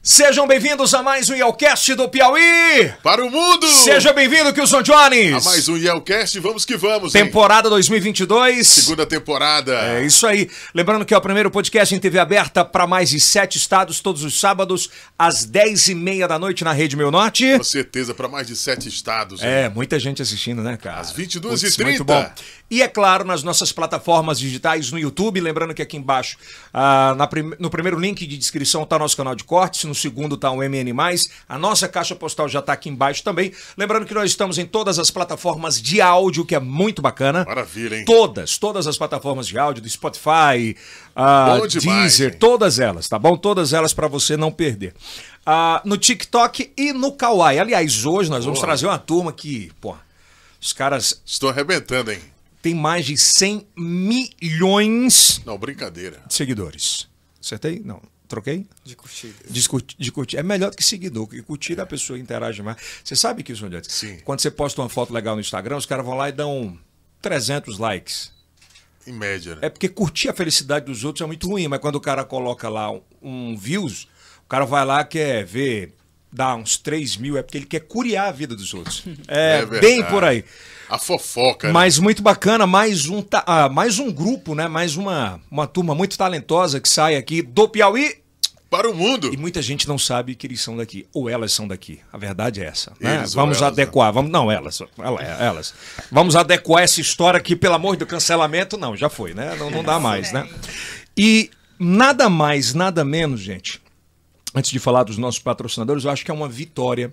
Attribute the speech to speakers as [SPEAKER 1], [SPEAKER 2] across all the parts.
[SPEAKER 1] Sejam bem-vindos a mais um Yelcast do Piauí!
[SPEAKER 2] Para o mundo!
[SPEAKER 1] Seja bem-vindo, Kilson Jones!
[SPEAKER 2] A mais um Yelcast, vamos que vamos, hein?
[SPEAKER 1] Temporada 2022.
[SPEAKER 2] Segunda temporada.
[SPEAKER 1] É isso aí. Lembrando que é o primeiro podcast em TV aberta para mais de sete estados, todos os sábados, às 10h30 da noite na Rede Meu Norte.
[SPEAKER 2] Com certeza, para mais de sete estados. hein?
[SPEAKER 1] É, muita gente assistindo, né, cara?
[SPEAKER 2] Às 22h30.
[SPEAKER 1] Putz, Muito bom. E é claro, nas nossas plataformas digitais no YouTube, lembrando que aqui embaixo, ah, na prim- no primeiro link de descrição está nosso canal de cortes, no segundo está o MN+, a nossa caixa postal já está aqui embaixo também. Lembrando que nós estamos em todas as plataformas de áudio, que é muito bacana.
[SPEAKER 2] Maravilha, hein?
[SPEAKER 1] Todas, todas as plataformas de áudio, do Spotify, ah,
[SPEAKER 2] Bom demais,
[SPEAKER 1] Deezer,
[SPEAKER 2] hein?
[SPEAKER 1] todas elas, tá bom? Todas elas para você não perder. Ah, no TikTok e no Kawaii. Aliás, hoje nós vamos
[SPEAKER 2] Boa.
[SPEAKER 1] trazer uma turma que, pô, os caras
[SPEAKER 2] Estou arrebentando, hein?
[SPEAKER 1] têm mais de 100 milhões
[SPEAKER 2] Não, brincadeira.
[SPEAKER 1] de seguidores. Acertei? Não. Troquei?
[SPEAKER 3] De curtidas.
[SPEAKER 1] De curti- de curtir. É melhor do que seguidor, porque curtir a pessoa interage mais. Você sabe que isso, Jones?
[SPEAKER 2] Sim.
[SPEAKER 1] Quando você posta uma foto legal no Instagram, os caras vão lá e dão 300 likes.
[SPEAKER 2] Em média, né?
[SPEAKER 1] É porque curtir a felicidade dos outros é muito ruim, mas quando o cara coloca lá um, um views, o cara vai lá, quer ver, dá uns 3 mil, é porque ele quer curiar a vida dos outros. É,
[SPEAKER 2] É verdade.
[SPEAKER 1] bem por aí.
[SPEAKER 2] A fofoca. né?
[SPEAKER 1] Mas muito bacana, mais um, ta- ah, mais um grupo, né? Mais uma, uma turma muito talentosa que sai aqui do Piauí.
[SPEAKER 2] Para o mundo.
[SPEAKER 1] E muita gente não sabe que eles são daqui, ou elas são daqui. A verdade é essa. né?
[SPEAKER 2] Eles ou
[SPEAKER 1] Vamos
[SPEAKER 2] elas, né?
[SPEAKER 1] adequar, vamos. Não, elas. ela- é, Elas. Vamos adequar essa história que, pelo amor do cancelamento, não, já foi, né? Não, não dá mais, né? E nada mais, nada menos, gente. Antes de falar dos nossos patrocinadores, eu acho que é uma vitória.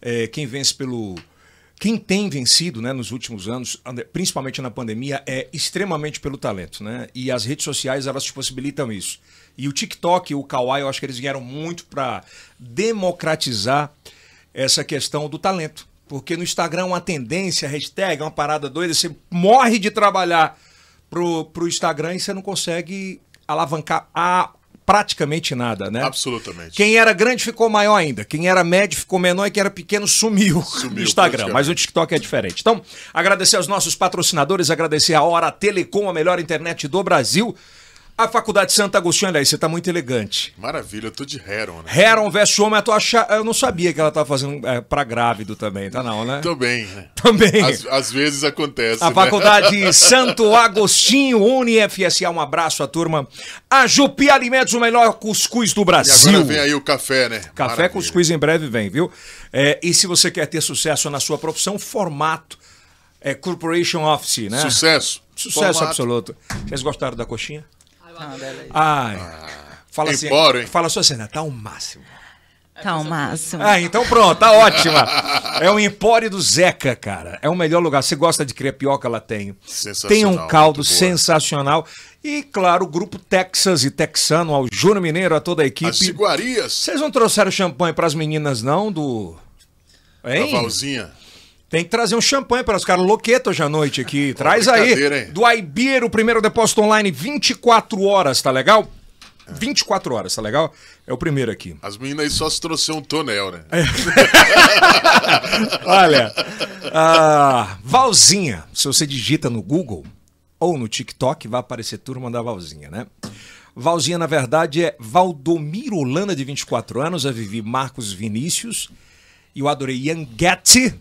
[SPEAKER 1] é, quem vence pelo. Quem tem vencido né, nos últimos anos, ande- principalmente na pandemia, é extremamente pelo talento, né? E as redes sociais elas te possibilitam isso. E o TikTok, o Kawaii, eu acho que eles vieram muito para democratizar essa questão do talento. Porque no Instagram é uma tendência, hashtag, é uma parada doida, você morre de trabalhar pro, pro Instagram e você não consegue alavancar a praticamente nada, né?
[SPEAKER 2] Absolutamente.
[SPEAKER 1] Quem era grande ficou maior ainda. Quem era médio ficou menor e quem era pequeno sumiu, no Instagram.
[SPEAKER 2] praticamente.
[SPEAKER 1] Mas o TikTok é diferente. Então, agradecer aos nossos patrocinadores, agradecer a Hora Telecom, a melhor internet do Brasil. A Faculdade Santo Agostinho, olha aí, você tá muito elegante.
[SPEAKER 2] Maravilha, eu tô de Heron, né?
[SPEAKER 1] Heron vs Homem, eu, tô acha- eu não sabia que ela tava fazendo é, pra grávido também, tá não, né?
[SPEAKER 2] Também, né?
[SPEAKER 1] Também.
[SPEAKER 2] Às, às vezes acontece,
[SPEAKER 1] A
[SPEAKER 2] né?
[SPEAKER 1] Faculdade Santo Agostinho, UniFSA, um abraço à turma. A Jupi Alimentos, o melhor cuscuz do
[SPEAKER 2] E agora
[SPEAKER 1] Brasil.
[SPEAKER 2] vem aí o café, né?
[SPEAKER 1] Café
[SPEAKER 2] Maravilha.
[SPEAKER 1] com cuscuz em breve vem, viu? É, e se você quer ter sucesso na sua profissão, formato é Corporation Office, né?
[SPEAKER 2] Sucesso.
[SPEAKER 1] Sucesso
[SPEAKER 2] Formato.
[SPEAKER 1] absoluto. Vocês gostaram da coxinha?
[SPEAKER 3] Ah, beleza.
[SPEAKER 1] Ai. Fala assim,
[SPEAKER 2] Empório, hein?
[SPEAKER 1] fala só assim, né? tá o máximo.
[SPEAKER 4] É,
[SPEAKER 5] Tá o máximo.
[SPEAKER 1] Ah, então pronto, tá ótima. É o Empório do Zeca, cara. É o melhor lugar. Você gosta de crepioca, ela tem.
[SPEAKER 2] Sensacional,
[SPEAKER 1] Tem um caldo
[SPEAKER 2] muito boa.
[SPEAKER 1] sensacional. E, claro, o grupo Texas e Texano, ao Júnior Mineiro, a toda a
[SPEAKER 2] As
[SPEAKER 1] equipe.
[SPEAKER 2] iguarias.
[SPEAKER 1] Vocês não trouxeram champanhe pras meninas, não, do...
[SPEAKER 2] A
[SPEAKER 1] Hein?
[SPEAKER 2] Valzinha.
[SPEAKER 1] Tem que trazer um champanhe para os caras louquetos hoje à noite aqui. Traz aí.
[SPEAKER 2] brincadeira, hein?
[SPEAKER 1] Do iBeer, o primeiro depósito online, 24 horas, tá legal? 24 horas, tá legal? É o primeiro aqui.
[SPEAKER 2] As meninas aí só se trouxeram um tonel, né?
[SPEAKER 1] É. Olha, ah, Valzinha. Se você digita no Google ou no TikTok, vai aparecer turma da Valzinha, né? Valzinha, na verdade, é Valdomiro Holanda, de 24 anos, a Vivi Marcos Vinícius. E eu adorei Yanguete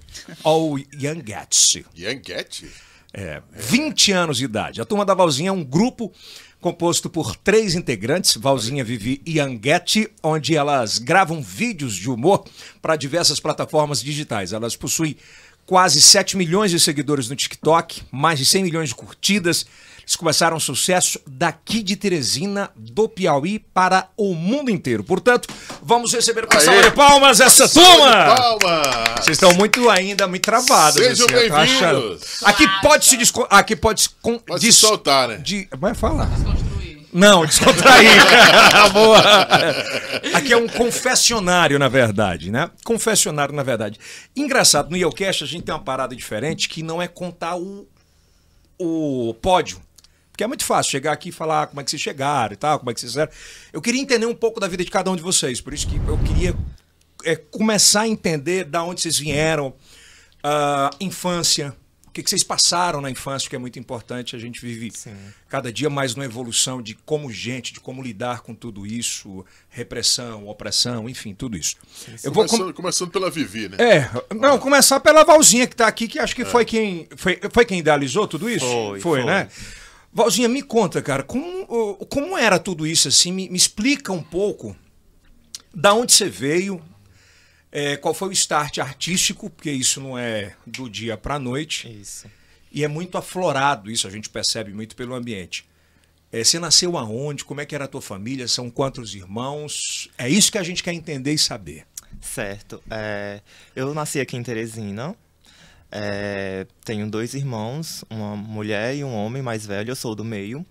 [SPEAKER 1] ou Yanguete.
[SPEAKER 2] Yanguete?
[SPEAKER 1] É, 20 anos de idade. A turma da Valzinha é um grupo composto por três integrantes, Valzinha, Vivi e Anguete, onde elas gravam vídeos de humor para diversas plataformas digitais. Elas possuem quase 7 milhões de seguidores no TikTok, mais de 100 milhões de curtidas. Eles começaram um sucesso daqui de Teresina, do Piauí, para o mundo inteiro. Portanto, vamos receber com
[SPEAKER 2] Aê!
[SPEAKER 1] salva de palmas essa turma!
[SPEAKER 2] Palma!
[SPEAKER 1] Vocês estão muito ainda muito travados.
[SPEAKER 2] Sejam
[SPEAKER 1] assim, eu tô
[SPEAKER 2] bem-vindos.
[SPEAKER 1] achando. Aqui pode se desco... aqui pode se con...
[SPEAKER 2] Pode se soltar, né?
[SPEAKER 1] de... vai falar. Não, descontrair. Boa. Aqui é um confessionário, na verdade, né? Confessionário, na verdade. Engraçado, no Yelcast a gente tem uma parada diferente que não é contar o, o pódio. Porque é muito fácil chegar aqui e falar ah, como é que vocês chegaram e tal, como é que vocês fizeram. Eu queria entender um pouco da vida de cada um de vocês, por isso que eu queria é, começar a entender da onde vocês vieram, ah, infância, que, que vocês passaram na infância, que é muito importante. A gente vive cada dia mais numa evolução de como gente, de como lidar com tudo isso, repressão, opressão, enfim, tudo isso. Eu vou com-
[SPEAKER 2] Começando, começando pela Vivi, né?
[SPEAKER 1] é, não, começar pela Valzinha que tá aqui, que acho que foi quem foi, foi quem idealizou tudo isso?
[SPEAKER 6] É. Foi, foi.
[SPEAKER 1] né? Valzinha, me conta, cara, como, ô, como era tudo isso assim? Me, me explica um pouco da onde você veio, é, qual foi o start artístico, porque isso não é do dia pra noite
[SPEAKER 6] Isso.
[SPEAKER 1] e é muito aflorado isso, a gente percebe muito pelo ambiente. É, você nasceu aonde? Como é que era a tua família? São quantos irmãos? É isso que a gente quer entender e saber.
[SPEAKER 6] Certo. É, eu nasci aqui em Teresina. É, tenho dois irmãos, uma mulher e um homem mais velho, eu sou do meio.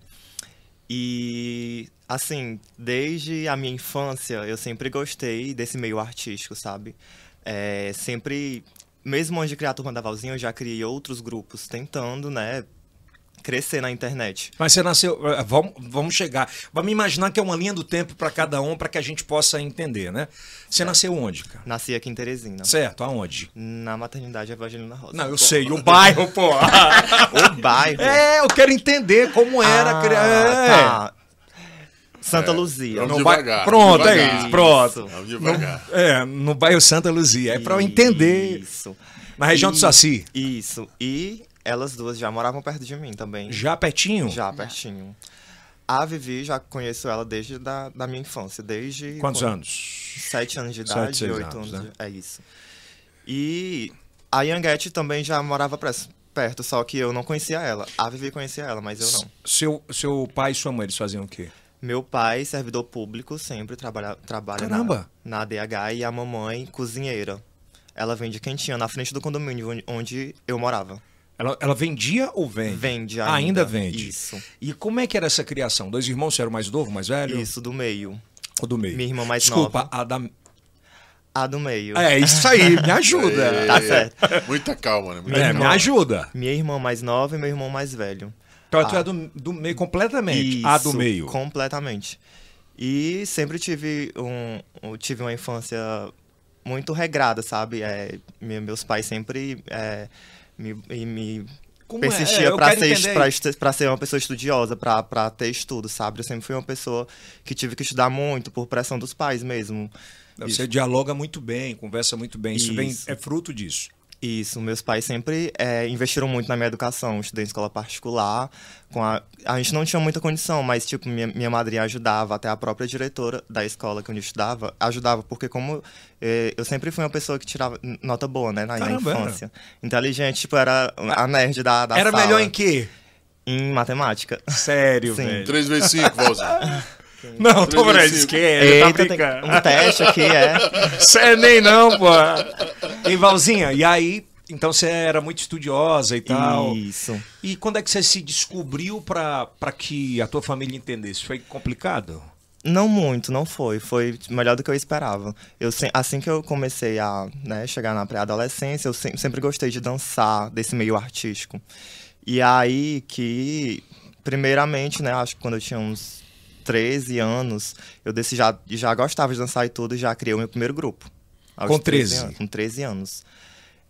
[SPEAKER 6] E, assim, desde a minha infância, eu sempre gostei desse meio artístico, sabe? É, sempre, mesmo antes de criar a Turma da Valzinha, eu já criei outros grupos tentando, né, crescer na internet.
[SPEAKER 1] Mas você nasceu. eh, Vamos, vamos chegar. Vamos imaginar que é uma linha do tempo para cada um, para que a gente possa entender, né? Você
[SPEAKER 6] É.
[SPEAKER 1] nasceu onde, cara?
[SPEAKER 6] Nasci aqui em Teresina,
[SPEAKER 1] Certo, aonde?
[SPEAKER 6] na maternidade Evangelina Rosa.
[SPEAKER 1] Não, eu sei, o bairro, pô.
[SPEAKER 6] O bairro.
[SPEAKER 1] É, eu quero entender como era.
[SPEAKER 6] Ah,
[SPEAKER 1] cri- é.
[SPEAKER 6] tá. Santa Luzia.
[SPEAKER 2] Vamos
[SPEAKER 1] Não vai-
[SPEAKER 2] devagar,
[SPEAKER 1] Pronto, é
[SPEAKER 2] devagar.
[SPEAKER 1] isso, pronto.
[SPEAKER 2] Vamos devagar.
[SPEAKER 1] É, no bairro Santa Luzia. É para eu entender.
[SPEAKER 6] Isso.
[SPEAKER 1] Na região do
[SPEAKER 6] E-
[SPEAKER 1] Saci.
[SPEAKER 6] Isso. E elas duas já moravam perto de mim também.
[SPEAKER 1] Já pertinho?
[SPEAKER 6] Já, pertinho. A Vivi, já conheço ela desde da, da minha infância. Desde...
[SPEAKER 1] Quantos
[SPEAKER 6] quando-
[SPEAKER 1] anos?
[SPEAKER 6] Sete anos de
[SPEAKER 1] Sete,
[SPEAKER 6] idade,
[SPEAKER 1] seis
[SPEAKER 6] oito
[SPEAKER 1] anos,
[SPEAKER 6] anos.
[SPEAKER 1] né?
[SPEAKER 6] de- É isso. E a Yanguete também já morava pres- perto, só que eu não conhecia ela. A Vivi conhecia ela, mas eu não.
[SPEAKER 1] Seu, seu pai e sua mãe, eles faziam o quê?
[SPEAKER 6] Meu pai, servidor público, sempre trabalha, trabalha
[SPEAKER 1] Caramba!
[SPEAKER 6] na, na ADH e a mamãe, cozinheira. Ela vende quentinha na frente do condomínio onde- onde eu morava.
[SPEAKER 1] Ela, ela vendia ou vende? Ah,
[SPEAKER 6] Vende
[SPEAKER 1] ainda.
[SPEAKER 6] ainda.
[SPEAKER 1] vende.
[SPEAKER 6] Isso.
[SPEAKER 1] E como é que era essa criação? Dois irmãos, você era o mais novo, mais velho?
[SPEAKER 6] Isso, do meio.
[SPEAKER 1] Ou do meio?
[SPEAKER 6] Minha irmã mais
[SPEAKER 1] Desculpa,
[SPEAKER 6] nova.
[SPEAKER 1] a da.
[SPEAKER 6] A do meio.
[SPEAKER 1] É, isso aí, me ajuda.
[SPEAKER 6] Tá certo.
[SPEAKER 2] Muita calma, né? Muita
[SPEAKER 1] É, me
[SPEAKER 2] calma.
[SPEAKER 1] ajuda.
[SPEAKER 6] Minha irmã mais nova e meu irmão mais velho. Ah,
[SPEAKER 1] Então tu é do, do meio completamente.
[SPEAKER 6] Isso,
[SPEAKER 1] a do meio.
[SPEAKER 6] Completamente. E sempre tive um, eu tive uma infância muito regrada, sabe? É, me- meus pais sempre é, me, e me
[SPEAKER 1] Como é? É,
[SPEAKER 6] persistia
[SPEAKER 1] eu
[SPEAKER 6] pra
[SPEAKER 1] quero
[SPEAKER 6] ser
[SPEAKER 1] entender
[SPEAKER 6] pra
[SPEAKER 1] isso.
[SPEAKER 6] este- pra ser uma pessoa estudiosa, pra pra ter estudo, sabe? Eu sempre fui uma pessoa que tive que estudar muito por pressão dos pais mesmo.
[SPEAKER 1] Você dialoga muito bem, conversa muito bem. Isso, vem,
[SPEAKER 6] Isso.
[SPEAKER 1] é fruto disso.
[SPEAKER 6] Isso, meus pais sempre é, investiram muito na minha educação, eu estudei em escola particular, com a, a gente não tinha muita condição, mas tipo, minha, minha madrinha ajudava, até a própria diretora da escola que onde eu estudava, ajudava, porque como eh, eu sempre fui uma pessoa que tirava n- nota boa, né, na, na
[SPEAKER 1] Caramba, era.
[SPEAKER 6] infância, inteligente, tipo, era a nerd da, da
[SPEAKER 1] era
[SPEAKER 6] sala.
[SPEAKER 1] melhor em quê?
[SPEAKER 6] Em matemática.
[SPEAKER 1] Sério,
[SPEAKER 6] Sim.
[SPEAKER 1] velho.
[SPEAKER 2] 3 vezes 5, Valzinho.
[SPEAKER 1] Não, tô
[SPEAKER 2] Três,
[SPEAKER 1] brincando.
[SPEAKER 2] cinco.
[SPEAKER 1] Esquece, tá
[SPEAKER 6] tem
[SPEAKER 1] brincando.
[SPEAKER 6] um teste aqui, é.
[SPEAKER 1] Cê é nem não, pô. E Valzinha, e aí, então você era muito estudiosa e tal.
[SPEAKER 6] Isso.
[SPEAKER 1] E quando é que você se descobriu pra pra que a tua família entendesse? Foi complicado?
[SPEAKER 6] Não muito, não foi. Foi melhor do que eu esperava. Eu se- assim que eu comecei a né, chegar na pré-adolescência, eu se- sempre gostei de dançar desse meio artístico. E aí que, primeiramente, né, acho que quando eu tinha uns 13 anos, eu desse, já, já gostava de dançar e tudo, e já criei o meu primeiro grupo. Aos
[SPEAKER 1] Com 13?
[SPEAKER 6] anos, com 13 anos.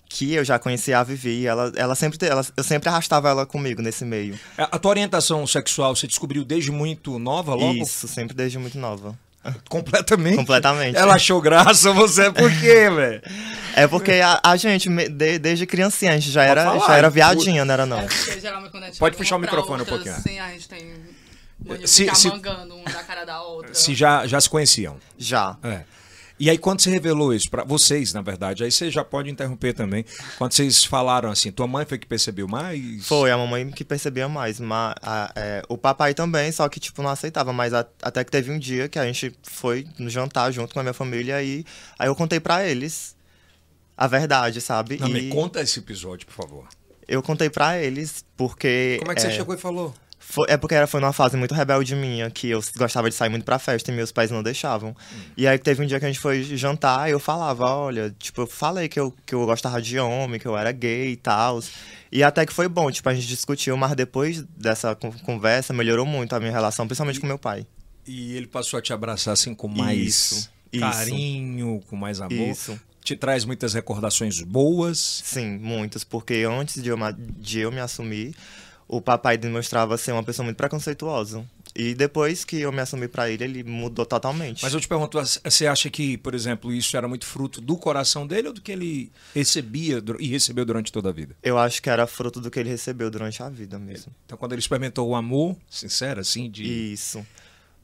[SPEAKER 6] Que eu já conhecia a Vivi, e ela, ela sempre, te- ela, eu sempre arrastava ela comigo nesse meio.
[SPEAKER 1] A a tua orientação sexual você descobriu desde muito nova, logo?
[SPEAKER 6] Isso, sempre desde muito nova.
[SPEAKER 1] Completamente.
[SPEAKER 6] Completamente.
[SPEAKER 1] Ela achou graça, você por quê, velho?
[SPEAKER 6] É porque a, a gente, me- de- desde criancinha, a gente já era,
[SPEAKER 1] falar, é tipo
[SPEAKER 6] já era viadinha, não era não.
[SPEAKER 4] Porque geralmente quando a gente
[SPEAKER 1] Ah, Pode
[SPEAKER 4] vai
[SPEAKER 1] puxar o
[SPEAKER 4] uma pra
[SPEAKER 1] microfone um
[SPEAKER 4] outra,
[SPEAKER 1] pouquinho. Eh,
[SPEAKER 4] Assim, a gente tem mania de
[SPEAKER 1] Se-
[SPEAKER 4] ficar
[SPEAKER 1] se-
[SPEAKER 4] mangando um da cara da outra.
[SPEAKER 1] Se já, já se conheciam.
[SPEAKER 6] Já.
[SPEAKER 1] É. E aí quando você revelou isso pra vocês, na verdade, aí você já pode interromper também. Quando vocês falaram assim, tua mãe foi que percebeu mais?
[SPEAKER 6] Foi a mamãe que percebia mais, mas a- é, o papai também, só que tipo não aceitava, mas a- até que teve um dia que a gente foi no jantar junto com a minha família e aí eu contei pra eles a verdade, sabe?
[SPEAKER 1] Não, me
[SPEAKER 6] E
[SPEAKER 1] conta esse episódio, por favor.
[SPEAKER 6] Eu contei pra eles porque
[SPEAKER 1] Como é que você chegou e falou?
[SPEAKER 6] Foi- é porque era, foi numa fase muito rebelde minha, que eu gostava de sair muito pra festa e meus pais não deixavam. E aí teve um dia que a gente foi jantar e eu falava, olha, tipo, eu falei que eu, que eu gostava de homem, que eu era gay e tal. E até que foi bom, tipo, a gente discutiu, mas depois dessa con- conversa melhorou muito a minha relação, principalmente com meu pai.
[SPEAKER 1] E ele passou a te abraçar assim com mais
[SPEAKER 6] Isso, isso.
[SPEAKER 1] carinho, com mais amor.
[SPEAKER 6] Isso.
[SPEAKER 1] te traz muitas recordações boas.
[SPEAKER 6] Sim, muitas, porque antes de eu, ma- de eu me assumir, o papai demonstrava ser uma pessoa muito preconceituosa. E depois que eu me assumi pra ele, ele mudou totalmente.
[SPEAKER 1] Mas eu te pergunto, as- você acha que, por exemplo, isso era muito fruto do coração dele ou do que ele recebia dur- e recebeu durante toda a vida?
[SPEAKER 6] Eu acho que era fruto do que ele recebeu durante a vida mesmo.
[SPEAKER 1] Então, quando ele experimentou o amor, sincero, assim, de.
[SPEAKER 6] Isso.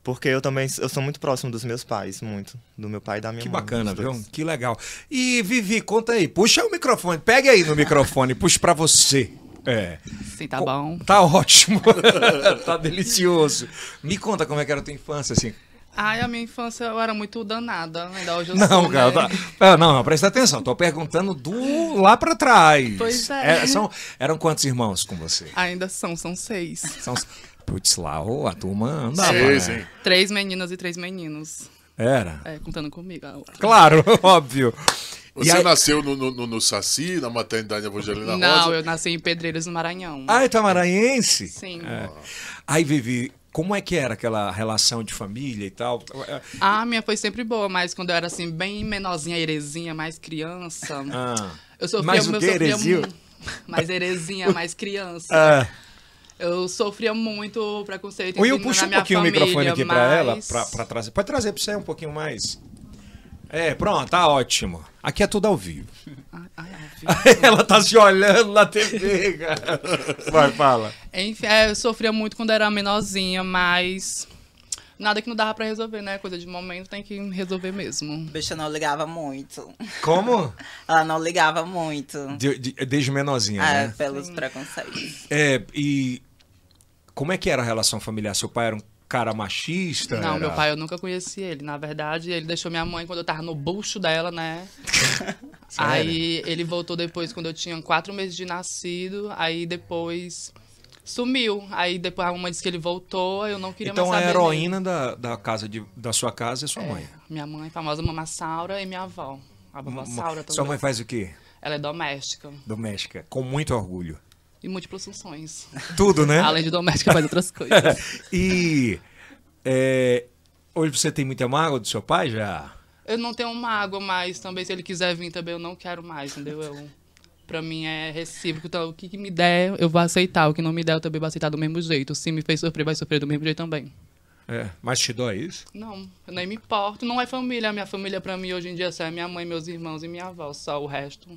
[SPEAKER 6] Porque eu também eu sou muito próximo dos meus pais, muito. Do meu pai e da minha
[SPEAKER 1] Que
[SPEAKER 6] mãe.
[SPEAKER 1] bacana,
[SPEAKER 6] dos
[SPEAKER 1] viu?
[SPEAKER 6] dois.
[SPEAKER 1] Que legal. E Vivi, conta aí. Puxa o microfone. Pegue aí no microfone, puxa pra você. É.
[SPEAKER 4] Sim, tá bom.
[SPEAKER 1] Tá ótimo. tá delicioso. Me conta como é que era a tua infância, assim.
[SPEAKER 4] Ai, a minha infância eu era muito danada. Ainda hoje eu sou.
[SPEAKER 1] Não, cara,
[SPEAKER 4] né?
[SPEAKER 1] tá- ah, não, não, presta atenção. Tô perguntando do lá pra trás.
[SPEAKER 4] Pois é.
[SPEAKER 1] são, eram quantos irmãos com você?
[SPEAKER 4] Ainda são, são seis.
[SPEAKER 1] São, putz, lá ô, a turma andava.
[SPEAKER 2] Seis,
[SPEAKER 1] né?
[SPEAKER 2] hein?
[SPEAKER 4] Três meninas e três meninos.
[SPEAKER 1] Era.
[SPEAKER 4] É, contando comigo. ah,
[SPEAKER 1] Claro, óbvio. E
[SPEAKER 2] Você
[SPEAKER 1] aí-
[SPEAKER 2] nasceu no, no, no, no Saci, na maternidade Evangelina
[SPEAKER 4] Não,
[SPEAKER 2] Rosa?
[SPEAKER 4] eu nasci em Pedreiros, no Maranhão.
[SPEAKER 1] Ah, é. então maranhense?
[SPEAKER 4] Sim.
[SPEAKER 1] Aí, Vivi, como é que era aquela relação de família e tal? É,
[SPEAKER 4] A minha foi sempre boa, mas quando eu era assim, bem menorzinha, herezinha, mais criança.
[SPEAKER 1] Ah.
[SPEAKER 4] Eu sofria,
[SPEAKER 1] Mas o
[SPEAKER 4] eu
[SPEAKER 1] quê,
[SPEAKER 4] sofria
[SPEAKER 1] heresia?
[SPEAKER 4] mu- Mais herezinha, mais criança.
[SPEAKER 1] Ah,
[SPEAKER 4] Eu sofria muito preconceito. em
[SPEAKER 1] Will,
[SPEAKER 4] cima
[SPEAKER 1] puxa
[SPEAKER 4] da
[SPEAKER 1] um
[SPEAKER 4] minha
[SPEAKER 1] pouquinho
[SPEAKER 4] família,
[SPEAKER 1] o microfone aqui pra ela,
[SPEAKER 4] mas-
[SPEAKER 1] pra, pra trazer. Pode trazer pra você um pouquinho mais. É, pronto, tá ótimo. Aqui é tudo ao vivo.
[SPEAKER 4] Ai, ai, ai, filho.
[SPEAKER 1] ela tá se olhando na TV, cara. Vai, fala.
[SPEAKER 4] Enfim, é, eu sofria muito quando era menorzinha, mas nada que não dava pra resolver, né? Coisa de momento tem que resolver mesmo.
[SPEAKER 5] Bicha não ligava muito.
[SPEAKER 1] Como?
[SPEAKER 5] Ela não ligava muito.
[SPEAKER 1] De- de- desde menorzinha,
[SPEAKER 5] ah,
[SPEAKER 1] né?
[SPEAKER 5] pelos preconceitos.
[SPEAKER 1] É, e como é que era a relação familiar? Seu pai era um cara machista?
[SPEAKER 4] Não,
[SPEAKER 1] Então Era-
[SPEAKER 4] meu pai, eu nunca conheci ele. Na verdade, ele deixou minha mãe quando eu tava no bucho dela, né?
[SPEAKER 1] Sério?
[SPEAKER 4] aí ele voltou depois quando eu tinha quatro meses de nascido. Aí depois sumiu. Aí depois a mamãe disse que ele voltou, eu não queria
[SPEAKER 1] Então
[SPEAKER 4] mais
[SPEAKER 1] a
[SPEAKER 4] saber dele.
[SPEAKER 1] heroína da, da, casa de- da sua casa é sua mãe.
[SPEAKER 4] Minha mãe, a famosa mamá Saura, e minha avó. A vovó Saura também.
[SPEAKER 1] sua mãe faz o quê?
[SPEAKER 4] Ela é doméstica
[SPEAKER 1] Doméstica. Com muito orgulho.
[SPEAKER 4] e múltiplas funções.
[SPEAKER 1] Tudo, né?
[SPEAKER 4] Além de doméstica, faz outras coisas.
[SPEAKER 1] E é, hoje você tem muita mágoa do seu pai já?
[SPEAKER 4] Eu não tenho mágoa, mas também se ele quiser vir também, eu não quero mais, entendeu? Eu, pra mim é recíproco. Então, o que, que me der, eu vou aceitar. O que não me der, eu também vou aceitar do mesmo jeito. Se me fez sofrer, vai sofrer do mesmo jeito também.
[SPEAKER 1] É, mas te dói isso?
[SPEAKER 4] Não, eu nem me importo. Não é família. A minha família pra mim hoje em dia só é minha mãe, meus irmãos e minha avó. Só o resto.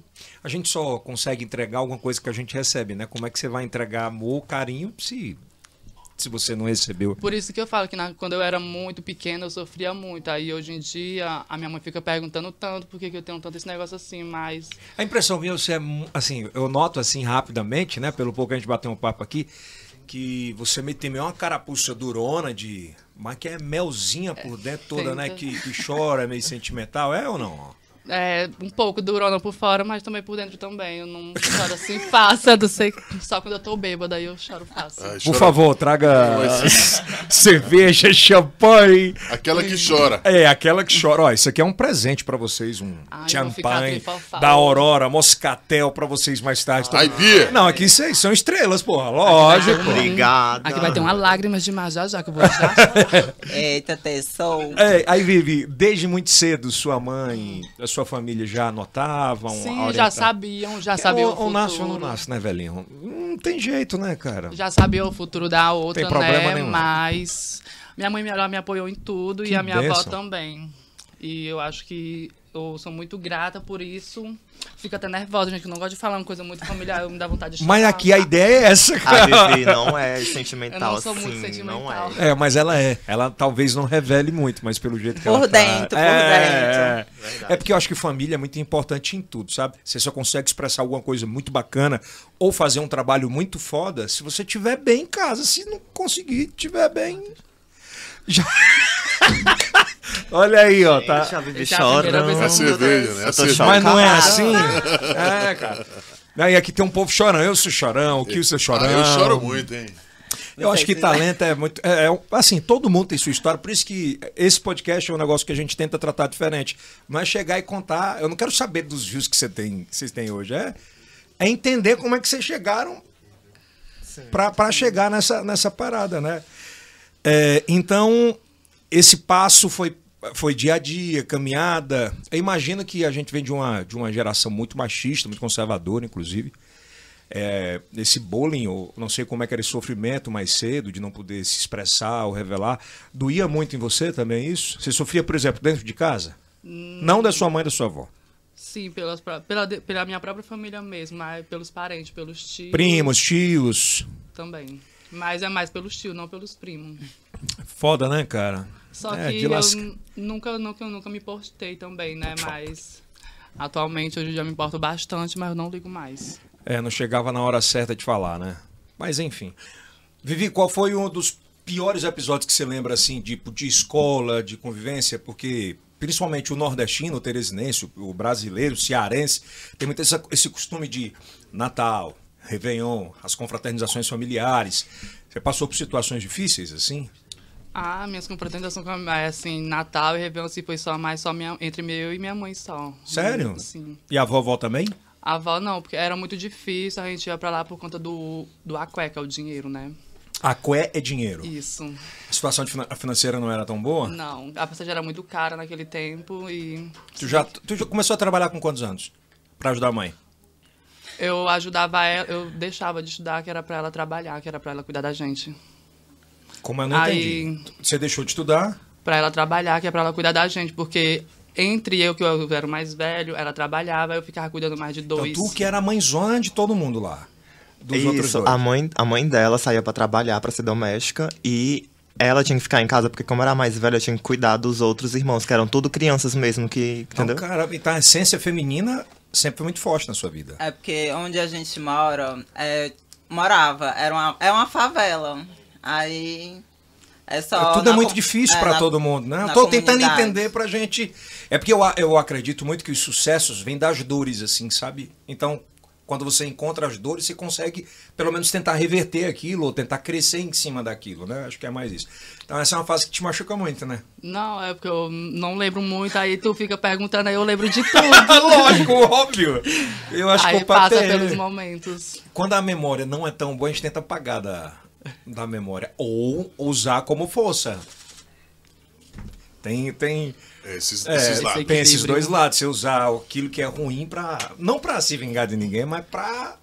[SPEAKER 1] A gente só consegue entregar alguma coisa que a gente recebe, né? Como é que você vai entregar amor, carinho, se, se você não recebeu?
[SPEAKER 4] Por isso que eu falo que na- quando eu era muito pequena, eu sofria muito. Aí hoje em dia, a minha mãe fica perguntando tanto por que, que eu tenho tanto esse negócio assim, mas
[SPEAKER 1] A impressão minha, você é, mu- assim, eu noto assim rapidamente, né? Pelo pouco que a gente bateu um papo aqui, que você me tem meio uma carapuça durona de... Mas que é melzinha por dentro toda, né?
[SPEAKER 4] tenta.
[SPEAKER 1] Que, que chora, é meio sentimental, é ou não?
[SPEAKER 4] É, um pouco durona por fora, mas também por dentro também. Eu não choro assim fácil, não sei. Só quando eu tô bêbada aí eu choro fácil.
[SPEAKER 2] Ai,
[SPEAKER 1] Por
[SPEAKER 2] Ah, chora-
[SPEAKER 1] favor, traga cerveja, champanhe.
[SPEAKER 2] Aquela que chora.
[SPEAKER 1] É, aquela que chora. Ó, isso aqui é um presente pra vocês, um
[SPEAKER 4] Ai, eu vou ficar
[SPEAKER 1] champanhe
[SPEAKER 4] trifalfada.
[SPEAKER 1] da Aurora, moscatel pra vocês mais tarde.
[SPEAKER 2] Ai, Bia.
[SPEAKER 1] Não, aqui vocês são estrelas, porra, lógico.
[SPEAKER 6] Obrigada.
[SPEAKER 4] Aqui vai ter um uma lágrima de mar já já, que eu vou já.
[SPEAKER 5] Eita, Tessou.
[SPEAKER 1] É, aí, Vivi, desde muito cedo, sua mãe, a sua família já anotavam?
[SPEAKER 4] Sim,
[SPEAKER 1] orientavam?
[SPEAKER 4] já sabiam, já sabiam o
[SPEAKER 1] Ou, ou
[SPEAKER 4] futuro.
[SPEAKER 1] É, nasce ou não nasce, né, velhinho? Não tem jeito, né, cara?
[SPEAKER 4] Já sabia o futuro da outra,
[SPEAKER 1] Tem problema
[SPEAKER 4] né?
[SPEAKER 1] nenhum.
[SPEAKER 4] Mas minha mãe ela me apoiou em tudo
[SPEAKER 1] Que
[SPEAKER 4] e a minha avó
[SPEAKER 1] bênção.
[SPEAKER 4] também. E eu acho que eu sou muito grata por isso. Fico até nervosa, gente, que eu não gosto de falar uma coisa muito familiar, eu me dá vontade de chorar.
[SPEAKER 1] Mas aqui a ideia é essa,
[SPEAKER 6] A
[SPEAKER 1] cara.
[SPEAKER 6] Vivi não é sentimental,
[SPEAKER 4] Eu não sou muito
[SPEAKER 6] sim,
[SPEAKER 4] sentimental.
[SPEAKER 6] não é.
[SPEAKER 1] É, mas ela é. Ela talvez não revele muito, mas pelo jeito que
[SPEAKER 5] Por
[SPEAKER 1] ela
[SPEAKER 5] dentro,
[SPEAKER 1] tá...
[SPEAKER 5] por
[SPEAKER 1] é,
[SPEAKER 6] dentro.
[SPEAKER 1] É. É porque eu acho que família é muito importante em tudo, sabe? Você só consegue expressar alguma coisa muito bacana ou fazer um trabalho muito foda se você tiver bem em casa. Se não conseguir, tiver bem... Já- Olha aí, ó, tá...
[SPEAKER 6] Gente, a Vivi
[SPEAKER 4] Essa é a
[SPEAKER 6] chora.
[SPEAKER 4] primeira vez que
[SPEAKER 2] É a
[SPEAKER 1] Assim,
[SPEAKER 2] cerveja, né? É
[SPEAKER 6] Eu
[SPEAKER 2] a
[SPEAKER 6] tô
[SPEAKER 2] cerveja.
[SPEAKER 1] Mas não é
[SPEAKER 6] Chocado.
[SPEAKER 1] assim? É, cara. Aí aqui tem um povo chorão. Eu sou chorão, o Kilson é chorão.
[SPEAKER 2] Ah, eu choro muito, hein?
[SPEAKER 1] Eu acho que
[SPEAKER 5] Não sei se-
[SPEAKER 1] talento é muito. É, é um- assim, todo mundo tem sua história, por isso que esse podcast é um negócio que a gente tenta tratar diferente. Não é chegar e contar. Eu não quero saber dos views que você tem, que vocês têm hoje. É, é entender como é que vocês chegaram pra pra chegar nessa, nessa parada, né? É, então, esse passo foi. foi dia a dia, caminhada. Imagina que a gente vem de uma, de uma geração muito machista, muito conservadora, inclusive. É, esse bullying, ou não sei como é que era esse sofrimento mais cedo, de não poder se expressar ou revelar, doía muito em você também isso? Você sofria, por exemplo, dentro de casa?
[SPEAKER 4] Hum.
[SPEAKER 1] Não da sua mãe, da sua avó.
[SPEAKER 4] Sim, pelas, pró- pela, de- pela minha própria família mesmo, mas pelos parentes, pelos tios
[SPEAKER 1] Primos, tios.
[SPEAKER 4] também. Mas é mais pelos tios, não pelos primos.
[SPEAKER 1] Foda, né, cara?
[SPEAKER 4] Só
[SPEAKER 1] É,
[SPEAKER 4] que
[SPEAKER 1] de
[SPEAKER 4] eu
[SPEAKER 1] lasca-
[SPEAKER 4] n- nunca, nunca, nunca me portei também, né? Mas atualmente hoje eu já me importo bastante, mas eu não ligo mais.
[SPEAKER 1] É, não chegava na hora certa de falar, né? Mas enfim. Vivi, qual foi um dos piores episódios que você lembra, assim, de, de escola, de convivência? Porque, principalmente o nordestino, o teresinense, o o brasileiro, o cearense, tem muito essa- esse costume de Natal, Réveillon, as confraternizações familiares. Você passou por situações difíceis, assim?
[SPEAKER 4] Ah, minhas confraternizações com a- é, assim, Natal e Réveillon, assim, foi só mais só minha, entre eu e minha mãe só.
[SPEAKER 1] Sério?
[SPEAKER 4] Sim.
[SPEAKER 1] E a vovó também?
[SPEAKER 4] A avó não, porque era muito difícil, a gente ia pra lá por conta do, do aqueca, o dinheiro, né?
[SPEAKER 1] A cué é dinheiro.
[SPEAKER 4] Isso.
[SPEAKER 1] A situação de finan- a financeira não era tão boa?
[SPEAKER 4] Não, a passagem era muito cara naquele tempo e
[SPEAKER 1] Tu já, tu já começou a trabalhar com quantos anos? Pra ajudar a mãe?
[SPEAKER 4] eu ajudava ela, eu deixava de estudar, que era pra ela trabalhar, que era pra ela cuidar da gente.
[SPEAKER 1] Como eu não
[SPEAKER 4] Aí-
[SPEAKER 1] entendi. Você deixou de estudar?
[SPEAKER 4] Pra ela trabalhar, que é pra ela cuidar da gente, porque entre eu, que eu era o mais velho, ela trabalhava, eu ficava cuidando mais de
[SPEAKER 1] Então,
[SPEAKER 4] dois.
[SPEAKER 1] tu que era a mãezona de todo mundo lá. Dos outros
[SPEAKER 6] Isso,
[SPEAKER 1] dois. Então,
[SPEAKER 6] a mãe, a mãe dela saía pra trabalhar, pra ser doméstica, e ela tinha que ficar em casa, porque como era a mais velha, tinha que cuidar dos outros irmãos, que eram tudo crianças mesmo, que,
[SPEAKER 1] Então,
[SPEAKER 6] entendeu?
[SPEAKER 1] cara, então a essência feminina sempre foi muito forte na sua vida.
[SPEAKER 5] É porque onde a gente mora, é, morava, era uma, é uma favela. Aí é só.
[SPEAKER 1] Tudo é
[SPEAKER 5] na
[SPEAKER 1] muito
[SPEAKER 5] com-
[SPEAKER 1] difícil
[SPEAKER 5] é,
[SPEAKER 1] pra
[SPEAKER 5] na-
[SPEAKER 1] todo mundo, né? Eu
[SPEAKER 5] na
[SPEAKER 1] tô tentando
[SPEAKER 5] comunidade.
[SPEAKER 1] entender pra gente. É porque eu, a- eu acredito muito que os sucessos vêm das dores, assim, sabe? Então, quando você encontra as dores, você consegue pelo menos tentar reverter aquilo ou tentar crescer em cima daquilo, né? Acho que é mais isso. Então, essa é uma fase que te machuca muito, né?
[SPEAKER 4] Não, é porque eu não lembro muito, aí tu fica perguntando, aí eu lembro de tudo.
[SPEAKER 1] Lógico, óbvio. Eu acho que
[SPEAKER 4] É
[SPEAKER 1] é
[SPEAKER 4] aí
[SPEAKER 1] eu patei.
[SPEAKER 4] passa pelos momentos.
[SPEAKER 1] Quando a memória não é tão boa, a gente tenta apagar da, da memória. Ou usar como força. Tem, tem,
[SPEAKER 2] Esses,
[SPEAKER 1] é,
[SPEAKER 2] esses lá.
[SPEAKER 4] lados.
[SPEAKER 1] tem esses
[SPEAKER 4] né?
[SPEAKER 1] dois lados. Você usar aquilo que é ruim pra. Não pra se vingar de ninguém, mas pra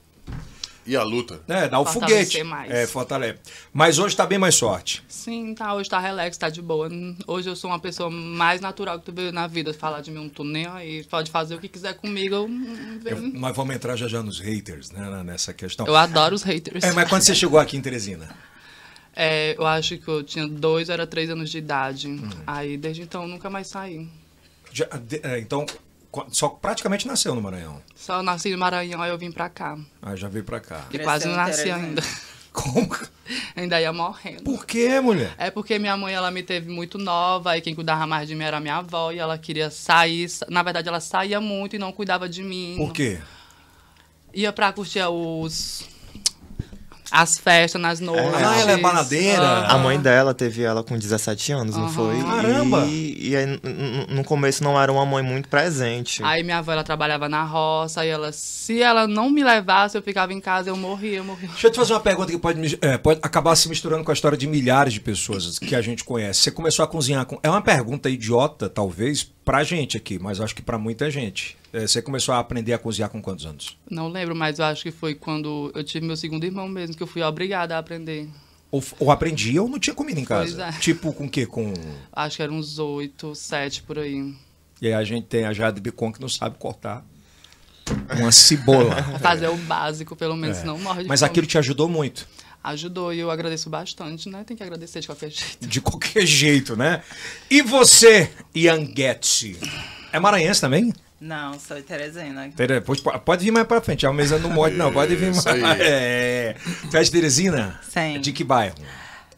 [SPEAKER 2] E a luta.
[SPEAKER 1] né, dar o
[SPEAKER 4] Fortalecer
[SPEAKER 1] foguete.
[SPEAKER 4] mais.
[SPEAKER 1] É, fortalece. Mas hoje tá bem mais sorte.
[SPEAKER 4] Sim, tá, hoje tá relax, tá de boa. Hum, Hoje eu sou uma pessoa mais natural que tu vê na vida. Falar de mim, eu não tô nem aí. Pode fazer o que quiser comigo, eu, hum,
[SPEAKER 1] Eu-
[SPEAKER 4] eu,
[SPEAKER 1] nós vamos entrar já já nos haters, né, na- nessa questão.
[SPEAKER 4] eu adoro os haters.
[SPEAKER 1] É, mas quando você chegou aqui em Teresina?
[SPEAKER 4] É, eu acho que eu tinha dois, era três anos de idade.
[SPEAKER 1] Hum.
[SPEAKER 4] Aí, desde então, eu nunca mais saí.
[SPEAKER 1] já- de- é, então, qu- só praticamente nasceu no Maranhão.
[SPEAKER 4] Só nasci no Maranhão, aí eu vim pra cá.
[SPEAKER 1] Aí já veio pra cá.
[SPEAKER 4] E
[SPEAKER 5] Cresceu
[SPEAKER 4] quase não
[SPEAKER 5] em
[SPEAKER 4] nasci
[SPEAKER 5] Teresina.
[SPEAKER 4] ainda.
[SPEAKER 1] Como?
[SPEAKER 4] Ainda ia morrendo.
[SPEAKER 1] Por quê, mulher?
[SPEAKER 4] É porque minha mãe, ela me teve muito nova, e quem cuidava mais de mim era minha avó, e ela queria sair. sa- Na verdade, ela saía muito e não cuidava de mim.
[SPEAKER 1] Por quê?
[SPEAKER 4] Ia pra curtir os... As festas nas noites.
[SPEAKER 1] Ah, ela é baladeira?
[SPEAKER 6] A
[SPEAKER 4] Ah,
[SPEAKER 6] mãe dela teve ela com 17 anos, não foi? E-
[SPEAKER 1] Caramba!
[SPEAKER 6] E, aí, n- n- no começo não era uma mãe muito presente.
[SPEAKER 4] Aí minha avó, ela trabalhava na roça, e ela... Se ela não me levasse, eu ficava em casa, eu morria, eu morria.
[SPEAKER 1] Deixa eu te fazer uma pergunta que pode, mis- é, pode acabar se misturando com a história de milhares de pessoas que a gente conhece. Você começou a cozinhar com. É uma pergunta idiota, talvez, pra gente aqui, mas acho que pra muita gente. É, você começou a aprender a cozinhar com quantos anos?
[SPEAKER 4] Não lembro, mas eu acho que foi quando eu tive meu segundo irmão mesmo, que eu fui obrigada a aprender.
[SPEAKER 1] Ou, f- ou aprendia ou não tinha comida em casa?
[SPEAKER 4] Pois é.
[SPEAKER 1] Tipo, com o quê? Com.
[SPEAKER 4] Acho que era uns oito, sete por aí.
[SPEAKER 1] E aí a gente tem a Jade Bicon que não sabe cortar uma cebola.
[SPEAKER 4] Fazer o básico, pelo menos, não morre de
[SPEAKER 1] É. Mas
[SPEAKER 4] fome.
[SPEAKER 1] aquilo te ajudou muito.
[SPEAKER 4] Ajudou e eu agradeço bastante, né? Tem que agradecer de qualquer jeito.
[SPEAKER 1] De qualquer jeito, né? E você, Ianguete? É maranhense também?
[SPEAKER 5] Não, sou de Teresina.
[SPEAKER 1] Pera, pois po- pode vir mais pra frente. A mesa não morde, não. Pode vir mais.
[SPEAKER 2] Isso aí.
[SPEAKER 1] É. Tu és de Teresina?
[SPEAKER 5] Sim.
[SPEAKER 1] De que bairro?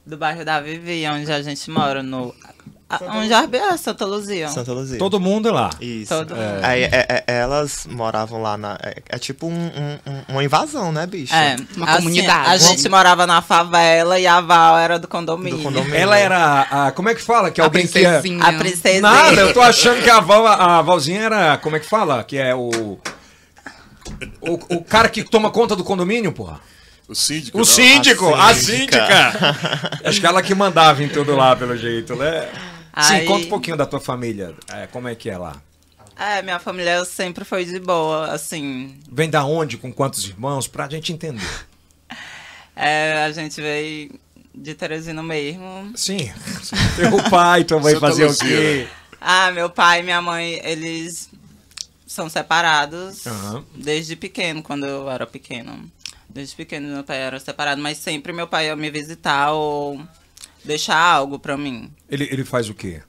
[SPEAKER 5] Do bairro da Vivi, onde a gente mora, no. a- Onde a é Santa Luzia.
[SPEAKER 6] Santa Luzia.
[SPEAKER 1] Todo mundo é lá.
[SPEAKER 6] Isso.
[SPEAKER 5] Todo mundo.
[SPEAKER 6] Aí, é- é- elas moravam lá na. É, é tipo um- um- um- uma invasão, né, bicho?
[SPEAKER 5] É,
[SPEAKER 4] Uma
[SPEAKER 5] assim,
[SPEAKER 4] comunidade.
[SPEAKER 5] A gente morava na favela e a Val era do condomínio.
[SPEAKER 6] Do condomínio.
[SPEAKER 1] Ela era. a- a- como é que fala? Que alguém que é.
[SPEAKER 4] princesinha.
[SPEAKER 5] A princesinha.
[SPEAKER 1] Nada, eu tô achando que a, Val, a Valzinha era. Como é que fala? Que é o. O, o cara que toma conta do condomínio, porra.
[SPEAKER 2] O síndico.
[SPEAKER 1] O
[SPEAKER 2] não.
[SPEAKER 1] síndico, a
[SPEAKER 6] a
[SPEAKER 1] síndica. Acho que ela que mandava em tudo lá, pelo jeito, né? Sim,
[SPEAKER 5] Aí-
[SPEAKER 1] conta um pouquinho da tua família. É, como é que é lá?
[SPEAKER 5] É, minha família sempre foi de boa, assim.
[SPEAKER 1] Vem da onde? Com quantos irmãos? Pra gente entender.
[SPEAKER 5] É, a gente veio de Teresina mesmo.
[SPEAKER 1] Sim. Teu pai, tua mãe
[SPEAKER 2] Santa
[SPEAKER 1] fazer o
[SPEAKER 2] Luzia,
[SPEAKER 1] quê?
[SPEAKER 5] Ah, meu pai e minha mãe, eles são separados
[SPEAKER 1] Aham.
[SPEAKER 5] desde pequeno, quando eu era pequeno. Desde pequeno meu pai era separado, mas sempre meu pai ia me visitar ou deixar algo pra mim.
[SPEAKER 1] Ele, ele faz o quê?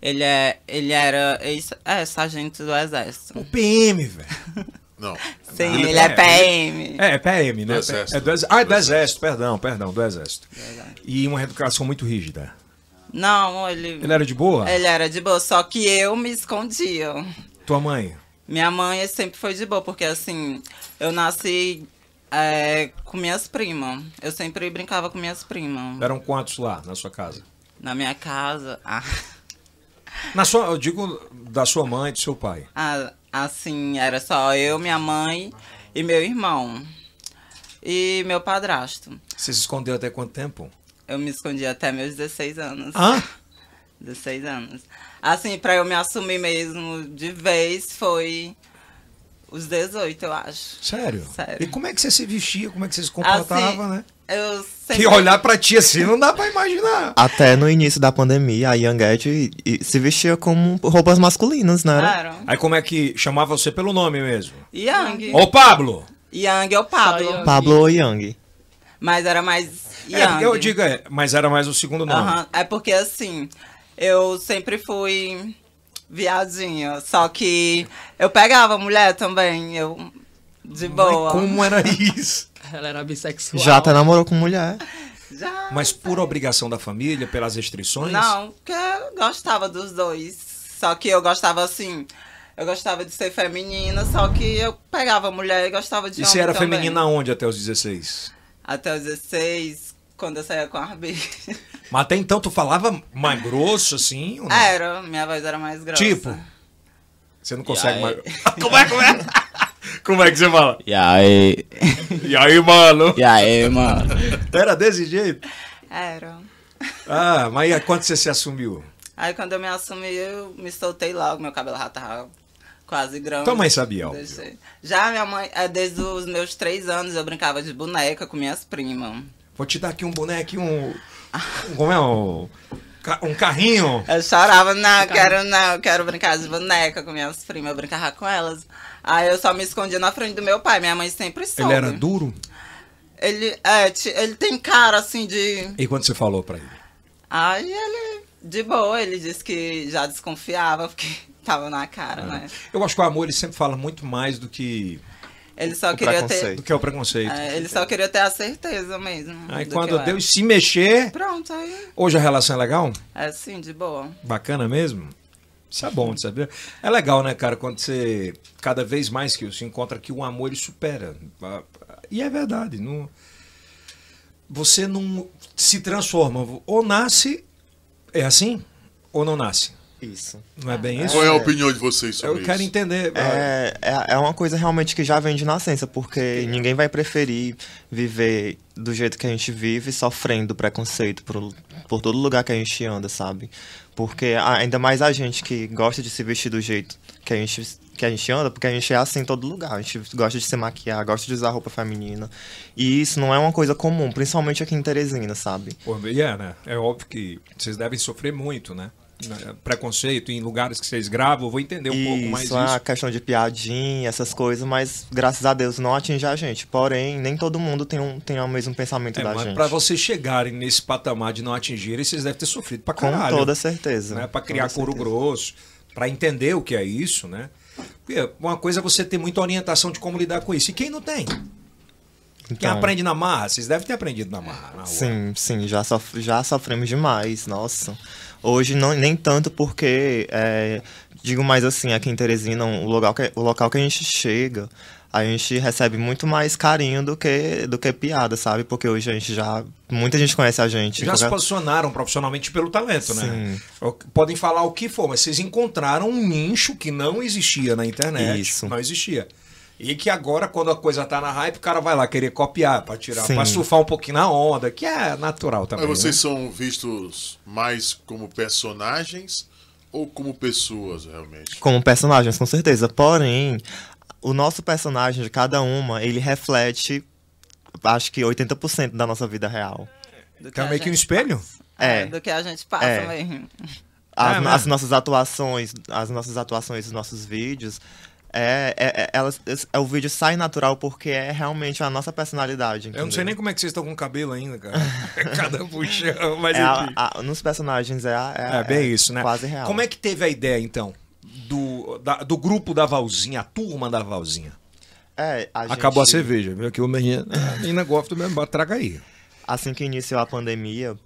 [SPEAKER 5] Ele, é, ele era ex, é, sargento do exército.
[SPEAKER 1] O PM, velho.
[SPEAKER 2] Não.
[SPEAKER 5] Sim,
[SPEAKER 1] ele
[SPEAKER 5] ele,
[SPEAKER 1] é-
[SPEAKER 5] é PM.
[SPEAKER 1] É, é PM, né?
[SPEAKER 2] Do Exército.
[SPEAKER 1] É do ex- Ah, é do Exército, perdão, perdão, do Exército. E uma educação muito rígida.
[SPEAKER 5] Não, ele,
[SPEAKER 1] Ele era de boa?
[SPEAKER 5] ele era de boa, só que eu me escondia.
[SPEAKER 1] Tua mãe?
[SPEAKER 5] Minha mãe sempre foi de boa, porque assim, eu nasci é, com minhas primas. Eu sempre brincava com minhas primas.
[SPEAKER 1] Eram quantos lá na sua casa?
[SPEAKER 5] Na minha casa, ah,
[SPEAKER 1] Na sua, eu digo da sua mãe e do seu pai.
[SPEAKER 5] ah, assim, era só eu, minha mãe e meu irmão. E meu padrasto.
[SPEAKER 1] Você se escondeu até quanto tempo?
[SPEAKER 5] Eu me escondi até meus 16 anos.
[SPEAKER 1] Hã?
[SPEAKER 5] 16 anos. Assim, pra eu me assumir mesmo de vez foi os 18, eu acho.
[SPEAKER 1] Sério?
[SPEAKER 5] Sério.
[SPEAKER 1] E como é que você se vestia? Como é que você se comportava,
[SPEAKER 5] Assim,
[SPEAKER 1] né?
[SPEAKER 5] Eu sempre...
[SPEAKER 1] Que olhar pra ti assim não dá pra imaginar.
[SPEAKER 6] Até no início da pandemia, a Yanguette se vestia como roupas masculinas, né?
[SPEAKER 5] Claro.
[SPEAKER 1] Aí como é que chamava você pelo nome mesmo?
[SPEAKER 5] Yang.
[SPEAKER 1] Ô, Pablo!
[SPEAKER 5] Yang é o Pablo.
[SPEAKER 4] Só Yang.
[SPEAKER 6] Pablo ou Yang.
[SPEAKER 5] Mas era mais
[SPEAKER 1] É,
[SPEAKER 5] Yang.
[SPEAKER 1] eu digo, é, mas era mais o segundo nome.
[SPEAKER 5] Aham, É porque assim, eu sempre fui viadinha. Só que eu pegava mulher também, eu de boa.
[SPEAKER 1] Mas como era isso?
[SPEAKER 4] Ela era bissexual.
[SPEAKER 6] Já tá até namorou com mulher.
[SPEAKER 5] Ah.
[SPEAKER 1] é?
[SPEAKER 5] Já.
[SPEAKER 1] Mas por obrigação da família, pelas restrições?
[SPEAKER 5] Não, porque eu gostava dos dois. Só que eu gostava assim. Eu gostava de ser feminina, só que eu pegava mulher e gostava
[SPEAKER 1] E
[SPEAKER 5] de homem
[SPEAKER 1] você era
[SPEAKER 5] também.
[SPEAKER 1] feminina onde até os 16?
[SPEAKER 5] Até os 16, quando eu saía com a Arbi.
[SPEAKER 1] Mas até então tu falava mais grosso assim? ou não?
[SPEAKER 5] Era, minha voz era mais É, grossa.
[SPEAKER 1] Tipo? Você não consegue
[SPEAKER 7] aí?
[SPEAKER 1] mais. como é, como é? Como é que você fala?
[SPEAKER 7] E aí,
[SPEAKER 1] E aí, mano?
[SPEAKER 7] e aí, mano?
[SPEAKER 1] Era desse jeito?
[SPEAKER 5] Era.
[SPEAKER 1] Ah, mas aí quando você se assumiu?
[SPEAKER 5] Aí quando eu me assumi, eu me soltei logo, meu cabelo já tava quase grande.
[SPEAKER 1] Tua mãe sabia, óbvio.
[SPEAKER 5] Deixei. Já minha mãe, é, desde os meus três anos, eu brincava de boneca com minhas primas.
[SPEAKER 1] Vou te dar aqui um boneco, um. um- Como é? Um, ca- um carrinho.
[SPEAKER 5] Eu chorava, não, quero não, quero brincar de boneca com minhas primas, eu brincava com elas. Aí eu só me escondia na frente do meu pai, minha mãe sempre soube.
[SPEAKER 1] Ele era duro?
[SPEAKER 5] Ele, é, ti- ele tem cara assim de...
[SPEAKER 1] E quando você falou pra ele?
[SPEAKER 5] Aí ele, de boa, ele disse que já desconfiava, porque tava na
[SPEAKER 1] Ah.
[SPEAKER 5] cara, né?
[SPEAKER 1] Eu acho que o amor ele sempre fala muito mais do que,
[SPEAKER 5] Ele só
[SPEAKER 6] O
[SPEAKER 5] queria ter...
[SPEAKER 6] preconceito.
[SPEAKER 1] do que é o preconceito.
[SPEAKER 5] É, ele só queria ter a certeza mesmo.
[SPEAKER 1] Aí
[SPEAKER 5] do que
[SPEAKER 1] quando
[SPEAKER 5] eu era.
[SPEAKER 1] Deus se mexer,
[SPEAKER 5] Pronto, aí.
[SPEAKER 1] hoje a relação é legal?
[SPEAKER 5] É assim, de boa.
[SPEAKER 1] Bacana mesmo? Isso é bom de saber. É legal, né, cara, quando você, cada vez mais que se encontra que o amor ele supera. E é verdade. Não, você não se transforma. Ou nasce, é assim, ou não nasce.
[SPEAKER 6] Isso.
[SPEAKER 5] Ah,
[SPEAKER 1] Não é bem isso?
[SPEAKER 2] Qual é a opinião de vocês sobre
[SPEAKER 1] Eu
[SPEAKER 2] isso?
[SPEAKER 1] quero entender.
[SPEAKER 6] É, é, é uma coisa realmente que já vem de nascença, porque ninguém vai preferir viver do jeito que a gente vive, sofrendo preconceito por, por todo lugar que a gente anda, sabe? Porque a- ainda mais a gente que gosta de se vestir do jeito que a gente, que a gente anda, porque a gente é assim em todo lugar. A gente gosta de se maquiar, gosta de usar roupa feminina. E isso não é uma coisa comum, principalmente aqui em Teresina, sabe?
[SPEAKER 1] Pô, e é, né? É óbvio que vocês devem sofrer muito, né? Preconceito em lugares que vocês gravam, eu vou entender um pouco mais
[SPEAKER 6] Isso,
[SPEAKER 1] isso.
[SPEAKER 6] é a questão de piadinha, essas coisas, mas graças a Deus não atinge a gente. Porém, nem todo mundo tem, um, tem o mesmo pensamento
[SPEAKER 1] É,
[SPEAKER 6] da
[SPEAKER 1] mas
[SPEAKER 6] gente.
[SPEAKER 1] pra vocês chegarem nesse patamar de não atingirem, vocês devem ter sofrido pra
[SPEAKER 6] Com
[SPEAKER 1] um caralho.
[SPEAKER 6] toda certeza.
[SPEAKER 1] né? Para
[SPEAKER 6] Com
[SPEAKER 1] criar
[SPEAKER 6] toda
[SPEAKER 1] couro
[SPEAKER 6] certeza.
[SPEAKER 1] grosso, para entender o que é isso, né? Porque uma coisa é você ter muita orientação de como lidar com isso. E quem não tem? Quem
[SPEAKER 6] Então,
[SPEAKER 1] aprende na marra, vocês devem ter aprendido na marra. Na rua.
[SPEAKER 6] Sim, sim, já, sof- já sofremos demais, nossa. Hoje não, nem tanto porque, é, digo mais assim, aqui em Teresina, o local, que, o local que a gente chega, a gente recebe muito mais carinho do que, do que piada, sabe? Porque hoje a gente já. Muita gente conhece a gente.
[SPEAKER 1] Já se
[SPEAKER 6] qualquer-
[SPEAKER 1] posicionaram profissionalmente pelo talento, né?
[SPEAKER 6] Sim.
[SPEAKER 1] O- Podem falar o que for, mas vocês encontraram um nicho que não existia na internet.
[SPEAKER 6] Isso.
[SPEAKER 1] Não existia. E que agora, quando a coisa tá na hype, o cara vai lá querer copiar pra tirar,
[SPEAKER 6] Sim.
[SPEAKER 1] pra surfar um pouquinho na onda, que é natural
[SPEAKER 6] Tá
[SPEAKER 1] também.
[SPEAKER 2] Mas vocês
[SPEAKER 1] né?
[SPEAKER 2] são vistos mais como personagens ou como pessoas, realmente?
[SPEAKER 6] Como personagens, com certeza. Porém, o nosso personagem de cada uma, ele reflete, acho que 80% da nossa vida real.
[SPEAKER 5] Do
[SPEAKER 1] Tá
[SPEAKER 5] a
[SPEAKER 1] meio que um
[SPEAKER 5] gente-
[SPEAKER 1] espelho?
[SPEAKER 6] É.
[SPEAKER 5] Do que a gente passa
[SPEAKER 6] É.
[SPEAKER 5] mesmo.
[SPEAKER 6] As,
[SPEAKER 1] É, né?
[SPEAKER 6] as nossas atuações, as nossas atuações, os nossos vídeos, é, é, é- elas, é- o vídeo sai natural porque é realmente a nossa personalidade.
[SPEAKER 1] Eu não sei
[SPEAKER 6] entendeu?
[SPEAKER 1] nem como é que vocês estão com o cabelo ainda, cara. Cada puxão, mas
[SPEAKER 6] É
[SPEAKER 1] enfim.
[SPEAKER 6] a- a- nos personagens é, a- é,
[SPEAKER 1] É bem isso, né?
[SPEAKER 6] Quase real.
[SPEAKER 1] Como é que teve a ideia, então, do, da- do grupo da Valzinha, a turma da Valzinha?
[SPEAKER 6] É, a gente- É,
[SPEAKER 1] Acabou a cerveja, viu? né? Que o menino, a menina gosta mesmo, traga aí.
[SPEAKER 6] Assim que iniciou a pandemia,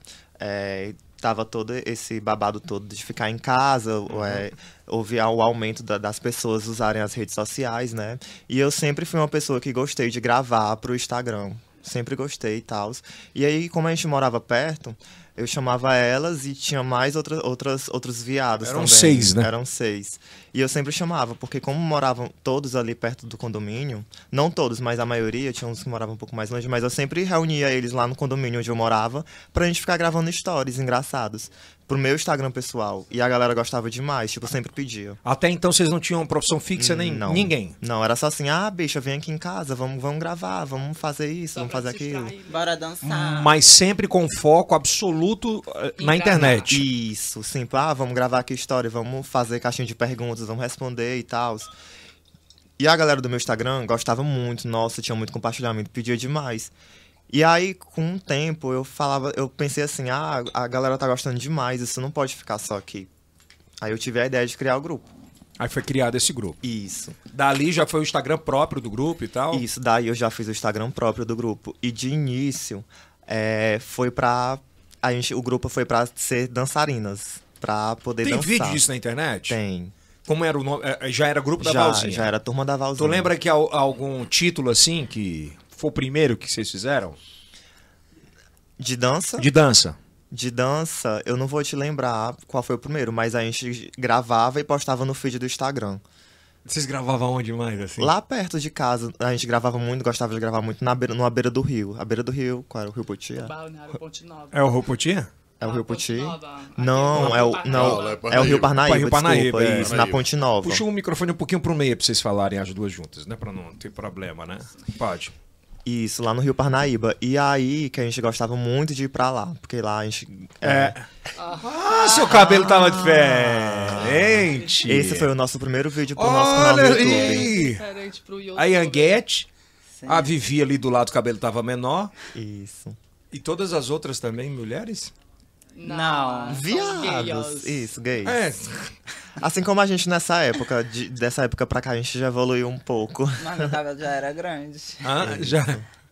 [SPEAKER 6] é, tava todo esse babado todo de ficar em casa,
[SPEAKER 1] Uhum.
[SPEAKER 6] é, houve o aumento da- das pessoas usarem as redes sociais, né? E eu sempre fui uma pessoa que gostei de gravar pro Instagram. Sempre gostei e tal. E aí, como a gente morava perto, eu chamava elas e tinha mais outra, outras, outros viados
[SPEAKER 1] Eram
[SPEAKER 6] também.
[SPEAKER 1] seis, né?
[SPEAKER 6] Eram seis. E eu sempre chamava, porque como moravam todos ali perto do condomínio, não todos, mas a maioria, tinha uns que moravam um pouco mais longe, mas eu sempre reunia eles lá no condomínio onde eu morava pra gente ficar gravando stories engraçados pro meu Instagram pessoal. E a galera gostava demais, tipo, sempre pedia.
[SPEAKER 1] Até então vocês não tinham profissão fixa nem
[SPEAKER 6] Não.
[SPEAKER 1] ninguém.
[SPEAKER 6] Não, era só assim, ah, bicha, vem aqui em casa, vamos, vamos gravar, vamos fazer isso, vamos fazer aquilo.
[SPEAKER 5] Bora dançar.
[SPEAKER 1] Hum, Mas sempre com foco absoluto eh, na
[SPEAKER 4] Enganar.
[SPEAKER 1] internet.
[SPEAKER 6] Isso, sim. Ah, vamos gravar aqui história, vamos fazer caixinha de perguntas, vamos responder e tal. E a galera do meu Instagram gostava muito, nossa, tinha muito compartilhamento, pedia demais. E aí, com o tempo, eu falava, eu pensei assim, ah, a galera tá gostando demais, isso não pode ficar só aqui. Aí eu tive a ideia de criar o grupo.
[SPEAKER 1] Aí foi criado esse grupo.
[SPEAKER 6] Isso.
[SPEAKER 1] Dali já foi o Instagram próprio do grupo e tal.
[SPEAKER 6] Isso, daí eu já fiz o Instagram próprio do grupo. E de início, é, foi pra. A gente, o grupo foi pra ser dançarinas. Pra poder
[SPEAKER 1] Tem
[SPEAKER 6] dançar.
[SPEAKER 1] vídeo disso na internet?
[SPEAKER 6] Tem.
[SPEAKER 1] Como era o nome? Eh, Já era grupo da
[SPEAKER 6] já,
[SPEAKER 1] Valzinha.
[SPEAKER 6] já era a turma da Valzinha.
[SPEAKER 1] Tu lembra que al- algum título assim que foi o primeiro que vocês fizeram?
[SPEAKER 6] De dança? De...
[SPEAKER 1] De dança.
[SPEAKER 6] dança, eu não vou te lembrar qual foi o primeiro, mas a gente gravava e postava no feed do Instagram.
[SPEAKER 1] Vocês gravavam onde mais, assim?
[SPEAKER 6] Lá perto de casa, a gente gravava muito, gostava de gravar muito na beira, numa beira do rio. A beira do rio, qual era o Rio Puti? é?
[SPEAKER 4] Balneário Ponte Nova.
[SPEAKER 1] É o Ropotinha?
[SPEAKER 6] É o Rio
[SPEAKER 4] Ah, Ponte
[SPEAKER 6] Puti?
[SPEAKER 4] Nova.
[SPEAKER 6] Não,
[SPEAKER 4] Aqui,
[SPEAKER 6] é o.
[SPEAKER 4] Parnaíba.
[SPEAKER 6] Não,
[SPEAKER 2] Não, é
[SPEAKER 6] é o Rio
[SPEAKER 2] Parnaíba.
[SPEAKER 1] Rio
[SPEAKER 6] Parnaíba, desculpa,
[SPEAKER 1] Parnaíba, é.
[SPEAKER 6] isso, na
[SPEAKER 2] Parnaíba.
[SPEAKER 6] Ponte Nova.
[SPEAKER 1] Puxa o microfone um pouquinho pro meio pra vocês falarem as duas juntas, né? Pra não ter problema, né? Pode.
[SPEAKER 6] Isso, lá no Rio Parnaíba. E aí que a gente gostava muito de ir pra lá, porque lá a gente. é,
[SPEAKER 1] Ah, seu cabelo tava diferente.
[SPEAKER 6] Esse foi o nosso primeiro vídeo pro nosso canal no
[SPEAKER 1] É, Olha
[SPEAKER 6] YouTube.
[SPEAKER 1] aí.
[SPEAKER 4] É Diferente pro Youtube.
[SPEAKER 1] A Yanguete, a Vivi ali do lado, o cabelo tava menor.
[SPEAKER 6] Isso.
[SPEAKER 1] E todas as outras também, mulheres?
[SPEAKER 5] Não.
[SPEAKER 4] Não. são
[SPEAKER 6] Viados.
[SPEAKER 4] gays.
[SPEAKER 6] Isso, gays.
[SPEAKER 1] É.
[SPEAKER 6] Assim como a gente nessa época, de- dessa época pra cá, a gente já evoluiu um pouco.
[SPEAKER 5] Mas meu cabelo já era grande.
[SPEAKER 1] Ah, já.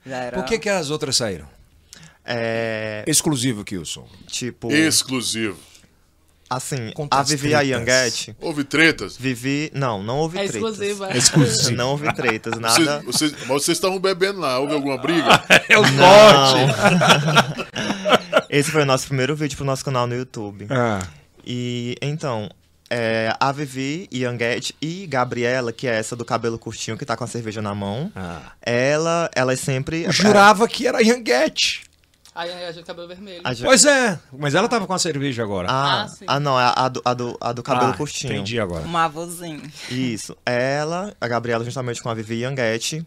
[SPEAKER 5] Já era.
[SPEAKER 1] Por que, que as outras saíram?
[SPEAKER 6] É.
[SPEAKER 1] Exclusivo, Kilson.
[SPEAKER 6] Tipo.
[SPEAKER 2] Exclusivo.
[SPEAKER 6] Assim,
[SPEAKER 1] Conta
[SPEAKER 6] a
[SPEAKER 1] as
[SPEAKER 6] Vivi e a
[SPEAKER 1] tretas.
[SPEAKER 6] Yanguete.
[SPEAKER 2] Houve tretas?
[SPEAKER 6] Vivi. Não, não houve
[SPEAKER 4] É
[SPEAKER 6] tretas.
[SPEAKER 4] exclusiva.
[SPEAKER 1] Exclusivo.
[SPEAKER 6] Não houve tretas,
[SPEAKER 2] Vocês,
[SPEAKER 6] nada.
[SPEAKER 2] vocês- mas vocês estavam bebendo lá, houve alguma briga?
[SPEAKER 1] É o
[SPEAKER 6] Esse foi o nosso primeiro vídeo pro nosso canal no YouTube.
[SPEAKER 1] Ah.
[SPEAKER 6] E então, é, a Vivi, Yanguete e Gabriela, que é essa do cabelo curtinho que tá com a cerveja na mão,
[SPEAKER 1] Ah.
[SPEAKER 6] ela, elas sempre.
[SPEAKER 1] Jurava que era Yanguete.
[SPEAKER 4] Aí a gente cabelo vermelho.
[SPEAKER 6] A, gente-
[SPEAKER 1] Pois é, mas ela tava com a cerveja agora.
[SPEAKER 6] ah,
[SPEAKER 4] Ah, sim.
[SPEAKER 6] ah, não, é a, a do, a, do, a do cabelo
[SPEAKER 1] Ah,
[SPEAKER 6] curtinho.
[SPEAKER 1] Entendi agora.
[SPEAKER 5] Um avôzinho.
[SPEAKER 6] Isso. Ela, a Gabriela, juntamente com a Vivi Yanguete,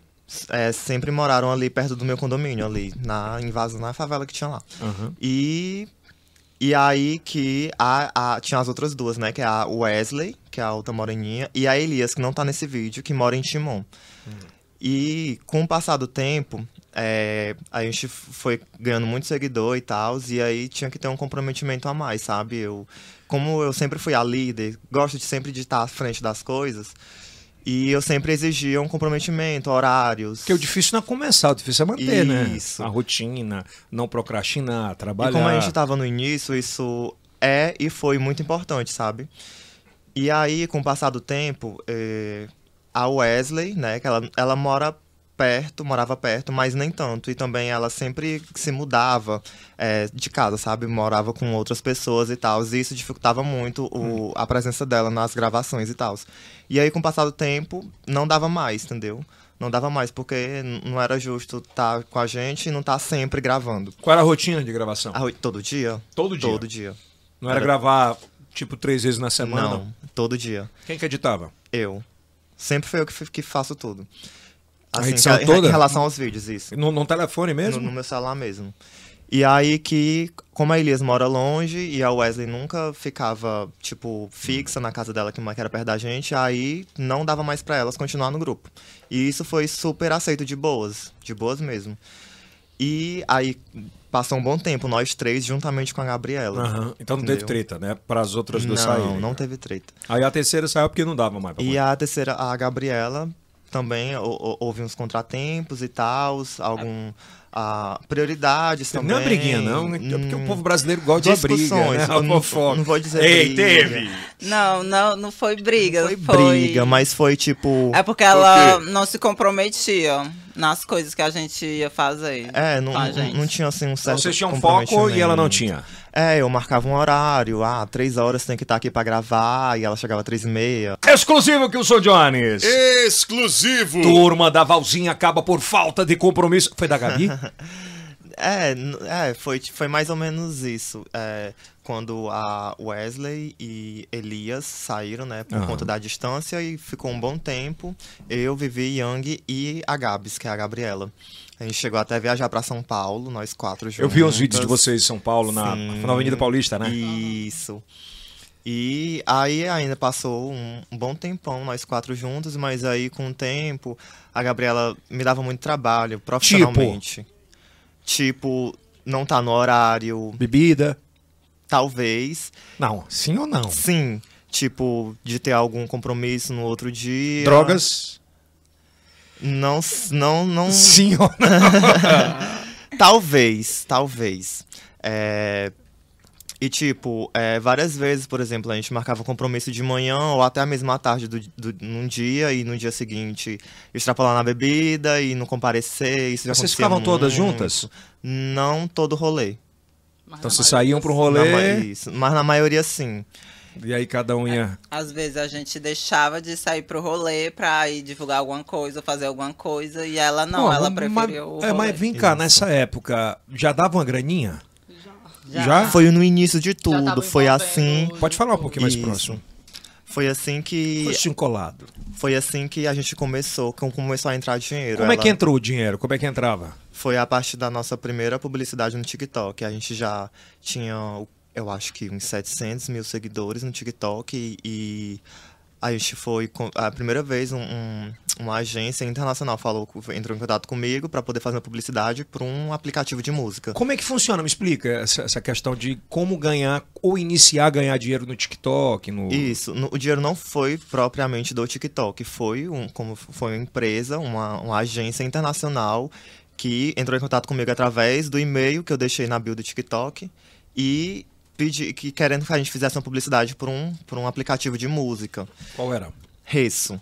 [SPEAKER 6] é, sempre moraram ali perto do meu condomínio, ali, na invasão, na favela que tinha lá.
[SPEAKER 1] Uhum.
[SPEAKER 6] E. E aí que a, a- tinha as outras duas, né? Que é a Wesley, que é a outra moreninha, e a Elias, que não tá nesse vídeo, que mora em Timon. E com o passar do tempo, é, a gente f- foi ganhando muito seguidor e tal, e aí tinha que ter um comprometimento a mais, sabe? Eu, como eu sempre fui a líder, gosto de sempre de estar à frente das coisas, e eu sempre exigia um comprometimento, horários.
[SPEAKER 1] Porque o difícil não é começar, o difícil é manter,
[SPEAKER 6] Isso.
[SPEAKER 1] né? A rotina, não procrastinar, trabalhar.
[SPEAKER 6] E como a gente tá- tava no início, isso é e foi muito importante, sabe? E aí, com o passar do tempo, eh, a Wesley, né, que ela, ela mora perto, morava perto, mas nem tanto. E também ela sempre se mudava é, de casa, sabe? Morava com outras pessoas e tal. E isso dificultava muito o- a presença dela nas gravações e tal. E aí, com o passar do tempo, não dava mais, entendeu? Não dava mais, porque n- não era justo estar com a gente e não estar sempre gravando.
[SPEAKER 1] Qual era a rotina de gravação?
[SPEAKER 6] Ah, todo dia?
[SPEAKER 1] Todo dia?
[SPEAKER 6] Todo dia.
[SPEAKER 1] Não era gravar, tipo, três vezes na semana?
[SPEAKER 6] não, todo dia.
[SPEAKER 1] Quem que editava?
[SPEAKER 6] Eu. Sempre foi eu que, fi- que faço tudo.
[SPEAKER 1] A
[SPEAKER 6] Assim,
[SPEAKER 1] edição
[SPEAKER 6] em-
[SPEAKER 1] toda?
[SPEAKER 6] Em relação aos vídeos, isso.
[SPEAKER 1] No, no telefone mesmo?
[SPEAKER 6] No, no meu celular mesmo. E aí que, como a Elias mora longe e a Wesley nunca ficava, tipo, fixa na casa dela, que uma que era perto da gente, aí não dava mais pra elas continuar no grupo. E isso foi super aceito de boas, de boas mesmo. E aí passou um bom tempo, nós três, juntamente com a Gabriela.
[SPEAKER 1] Aham. Então não teve
[SPEAKER 6] Entendeu?
[SPEAKER 1] treta, né? Para as outras
[SPEAKER 6] Não,
[SPEAKER 1] duas saírem.
[SPEAKER 6] não teve treta.
[SPEAKER 1] Aí a terceira saiu porque não dava mais pra
[SPEAKER 6] E
[SPEAKER 1] contar.
[SPEAKER 6] a terceira, a Gabriela, também hou- hou- houve uns contratempos e tal, algum. ah, prioridades também. hum,
[SPEAKER 1] Não é briguinha, não. né? É porque o povo brasileiro gosta de uma briga,
[SPEAKER 6] discussões,
[SPEAKER 1] né?
[SPEAKER 6] eu
[SPEAKER 1] Uma
[SPEAKER 6] não-
[SPEAKER 1] fofoca.
[SPEAKER 6] não vou dizer
[SPEAKER 1] Ei,
[SPEAKER 6] briga. né?
[SPEAKER 1] teve!
[SPEAKER 5] Não, não, não foi briga.
[SPEAKER 6] Foi briga, mas foi tipo.
[SPEAKER 5] É porque ela não se comprometia nas coisas que a gente ia fazer.
[SPEAKER 6] É, não,
[SPEAKER 5] com a
[SPEAKER 6] não-
[SPEAKER 5] Tá, gente.
[SPEAKER 6] não tinha assim um
[SPEAKER 1] Então
[SPEAKER 6] certo.
[SPEAKER 1] vocês tinham foco e ela não tinha.
[SPEAKER 6] comprometimento. É, eu marcava um horário, ah, três horas tem que estar aqui pra gravar, e ela chegava às três e meia.
[SPEAKER 1] Exclusivo que o sou Jones.
[SPEAKER 2] Exclusivo!
[SPEAKER 6] assim.
[SPEAKER 1] Turma da Valzinha acaba por falta de compromisso. Foi da Gabi?
[SPEAKER 6] É, n- é foi, foi mais ou menos isso. É, quando a Wesley e Elias saíram, né, por
[SPEAKER 1] Aham.
[SPEAKER 6] conta da distância, e ficou um bom tempo. Eu, Vivi, Yang e a Gabs, que é a Gabriela. A gente chegou até a viajar pra São Paulo, nós quatro juntos.
[SPEAKER 1] Eu vi uns vídeos de vocês em São Paulo, na, na Avenida Paulista, né?
[SPEAKER 6] Isso. E aí ainda passou um, um bom tempão nós quatro juntos, mas aí com o tempo a Gabriela me dava muito trabalho profissionalmente. Tipo, não tá no horário,
[SPEAKER 1] Bebida.
[SPEAKER 6] talvez.
[SPEAKER 1] Não, sim ou não?
[SPEAKER 6] Sim, tipo de ter algum compromisso no outro dia.
[SPEAKER 1] Drogas.
[SPEAKER 6] Não, s- não, não.
[SPEAKER 1] Sim ou não?
[SPEAKER 6] Talvez, talvez. É, E, tipo, é, várias vezes, por exemplo, a gente marcava compromisso de manhã ou até a mesma tarde do, do, num dia e no dia seguinte extrapolar na bebida e não comparecer. Isso já
[SPEAKER 1] Vocês
[SPEAKER 6] acontecia
[SPEAKER 1] ficavam todas
[SPEAKER 6] muito.
[SPEAKER 1] juntas?
[SPEAKER 6] Não todo rolê.
[SPEAKER 1] Então
[SPEAKER 4] Mas na
[SPEAKER 1] vocês
[SPEAKER 4] maioria
[SPEAKER 1] saíam pro
[SPEAKER 6] Na ma-
[SPEAKER 1] rolê
[SPEAKER 6] isso, mas na maioria sim.
[SPEAKER 1] e aí cada um ia.
[SPEAKER 5] Às vezes a gente deixava de sair pro rolê pra ir divulgar alguma coisa, fazer alguma coisa, e ela É, não,
[SPEAKER 1] Pô,
[SPEAKER 5] ela
[SPEAKER 1] mas-
[SPEAKER 5] preferiu o
[SPEAKER 1] é,
[SPEAKER 5] rolê.
[SPEAKER 1] mas vem cá, nessa época, já dava uma graninha? Já.
[SPEAKER 6] Foi no início de
[SPEAKER 4] já tava
[SPEAKER 6] tudo, foi
[SPEAKER 4] envolvendo
[SPEAKER 6] assim.
[SPEAKER 4] os-
[SPEAKER 1] Pode falar um pouquinho mais
[SPEAKER 6] Isso.
[SPEAKER 1] próximo.
[SPEAKER 6] Foi assim que.
[SPEAKER 1] Foi um colado.
[SPEAKER 6] Foi assim que a gente começou, que começou a entrar dinheiro.
[SPEAKER 1] Como é
[SPEAKER 6] Ela-
[SPEAKER 1] que entrou o dinheiro? Como é que entrava?
[SPEAKER 6] Foi a partir da nossa primeira publicidade no TikTok. A gente já tinha, eu acho que uns 700 mil seguidores no TikTok e, e a gente foi com- a primeira vez um- um- uma agência internacional falou, com- entrou em contato comigo para poder fazer uma publicidade para um aplicativo de música.
[SPEAKER 1] Como é que funciona? Me explica essa, essa questão de como ganhar ou iniciar a ganhar dinheiro no TikTok, no
[SPEAKER 6] Isso, no- o dinheiro não foi propriamente do TikTok, foi um, como f- foi uma empresa, uma, uma agência internacional que entrou em contato comigo através do e-mail que eu deixei na bio do TikTok e pedi que querendo que a gente fizesse uma publicidade por um, por um aplicativo de música.
[SPEAKER 1] qual era?
[SPEAKER 6] Isso.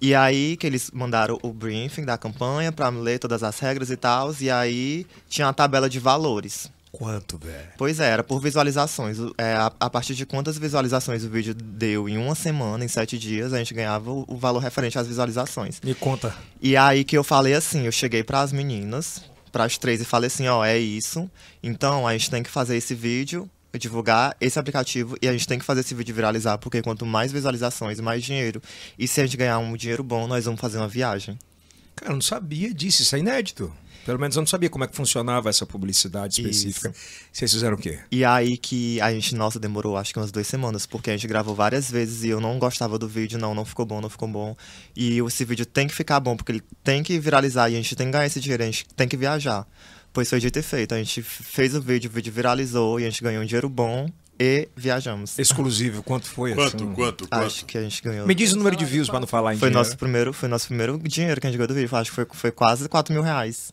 [SPEAKER 6] E aí que eles mandaram o briefing da campanha para ler todas as regras e tal, e aí tinha a tabela de valores.
[SPEAKER 1] Quanto, velho?
[SPEAKER 6] Pois é, era por visualizações. O- é, a, a partir de quantas visualizações o vídeo deu em uma semana, em sete dias, a gente ganhava o, o valor referente às visualizações.
[SPEAKER 1] Me conta.
[SPEAKER 6] E aí que eu falei assim, eu cheguei pras meninas, pras três e falei assim, ó, é isso. Então a gente tem que fazer esse vídeo, divulgar esse aplicativo e a gente tem que fazer esse vídeo viralizar, porque quanto mais visualizações, mais dinheiro. E se a gente ganhar um dinheiro bom, nós vamos fazer uma viagem.
[SPEAKER 1] Cara, eu não sabia disso, isso é inédito. Pelo menos eu não sabia como é que funcionava essa publicidade específica. Vocês fizeram o quê?
[SPEAKER 6] E aí que a gente, nossa, demorou acho que umas duas semanas, porque a gente gravou várias vezes e eu não gostava do vídeo, não, não ficou bom, não ficou bom. E esse vídeo tem que ficar bom, porque ele tem que viralizar e a gente tem que ganhar esse dinheiro, a gente tem que viajar. Pois foi dito e feito, a gente fez o vídeo, o vídeo viralizou e a gente ganhou um dinheiro bom e viajamos.
[SPEAKER 1] Exclusivo, quanto foi?
[SPEAKER 2] Quanto,
[SPEAKER 1] assim?
[SPEAKER 2] quanto,
[SPEAKER 6] Acho
[SPEAKER 2] quanto?
[SPEAKER 6] que a gente ganhou.
[SPEAKER 1] Me diz o número de views pra não falar em
[SPEAKER 6] Foi
[SPEAKER 1] dinheiro.
[SPEAKER 6] nosso primeiro, foi nosso primeiro dinheiro que a gente ganhou do vídeo, acho que foi, foi quase 4 mil reais.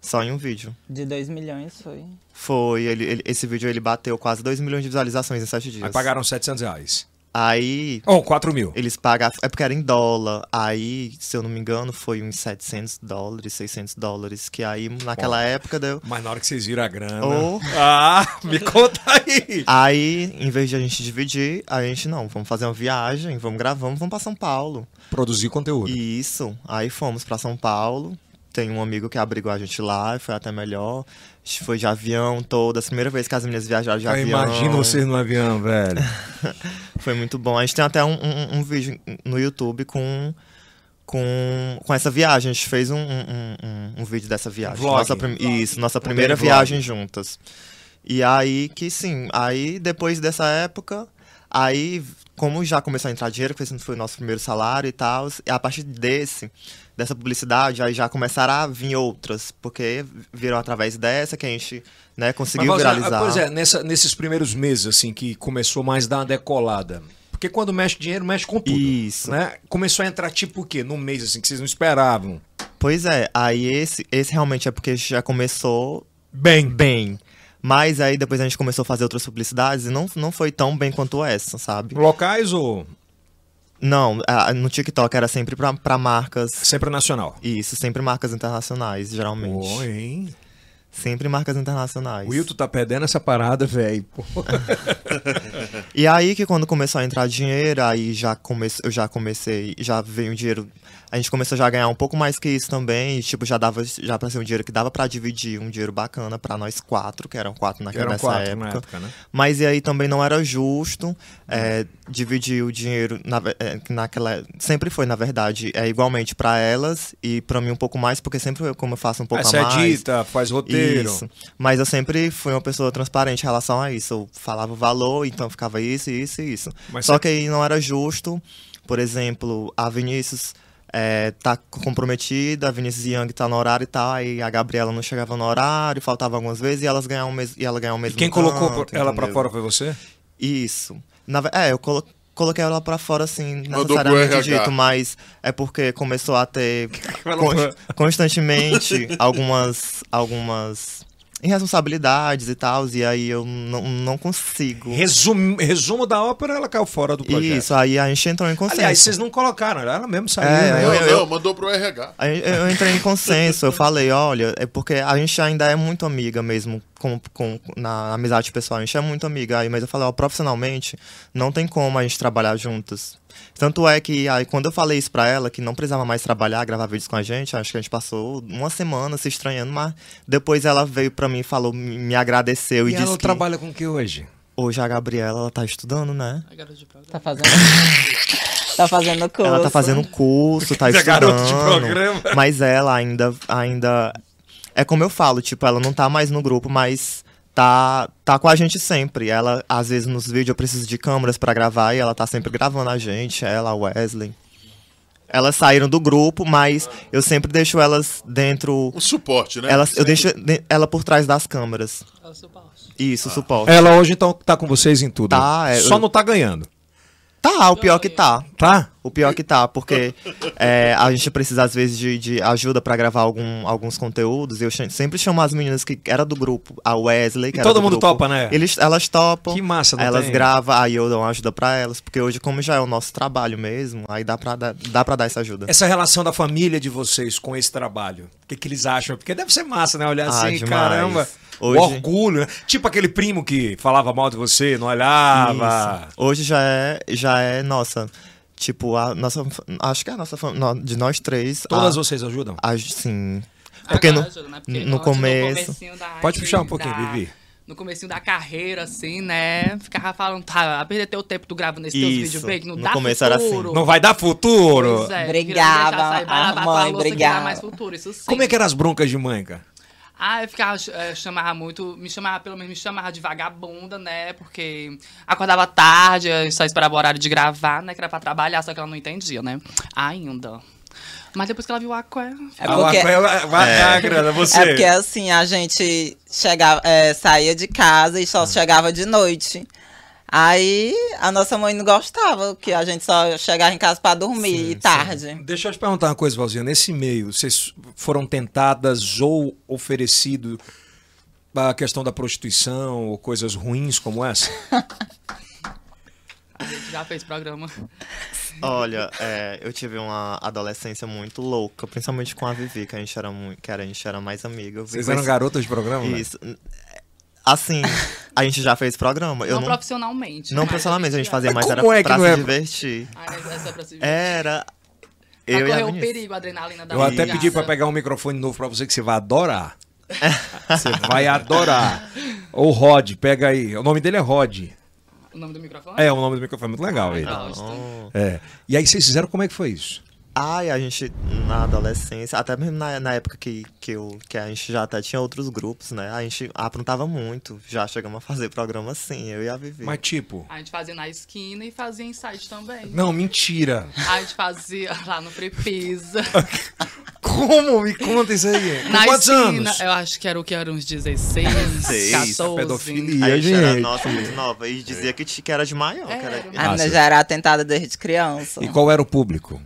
[SPEAKER 6] Só em um vídeo.
[SPEAKER 5] De 2 milhões foi.
[SPEAKER 6] Foi, ele, ele- esse vídeo ele bateu quase 2 milhões de visualizações em 7 dias.
[SPEAKER 1] Aí pagaram 700 reais.
[SPEAKER 6] Aí
[SPEAKER 1] Oh, 4 mil.
[SPEAKER 6] eles pagavam. É porque era em dólar. Aí, se eu não me engano, foi uns 700 dólares, 600 dólares. Que aí, naquela época, deu.
[SPEAKER 1] Mas na hora que vocês viram a grana.
[SPEAKER 6] Oh.
[SPEAKER 1] Ah, me conta aí.
[SPEAKER 6] Aí, em vez de a gente dividir, a gente não, vamos fazer uma viagem, vamos gravamos, vamos pra São Paulo.
[SPEAKER 1] Produzir conteúdo.
[SPEAKER 6] E isso, aí fomos pra São Paulo. Tem um amigo que abrigou a gente lá, e foi até melhor. A gente foi de avião toda, a primeira vez que as meninas viajaram de
[SPEAKER 1] Eu
[SPEAKER 6] avião.
[SPEAKER 1] imagino vocês no avião, velho.
[SPEAKER 6] Foi muito bom. A gente tem até um, um- um vídeo no YouTube com, com, com essa viagem. A gente fez um, um- um- um vídeo dessa viagem.
[SPEAKER 1] Vlog.
[SPEAKER 6] Nossa prim- Isso, nossa
[SPEAKER 1] Também
[SPEAKER 6] primeira
[SPEAKER 1] vlog.
[SPEAKER 6] viagem juntas. E aí que sim, aí depois dessa época, aí como já começou a entrar dinheiro, porque esse foi o nosso primeiro salário e tal, a partir desse, dessa publicidade, aí já começaram a vir outras, porque viram através dessa que a gente né, conseguiu
[SPEAKER 1] Mas, Valzar,
[SPEAKER 6] viralizar.
[SPEAKER 1] Pois é, nessa- nesses primeiros meses, assim, que começou mais dar uma decolada. Porque quando mexe dinheiro, mexe com tudo.
[SPEAKER 6] Isso.
[SPEAKER 1] Né? Começou a entrar tipo o quê? Num mês, assim, que vocês não esperavam.
[SPEAKER 6] Pois é, aí esse, esse realmente é porque já começou
[SPEAKER 1] Bem.
[SPEAKER 6] bem. Mas aí depois a gente começou a fazer outras publicidades e não, não foi tão bem quanto essa, sabe?
[SPEAKER 1] Locais ou
[SPEAKER 6] Não, a- no TikTok era sempre pra, pra marcas.
[SPEAKER 1] sempre nacional?
[SPEAKER 6] Isso, sempre marcas internacionais, geralmente.
[SPEAKER 1] Pô,
[SPEAKER 6] É
[SPEAKER 1] hein?
[SPEAKER 6] Sempre marcas internacionais.
[SPEAKER 1] O Wilton tá perdendo essa parada, velho. Pô.
[SPEAKER 6] E aí que quando começou a entrar dinheiro, aí já comece, eu já comecei, já veio um dinheiro. A gente começou já a ganhar um pouco mais que isso também. E, tipo, já dava já pra ser um dinheiro que dava pra dividir, um dinheiro bacana pra nós quatro, que eram quatro naquela
[SPEAKER 1] Eram
[SPEAKER 6] nessa
[SPEAKER 1] quatro
[SPEAKER 6] época.
[SPEAKER 1] na época, né?
[SPEAKER 6] Mas e aí também não era justo é, dividir o dinheiro na, ve- é, que naquela. Sempre foi, na verdade, é igualmente pra elas e pra mim um pouco mais, porque sempre eu, como eu faço um pouco
[SPEAKER 1] Essa
[SPEAKER 6] a
[SPEAKER 1] é
[SPEAKER 6] mais.
[SPEAKER 1] dita, faz roteiro.
[SPEAKER 6] Isso. Mas eu sempre fui uma pessoa transparente em relação a isso. Eu falava o valor, então ficava isso, isso e isso.
[SPEAKER 1] Mas
[SPEAKER 6] Só
[SPEAKER 1] você-
[SPEAKER 6] que aí não era justo. Por exemplo, a Vinícius eh, tá comprometida, a Vinícius Young tá no horário e tal, aí a Gabriela não chegava no horário, faltava algumas vezes e elas ganhavam o mes- e ela ganhava o
[SPEAKER 1] E
[SPEAKER 6] mesmo.
[SPEAKER 1] quem colocou
[SPEAKER 6] tanto,
[SPEAKER 1] ela pra
[SPEAKER 6] entendeu?
[SPEAKER 1] fora foi você?
[SPEAKER 6] Isso. Na ve- é, eu colo- coloquei ela pra fora, assim,
[SPEAKER 2] Mandou pro
[SPEAKER 6] necessariamente
[SPEAKER 2] RH.
[SPEAKER 6] dito, mas é porque começou a ter
[SPEAKER 1] Ela
[SPEAKER 6] con-
[SPEAKER 1] foi-
[SPEAKER 6] constantemente algumas, algumas irresponsabilidades e tal, e aí eu não, não consigo.
[SPEAKER 1] Resumo, resumo da ópera, ela caiu fora do projeto.
[SPEAKER 6] Isso, aí a gente entrou em consenso.
[SPEAKER 1] Aliás, vocês não colocaram, ela mesmo saiu,
[SPEAKER 6] É,
[SPEAKER 1] né?
[SPEAKER 6] eu-
[SPEAKER 2] Não,
[SPEAKER 6] eu-
[SPEAKER 2] não, mandou pro RH.
[SPEAKER 6] Aí Eu entrei em consenso, eu falei, olha, é porque a gente ainda é muito amiga mesmo, com, com, na amizade pessoal, a gente é muito amiga aí, mas eu falei, ó, profissionalmente, não tem como a gente trabalhar juntas. Tanto é que aí quando eu falei isso pra ela, que não precisava mais trabalhar, gravar vídeos com a gente, acho que a gente passou uma semana se estranhando, mas depois ela veio pra mim e falou, me me agradeceu e,
[SPEAKER 1] E
[SPEAKER 6] disse
[SPEAKER 1] ela
[SPEAKER 6] que
[SPEAKER 1] trabalha com o que hoje?
[SPEAKER 6] hoje a Gabriela, ela tá estudando, né?
[SPEAKER 4] A garota de programa.
[SPEAKER 5] Tá fazendo. tá fazendo curso.
[SPEAKER 6] Ela tá fazendo curso, tá
[SPEAKER 1] Dizer,
[SPEAKER 6] estudando.
[SPEAKER 1] garoto de programa.
[SPEAKER 6] Mas ela ainda, ainda. É como eu falo, tipo, ela não tá mais no grupo, mas tá, tá com a gente sempre. Ela, às vezes, nos vídeos eu preciso de câmeras pra gravar e ela tá sempre gravando a gente, ela, a Wesley. Elas saíram do grupo, mas eu sempre deixo elas dentro.
[SPEAKER 2] Um suporte, né?
[SPEAKER 6] Elas, eu deixo de- ela por trás das câmeras.
[SPEAKER 4] É o seu passo.
[SPEAKER 6] Isso,
[SPEAKER 1] Ah.
[SPEAKER 6] suporte.
[SPEAKER 1] Ela hoje então tá com vocês em tudo.
[SPEAKER 6] Tá, é,
[SPEAKER 1] Só
[SPEAKER 6] eu-
[SPEAKER 1] não tá ganhando,
[SPEAKER 6] Tá, o pior que tá.
[SPEAKER 1] tá?
[SPEAKER 6] O pior que tá, porque é, a gente precisa, às vezes, de, de ajuda pra gravar algum- alguns conteúdos. E eu ch- sempre chamo as meninas que era do grupo, a Wesley. Que
[SPEAKER 1] E
[SPEAKER 6] era
[SPEAKER 1] todo
[SPEAKER 6] do
[SPEAKER 1] mundo
[SPEAKER 6] grupo.
[SPEAKER 1] topa, né?
[SPEAKER 6] Eles, elas topam.
[SPEAKER 1] Que massa, não
[SPEAKER 6] Elas
[SPEAKER 1] tem?
[SPEAKER 6] gravam, aí eu dou uma ajuda pra elas. Porque hoje, como já é o nosso trabalho mesmo, aí dá pra, dar- dá pra dar essa ajuda.
[SPEAKER 1] Essa relação da família de vocês com esse trabalho, o que, que eles acham? Porque deve ser massa, né? Olhar
[SPEAKER 6] Ah,
[SPEAKER 1] assim,
[SPEAKER 6] demais.
[SPEAKER 1] caramba.
[SPEAKER 6] Hoje-
[SPEAKER 1] O orgulho, né? Tipo aquele primo que falava mal de você, não é olhava.
[SPEAKER 6] Isso. Hoje já é, já é nossa. Tipo, a nossa. Acho que é a nossa. fam- no- De nós três.
[SPEAKER 1] Todas
[SPEAKER 6] a,
[SPEAKER 1] vocês ajudam?
[SPEAKER 6] a, Sim. Porque no,
[SPEAKER 4] Agora ajuda, né? Porque
[SPEAKER 6] no
[SPEAKER 4] antes,
[SPEAKER 6] começo.
[SPEAKER 4] comecinho da-
[SPEAKER 1] Pode puxar um pouquinho,
[SPEAKER 4] da-
[SPEAKER 1] Vivi.
[SPEAKER 4] No comecinho da carreira, assim, né? Ficava falando, tá, a perder teu tempo tu gravando esse teus
[SPEAKER 6] Isso.
[SPEAKER 4] vídeos bem, que não
[SPEAKER 6] No
[SPEAKER 4] dá
[SPEAKER 6] começo era
[SPEAKER 4] futuro.
[SPEAKER 6] assim.
[SPEAKER 1] Não vai dar futuro?
[SPEAKER 4] Pois é,
[SPEAKER 5] Brigava,
[SPEAKER 4] queria deixar sair, vai
[SPEAKER 5] a
[SPEAKER 4] lavar tua
[SPEAKER 5] mãe
[SPEAKER 4] louça que dá
[SPEAKER 5] brigava.
[SPEAKER 4] mais futuro, isso sim.
[SPEAKER 1] Como é que eram as broncas de mãe, cara?
[SPEAKER 4] Ah, eu ficava, eh, chamava muito, me chamava, pelo menos me chamava de vagabunda, né? Porque acordava tarde, eu só esperava o horário de gravar, né? Que era pra trabalhar, só que ela não entendia, né? Ainda. Mas depois que ela viu a Aqua,
[SPEAKER 5] É porque-
[SPEAKER 1] vai, vai dar grana, você.
[SPEAKER 5] É porque assim, a gente chegava, é, saía de casa e só chegava de noite. Aí a nossa mãe não gostava, que a gente só chegava em casa pra dormir e tarde.
[SPEAKER 1] Deixa eu te perguntar uma coisa, Valzinha. Nesse meio, vocês foram tentadas ou oferecido a questão da prostituição ou coisas ruins como essa?
[SPEAKER 4] A gente já fez programa.
[SPEAKER 6] Olha, é, eu tive uma adolescência muito louca, principalmente com a Vivi, que a gente era, muito, que era, a gente era mais amiga. Eu
[SPEAKER 1] Vocês
[SPEAKER 6] vivi-
[SPEAKER 1] eram garotas de programa? né?
[SPEAKER 6] Isso. Assim, a gente já fez programa. Eu
[SPEAKER 4] não,
[SPEAKER 6] não, não,
[SPEAKER 4] profissionalmente. mas
[SPEAKER 6] profissionalmente, a gente fazia,
[SPEAKER 1] Mas
[SPEAKER 6] mas era
[SPEAKER 1] como é que
[SPEAKER 6] pra
[SPEAKER 1] não
[SPEAKER 6] se
[SPEAKER 1] é-
[SPEAKER 6] divertir.
[SPEAKER 4] Ah, mas é só pra se ver.
[SPEAKER 6] Era.
[SPEAKER 4] Pra
[SPEAKER 6] Eu e
[SPEAKER 4] correr um
[SPEAKER 6] a
[SPEAKER 4] o
[SPEAKER 6] Vinícius.
[SPEAKER 4] perigo, a adrenalina da
[SPEAKER 1] Eu até
[SPEAKER 4] desgraça.
[SPEAKER 1] pedi pra pegar um microfone novo pra você que você vai adorar. Você vai adorar. Ô Rod, pega aí. O nome dele é Rod.
[SPEAKER 4] O nome do microfone?
[SPEAKER 1] É, o nome do microfone é muito
[SPEAKER 4] Ah,
[SPEAKER 1] legal ele.
[SPEAKER 4] tá
[SPEAKER 1] É. E aí vocês fizeram como é que foi isso?
[SPEAKER 6] Ai, a gente, na adolescência, até mesmo na, na época que, que, eu, que a gente já até tinha outros grupos, né? A gente aprontava muito. Já chegamos a fazer programa assim, eu e a Vivi.
[SPEAKER 1] Mas tipo.
[SPEAKER 4] A gente fazia na esquina e fazia em site também.
[SPEAKER 1] Não, mentira.
[SPEAKER 4] A gente fazia lá no Prepisa.
[SPEAKER 1] Como? Me conta isso aí. Com
[SPEAKER 4] na
[SPEAKER 1] quantos
[SPEAKER 4] esquina, é.
[SPEAKER 1] anos? é
[SPEAKER 4] eu acho que era o que era uns 16,
[SPEAKER 6] Seis,
[SPEAKER 4] 14.
[SPEAKER 1] pedofilia.
[SPEAKER 6] a gente era
[SPEAKER 1] gente.
[SPEAKER 6] nossa, muito nova. E dizia que, ti- que era de maior. que era-
[SPEAKER 4] Era.
[SPEAKER 5] A
[SPEAKER 1] Massa.
[SPEAKER 5] menina já era atentada desde criança.
[SPEAKER 1] E qual era o público?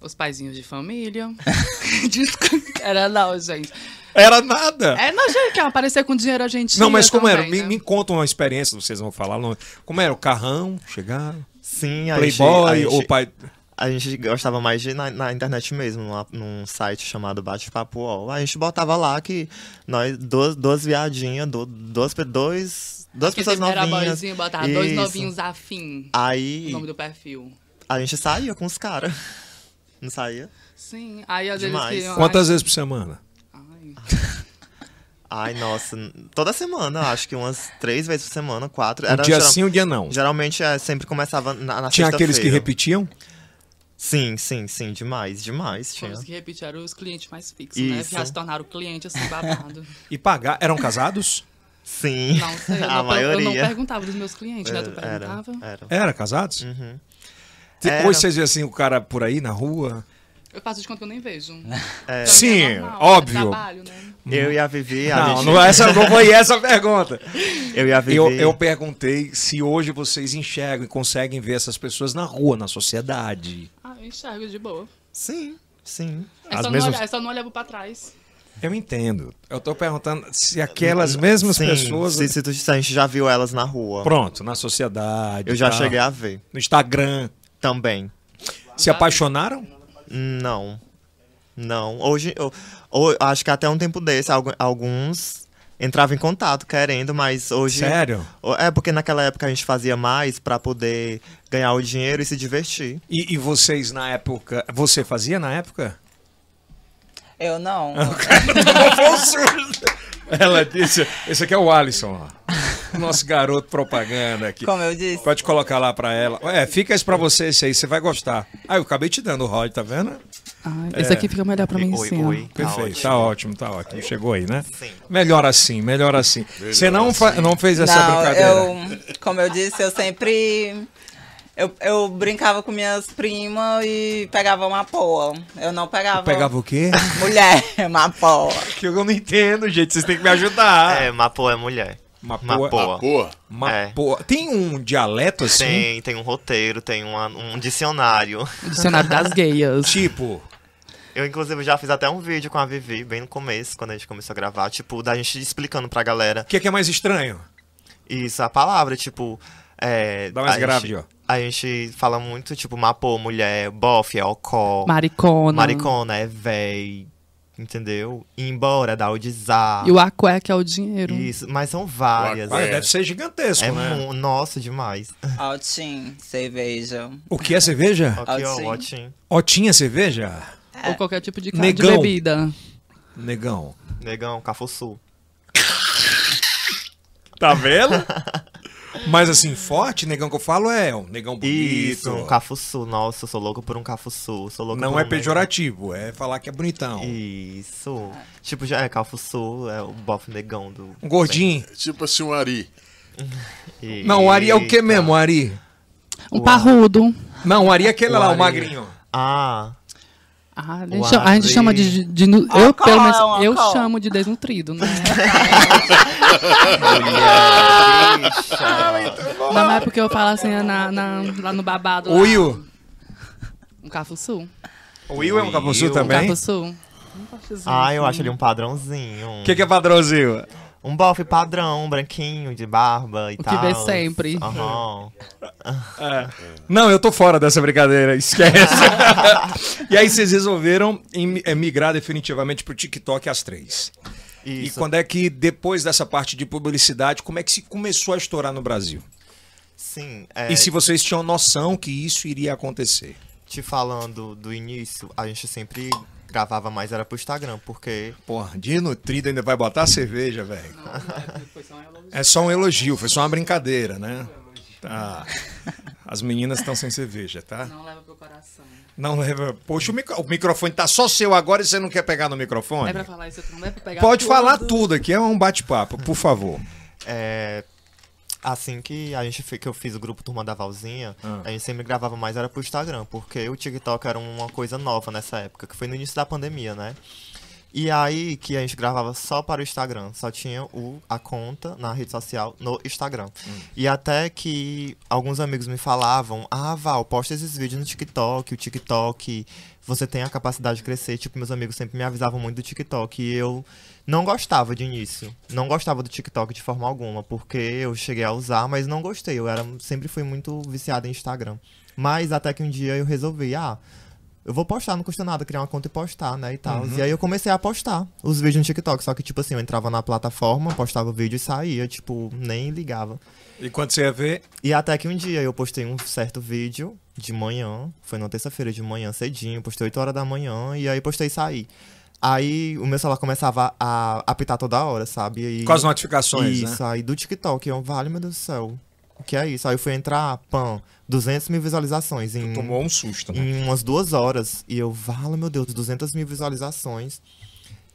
[SPEAKER 4] Os paizinhos de família. Desculpa, era não, gente.
[SPEAKER 1] Era nada.
[SPEAKER 4] É, não, gente, que aparecer com dinheiro a gente
[SPEAKER 1] Não,
[SPEAKER 4] ia
[SPEAKER 1] mas como
[SPEAKER 4] também,
[SPEAKER 1] era? Me,
[SPEAKER 4] né?
[SPEAKER 1] me conta uma experiência, vocês vão falar. não- Como era? O carrão? Chegar?
[SPEAKER 6] Sim, a
[SPEAKER 1] Playboy?
[SPEAKER 6] gente, a
[SPEAKER 1] Ou
[SPEAKER 6] gente-
[SPEAKER 1] pai.
[SPEAKER 6] A gente gostava mais de ir na, na internet mesmo, numa- num site chamado Bate-Papo UOL. A gente botava lá que nós, duas, duas viadinhas, du- duas, pe- dois, duas
[SPEAKER 4] Porque
[SPEAKER 6] pessoas
[SPEAKER 4] sempre tipo, era
[SPEAKER 6] novinhas.
[SPEAKER 4] boyzinho, botava dois
[SPEAKER 6] Isso.
[SPEAKER 4] novinhos afim. O
[SPEAKER 6] Aí
[SPEAKER 4] nome do perfil.
[SPEAKER 6] a gente saía com os caras. Não saía?
[SPEAKER 4] Sim, aí às
[SPEAKER 6] Demais.
[SPEAKER 4] vezes...
[SPEAKER 1] Quantas vezes por semana?
[SPEAKER 4] Ai,
[SPEAKER 6] Ai, nossa. n- Toda semana, acho que umas três vezes por semana, quatro.
[SPEAKER 1] Um dia sim, um dia não.
[SPEAKER 6] Geralmente é, sempre começava na, na
[SPEAKER 1] Tinha aqueles que
[SPEAKER 6] sexta-feira.
[SPEAKER 1] repetiam?
[SPEAKER 6] Sim, sim, sim. Demais, demais. Tinha.
[SPEAKER 4] Os que repetiram os clientes mais fixos, né?
[SPEAKER 6] Isso.
[SPEAKER 4] Que já se tornaram cliente, assim, babado.
[SPEAKER 1] E pagar. Eram casados?
[SPEAKER 6] Sim.
[SPEAKER 4] Não sei, eu,
[SPEAKER 6] a
[SPEAKER 4] não, per- eu não
[SPEAKER 6] maioria. É,
[SPEAKER 4] perguntava dos meus clientes, né? Tu
[SPEAKER 6] era,
[SPEAKER 4] perguntava?
[SPEAKER 6] era.
[SPEAKER 1] Era casados?
[SPEAKER 6] Uhum. Era.
[SPEAKER 1] Depois vocês veem assim o cara por aí na rua.
[SPEAKER 4] Eu faço de conta que eu nem vejo.
[SPEAKER 6] É.
[SPEAKER 4] Pra mim é
[SPEAKER 1] Sim,
[SPEAKER 4] normal,
[SPEAKER 1] óbvio.
[SPEAKER 4] É trabalho, né?
[SPEAKER 6] Eu e a Vivi, a
[SPEAKER 1] Não,
[SPEAKER 6] gente-
[SPEAKER 1] não, é essa, não foi essa a pergunta.
[SPEAKER 6] Eu e a Vivi.
[SPEAKER 1] Eu, eu perguntei se hoje vocês enxergam e conseguem ver essas pessoas na rua, na sociedade.
[SPEAKER 4] Ah, eu enxergo de boa.
[SPEAKER 6] Sim, sim.
[SPEAKER 4] É
[SPEAKER 1] As
[SPEAKER 4] só,
[SPEAKER 1] mesmas-
[SPEAKER 4] não olhar, é só não olhar pra trás.
[SPEAKER 1] Eu entendo. Eu tô perguntando se aquelas mesmas
[SPEAKER 6] Sim,
[SPEAKER 1] pessoas. né?
[SPEAKER 6] Se, se tu- se a gente já viu elas na rua.
[SPEAKER 1] Pronto, na sociedade.
[SPEAKER 6] Eu já
[SPEAKER 1] tá?
[SPEAKER 6] cheguei a ver.
[SPEAKER 1] No Instagram.
[SPEAKER 6] Também.
[SPEAKER 1] Se apaixonaram?
[SPEAKER 6] Não. Não. Hoje, eu, eu acho que até um tempo desse, algu- alguns entravam em contato querendo, mas hoje.
[SPEAKER 1] Sério?
[SPEAKER 6] É porque naquela época a gente fazia mais pra poder ganhar o dinheiro e se divertir.
[SPEAKER 1] E, e vocês na época. Você fazia na época?
[SPEAKER 5] Eu não.
[SPEAKER 1] Ela disse. Esse aqui é o Alisson, ó. Nosso garoto propaganda aqui.
[SPEAKER 5] Como eu disse.
[SPEAKER 1] Pode colocar lá pra ela. É, fica esse pra você, esse aí, você vai gostar. Ah, eu acabei te dando o Rod, tá vendo? É.
[SPEAKER 4] esse Ah, aqui fica melhor pra mim
[SPEAKER 6] Oi, oi. Tá
[SPEAKER 1] Perfeito,
[SPEAKER 6] ótimo.
[SPEAKER 1] tá ótimo, tá ótimo. Chegou aí, né? Melhor assim, melhor assim. Você não, fa- não fez essa
[SPEAKER 5] não,
[SPEAKER 1] brincadeira?
[SPEAKER 5] eu, como eu disse, eu sempre. Eu, eu brincava com minhas primas e pegava uma poa. Eu não pegava.
[SPEAKER 1] Pegava o quê?
[SPEAKER 5] Mulher, uma poa.
[SPEAKER 1] que eu não entendo, gente. Vocês têm que me ajudar.
[SPEAKER 6] É, Mapô é mulher.
[SPEAKER 1] Ah. Mapoa-
[SPEAKER 6] Mapoa.
[SPEAKER 2] Boa.
[SPEAKER 1] Uma
[SPEAKER 6] é.
[SPEAKER 1] porra. Tem um dialeto assim?
[SPEAKER 6] Tem, tem um roteiro, tem uma- um dicionário.
[SPEAKER 4] Dicionário das gayas.
[SPEAKER 1] Tipo,
[SPEAKER 6] Eu, inclusive, já fiz até um vídeo com a Vivi, bem no começo, quando a gente começou a gravar, tipo, da gente explicando pra galera
[SPEAKER 1] o que é, que é mais estranho?
[SPEAKER 6] isso, a palavra, tipo. É,
[SPEAKER 1] Dá mais
[SPEAKER 6] a
[SPEAKER 1] grave,
[SPEAKER 6] gente,
[SPEAKER 1] ó.
[SPEAKER 6] A gente fala muito, tipo, mapô, mulher, bofe, é ocó,
[SPEAKER 4] Maricona.
[SPEAKER 6] maricona, é véi, entendeu? Ir embora, dar o desar.
[SPEAKER 4] E o aqué que é o dinheiro.
[SPEAKER 6] Isso, mas são várias.
[SPEAKER 1] Olha,
[SPEAKER 6] é.
[SPEAKER 1] Deve ser gigantesco,
[SPEAKER 6] É
[SPEAKER 1] né?
[SPEAKER 6] mu- nossa, demais.
[SPEAKER 5] Altim, cerveja.
[SPEAKER 1] O que é cerveja?
[SPEAKER 6] Aqui, ó,
[SPEAKER 5] Assim.
[SPEAKER 6] ótimo.
[SPEAKER 1] Otinha cerveja?
[SPEAKER 4] Ou qualquer tipo de, de
[SPEAKER 1] Negão.
[SPEAKER 4] bebida.
[SPEAKER 1] Negão.
[SPEAKER 6] Negão, Cafuçu.
[SPEAKER 1] Tá vendo? Mas assim, forte, negão que eu falo é um negão bonito.
[SPEAKER 6] Isso, um cafuçu. Nossa, eu sou louco por um cafuçu. Sou louco
[SPEAKER 1] Não
[SPEAKER 6] por
[SPEAKER 1] é
[SPEAKER 6] um
[SPEAKER 1] pejorativo, é falar que é bonitão.
[SPEAKER 6] Isso. Tipo, já é Calfuçu, é o bofe negão do.
[SPEAKER 1] Um gordinho.
[SPEAKER 2] Tipo assim, um Ari.
[SPEAKER 6] E-
[SPEAKER 1] Não, o Ari é o que mesmo, o Ari?
[SPEAKER 4] Um parrudo.
[SPEAKER 1] Não, o Ari é aquele
[SPEAKER 6] O
[SPEAKER 1] lá, o
[SPEAKER 6] Ari.
[SPEAKER 1] magrinho.
[SPEAKER 6] Ah,
[SPEAKER 4] Ah, a
[SPEAKER 6] O
[SPEAKER 4] gente, chama, a gente
[SPEAKER 6] Ari.
[SPEAKER 4] chama de. de- de nu- eu,
[SPEAKER 5] Alcool,
[SPEAKER 4] pelo menos,
[SPEAKER 5] é um
[SPEAKER 4] eu
[SPEAKER 5] alcool.
[SPEAKER 4] chamo de desnutrido, né?
[SPEAKER 6] bicha.
[SPEAKER 4] Não, mas é porque eu falo assim na, na- lá no babado.
[SPEAKER 1] O
[SPEAKER 4] lá.
[SPEAKER 1] Will.
[SPEAKER 4] Um cafuçu.
[SPEAKER 1] O Will é um capuçu
[SPEAKER 6] Will.
[SPEAKER 4] Um
[SPEAKER 1] também.
[SPEAKER 4] cafuçu.
[SPEAKER 6] ah, eu acho ele um padrãozinho.
[SPEAKER 1] O que, que é padrãozinho?
[SPEAKER 6] Um bofe padrão, branquinho, de barba e
[SPEAKER 4] O que
[SPEAKER 6] tal.
[SPEAKER 4] vê sempre.
[SPEAKER 6] Aham.
[SPEAKER 1] Não, eu tô fora dessa brincadeira, esquece. e aí vocês resolveram em- eh, migrar definitivamente pro TikTok às três. E
[SPEAKER 6] Isso.
[SPEAKER 1] quando é que, depois dessa parte de publicidade, como é que se começou a estourar no Brasil?
[SPEAKER 6] Sim, é,
[SPEAKER 1] E se vocês tinham noção que isso iria acontecer?
[SPEAKER 6] te falando do início, a gente sempre gravava mais era pro Instagram, porque
[SPEAKER 1] Porra, de nutrido ainda vai botar cerveja, velho.
[SPEAKER 4] Foi só um elogio.
[SPEAKER 1] É só um elogio, foi só uma brincadeira, né? Tá. As meninas estão sem cerveja, tá?
[SPEAKER 4] Não leva pro coração.
[SPEAKER 1] Não leva. Poxa, o, micro- o microfone tá só seu agora e você não quer pegar no
[SPEAKER 4] Não
[SPEAKER 1] microfone?
[SPEAKER 4] é pra falar isso, não é pra pegar
[SPEAKER 1] Pode
[SPEAKER 4] tudo.
[SPEAKER 1] falar tudo aqui, é um bate-papo, por favor.
[SPEAKER 6] é, assim que a gente fe- que eu fiz o grupo Turma da Valzinha, a gente sempre gravava mais era pro Instagram, porque o TikTok era uma coisa nova nessa época, que foi no início da pandemia, né? E aí que a gente gravava só para o Instagram, só tinha o, a conta na rede social no Instagram. E até que alguns amigos me falavam, ah, Val, posta esses vídeos no TikTok, o TikTok, você tem a capacidade de crescer. Tipo, meus amigos sempre me avisavam muito do TikTok e eu não gostava de início. Não gostava do TikTok de forma alguma, porque eu cheguei a usar, mas não gostei. Eu era, sempre fui muito viciado em Instagram. Mas até que um dia eu resolvi, ah, eu vou postar, não custa nada criar uma conta e postar, né? E tal.
[SPEAKER 1] Uhum.
[SPEAKER 6] E aí eu comecei a postar os vídeos no TikTok. Só que, tipo assim, eu entrava na plataforma, postava o vídeo e saía, tipo, nem ligava.
[SPEAKER 1] E quando você ia ver,
[SPEAKER 6] E até que um dia eu postei um certo vídeo de manhã, foi na terça-feira de manhã, cedinho, postei 8 horas da manhã, e aí postei e saí. Aí o meu celular começava a apitar toda hora, sabe? E aí-
[SPEAKER 1] com as notificações, né?
[SPEAKER 6] isso, aí do TikTok. Eu, vale, meu Deus do céu. O que é isso? Aí eu fui entrar, pam, 200 mil visualizações em,
[SPEAKER 1] Tomou um susto, né?
[SPEAKER 6] em umas duas horas. E eu, vale, meu Deus, 200 mil visualizações.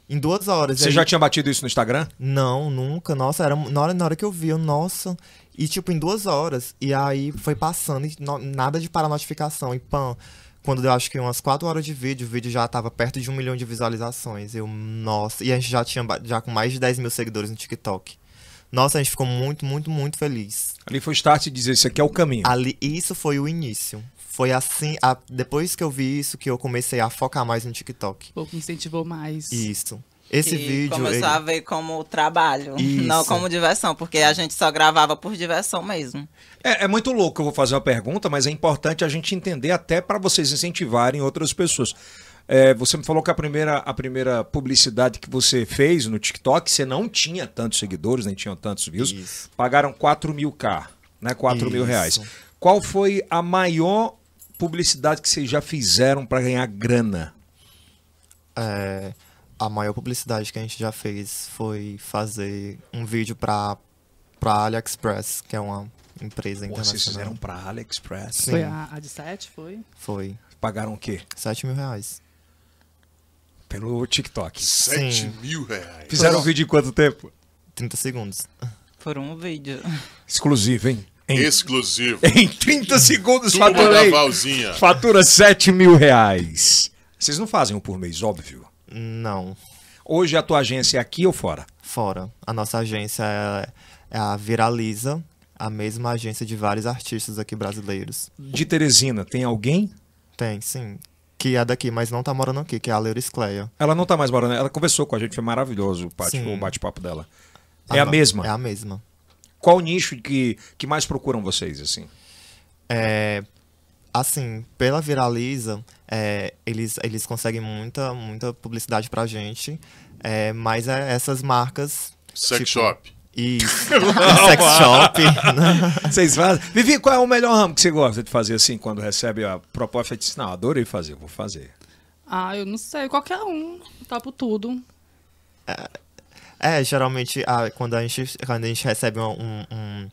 [SPEAKER 6] Em duas horas.
[SPEAKER 1] Você
[SPEAKER 6] E
[SPEAKER 1] já
[SPEAKER 6] aí-
[SPEAKER 1] tinha batido isso no Instagram?
[SPEAKER 6] Não, nunca. Nossa, era na hora, na hora que eu vi, eu, nossa. E tipo, em duas horas. E aí foi passando, e no- nada de parar a notificação. E pam, quando eu acho que umas quatro horas de vídeo, o vídeo já tava perto de um milhão de visualizações. Eu, nossa. E a gente já tinha ba- já com mais de 10 mil seguidores no TikTok. Nossa, a gente ficou muito, muito, muito feliz.
[SPEAKER 1] Ali foi o start e dizer, isso aqui é o caminho.
[SPEAKER 6] Ali, isso foi o início. Foi assim, a- depois que eu vi isso, que eu comecei a focar mais no TikTok.
[SPEAKER 4] Pô, me incentivou mais.
[SPEAKER 6] Isso. Esse
[SPEAKER 5] que
[SPEAKER 6] vídeo.
[SPEAKER 5] Começou
[SPEAKER 6] ele-
[SPEAKER 5] a ver como trabalho,
[SPEAKER 6] Isso.
[SPEAKER 5] não como diversão, porque a gente só gravava por diversão mesmo.
[SPEAKER 1] É, é muito louco, eu vou fazer uma pergunta, mas é importante a gente entender até para vocês incentivarem outras pessoas. É, você me falou que a primeira, a primeira publicidade que você fez no TikTok, você não tinha tantos seguidores, nem tinham tantos views.
[SPEAKER 6] Isso.
[SPEAKER 1] Pagaram 4 mil K, né? 4 mil
[SPEAKER 6] Isso.
[SPEAKER 1] reais. Qual foi a maior publicidade que vocês já fizeram para ganhar grana?
[SPEAKER 6] É, a maior publicidade que a gente já fez foi fazer um vídeo pra, pra AliExpress, que é uma empresa
[SPEAKER 1] Porra, vocês fizeram
[SPEAKER 6] internacional.
[SPEAKER 1] para AliExpress?
[SPEAKER 6] Sim.
[SPEAKER 4] Foi a, a de 7, foi?
[SPEAKER 6] Foi
[SPEAKER 1] Pagaram o quê?
[SPEAKER 6] 7 mil reais.
[SPEAKER 1] Pelo TikTok.
[SPEAKER 2] 7
[SPEAKER 6] Sim.
[SPEAKER 2] mil reais.
[SPEAKER 1] Fizeram o vídeo em quanto tempo?
[SPEAKER 6] 30 segundos.
[SPEAKER 5] Por um vídeo.
[SPEAKER 1] Exclusivo, hein?
[SPEAKER 6] um-
[SPEAKER 1] Em
[SPEAKER 2] Exclusivo.
[SPEAKER 1] Em 30 segundos
[SPEAKER 2] Turma da
[SPEAKER 1] faturei.
[SPEAKER 2] Valzinha.
[SPEAKER 1] Fatura 7 mil reais. Vocês não fazem um por mês, óbvio.
[SPEAKER 6] Não,
[SPEAKER 1] Hoje a tua agência é aqui ou fora?
[SPEAKER 6] fora. A nossa agência é, é a Viraliza, a mesma agência de vários artistas aqui brasileiros.
[SPEAKER 1] De Teresina, tem alguém?
[SPEAKER 6] Tem, sim. Que é daqui, mas não tá morando aqui, que é a Leuriscleia.
[SPEAKER 1] Ela não tá mais morando. Ela conversou com a gente, foi maravilhoso o bate-
[SPEAKER 6] Sim.
[SPEAKER 1] o bate-papo dela. É a mesma.
[SPEAKER 6] É a mesma.
[SPEAKER 1] Qual o nicho que, que mais procuram vocês, assim?
[SPEAKER 6] É, assim, pela Viraliza, é, eles, eles conseguem muita, muita publicidade pra gente, é, mas é essas marcas.
[SPEAKER 2] Sex
[SPEAKER 6] tipo,
[SPEAKER 2] shop.
[SPEAKER 6] E sex shop.
[SPEAKER 1] Vocês fazem. Vivi, qual é o melhor ramo que você gosta de fazer assim quando recebe a proposta? Você diz, não, adorei fazer, vou fazer.
[SPEAKER 4] Ah, eu não sei, qualquer um. Tapo tudo.
[SPEAKER 6] É, geralmente, a- quando, a gente, quando a gente recebe um- um- um-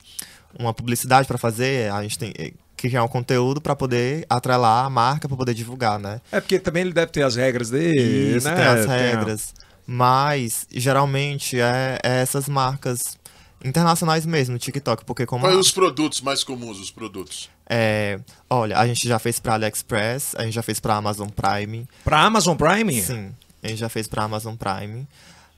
[SPEAKER 6] uma publicidade pra fazer, a gente tem que criar um conteúdo pra poder atrelar a marca, pra poder divulgar, né?
[SPEAKER 1] É porque também ele deve ter as regras dele,
[SPEAKER 6] Isso,
[SPEAKER 1] né?
[SPEAKER 6] tem as
[SPEAKER 1] a-
[SPEAKER 6] regras. Mas, geralmente, é, é essas marcas internacionais mesmo, TikTok, porque como...
[SPEAKER 2] Quais
[SPEAKER 6] a-
[SPEAKER 2] os produtos mais comuns, os produtos?
[SPEAKER 6] É, olha, a gente já fez pra AliExpress, a gente já fez pra Amazon Prime.
[SPEAKER 1] Pra Amazon Prime?
[SPEAKER 6] Sim, a gente já fez pra Amazon Prime.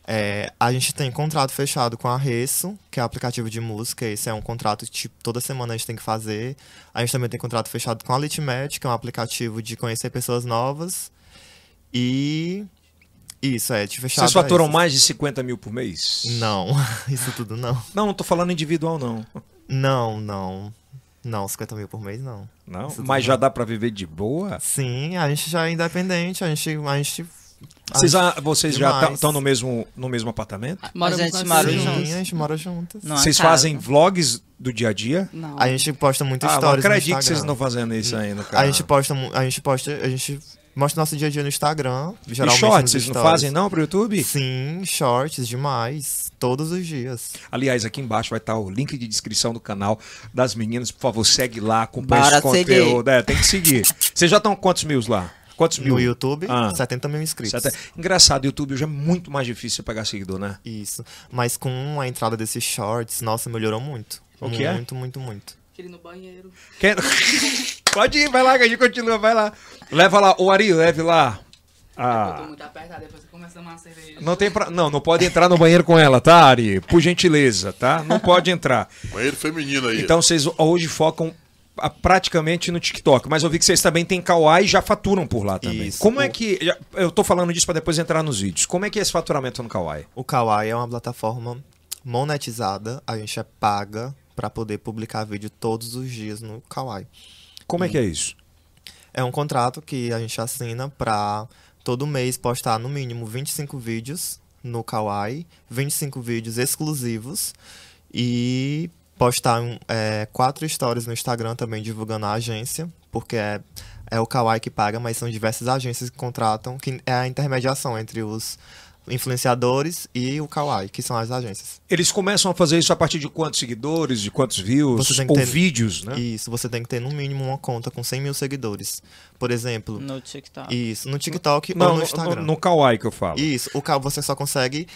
[SPEAKER 6] É, a gente tem contrato fechado com a Resso, que é o aplicativo de música. Esse é um contrato que tipo, toda semana a gente tem que fazer. A gente também tem contrato fechado com a Litmatch, que é um aplicativo de conhecer pessoas novas. E, Isso, é, de fechado.
[SPEAKER 1] Vocês faturam
[SPEAKER 6] a
[SPEAKER 1] mais de 50 mil por mês?
[SPEAKER 6] esses. Não, isso tudo não.
[SPEAKER 1] Não, não tô falando individual, não.
[SPEAKER 6] Não, não. Não, 50 mil por mês não.
[SPEAKER 1] Não,
[SPEAKER 6] Isso
[SPEAKER 1] mas
[SPEAKER 6] tudo
[SPEAKER 1] já
[SPEAKER 6] não. Ah,
[SPEAKER 1] dá pra viver de boa?
[SPEAKER 6] Sim, a gente já é independente, a gente. A gente a
[SPEAKER 1] Vocês,
[SPEAKER 6] gente-
[SPEAKER 1] já- vocês já
[SPEAKER 6] demais.
[SPEAKER 1] estão no mesmo, no mesmo apartamento?
[SPEAKER 4] Moramos
[SPEAKER 5] gente
[SPEAKER 4] nós
[SPEAKER 5] mora
[SPEAKER 4] três
[SPEAKER 6] Sim,
[SPEAKER 5] juntos.
[SPEAKER 6] a gente mora juntos.
[SPEAKER 5] Numa
[SPEAKER 1] Vocês
[SPEAKER 5] casa.
[SPEAKER 1] fazem vlogs do dia a dia?
[SPEAKER 4] Não.
[SPEAKER 6] A gente posta muitas
[SPEAKER 1] Ah, não
[SPEAKER 6] histórias.
[SPEAKER 1] acredito
[SPEAKER 6] no
[SPEAKER 1] que vocês
[SPEAKER 6] Instagram.
[SPEAKER 1] não fazendo isso ainda, cara.
[SPEAKER 6] A gente posta, mu- a gente posta, a gente mostra nosso dia a dia no Instagram,
[SPEAKER 1] e
[SPEAKER 6] geralmente
[SPEAKER 1] shorts,
[SPEAKER 6] nos
[SPEAKER 1] vocês não
[SPEAKER 6] stories.
[SPEAKER 1] fazem não pro YouTube?
[SPEAKER 6] Sim, shorts demais, todos os dias.
[SPEAKER 1] Aliás, aqui embaixo vai estar o link de descrição do canal das meninas. Por favor, segue lá, acompanha
[SPEAKER 5] Bora
[SPEAKER 1] esse conteúdo. É, tem que seguir. Vocês já estão com quantos mil lá? Quantos mil?
[SPEAKER 6] No YouTube,
[SPEAKER 1] Ah.
[SPEAKER 6] 70 mil inscritos.
[SPEAKER 1] Certo? Engraçado, o YouTube hoje é muito mais difícil pegar seguidor, né?
[SPEAKER 6] Isso. Mas com a entrada desses shorts, nossa, melhorou muito.
[SPEAKER 1] O que é?
[SPEAKER 6] Muito, muito, muito.
[SPEAKER 4] Queria ir no banheiro.
[SPEAKER 1] Quem- Pode ir, vai lá, que a gente continua, vai lá. Leva lá, o Ari, leve lá.
[SPEAKER 4] Eu tô
[SPEAKER 1] Ah,
[SPEAKER 4] muito apertada, depois que começa a tomar uma cerveja.
[SPEAKER 1] não tem pra... Não, não pode entrar no banheiro com ela, tá, Ari? Por gentileza, tá? Não pode entrar.
[SPEAKER 2] Banheiro feminino aí.
[SPEAKER 1] Então vocês hoje focam ah, praticamente no TikTok, mas eu vi que vocês também têm Kawaii e já faturam por lá também.
[SPEAKER 6] Isso.
[SPEAKER 1] Como é
[SPEAKER 6] O-
[SPEAKER 1] que. já- Eu tô falando disso pra depois entrar nos vídeos. Como é que é esse faturamento no Kawaii?
[SPEAKER 6] O Kawaii é uma plataforma monetizada, a gente é paga pra poder publicar vídeo todos os dias no Kawaii.
[SPEAKER 1] Como
[SPEAKER 6] Hum.
[SPEAKER 1] é que é isso?
[SPEAKER 6] É um contrato que a gente assina pra todo mês postar no mínimo 25 vídeos no Kawaii, 25 vídeos exclusivos e postar um, é, quatro stories no Instagram também divulgando a agência, porque é, é o Kawaii que paga, mas são diversas agências que contratam, que é a intermediação entre os influenciadores e o Kawaii, que são as agências.
[SPEAKER 1] Eles começam a fazer isso a partir de quantos seguidores, de quantos views,
[SPEAKER 6] Você tem que
[SPEAKER 1] ou
[SPEAKER 6] ter-
[SPEAKER 1] vídeos, né?
[SPEAKER 6] Isso, você tem que ter no mínimo uma conta com 100 mil seguidores. Por exemplo,
[SPEAKER 5] No TikTok.
[SPEAKER 6] isso, no TikTok
[SPEAKER 1] Hum. Não,
[SPEAKER 6] ou
[SPEAKER 1] no,
[SPEAKER 6] no
[SPEAKER 1] no-
[SPEAKER 6] Instagram.
[SPEAKER 1] no Kawaii que eu falo.
[SPEAKER 6] Isso, o Kawaii você só consegue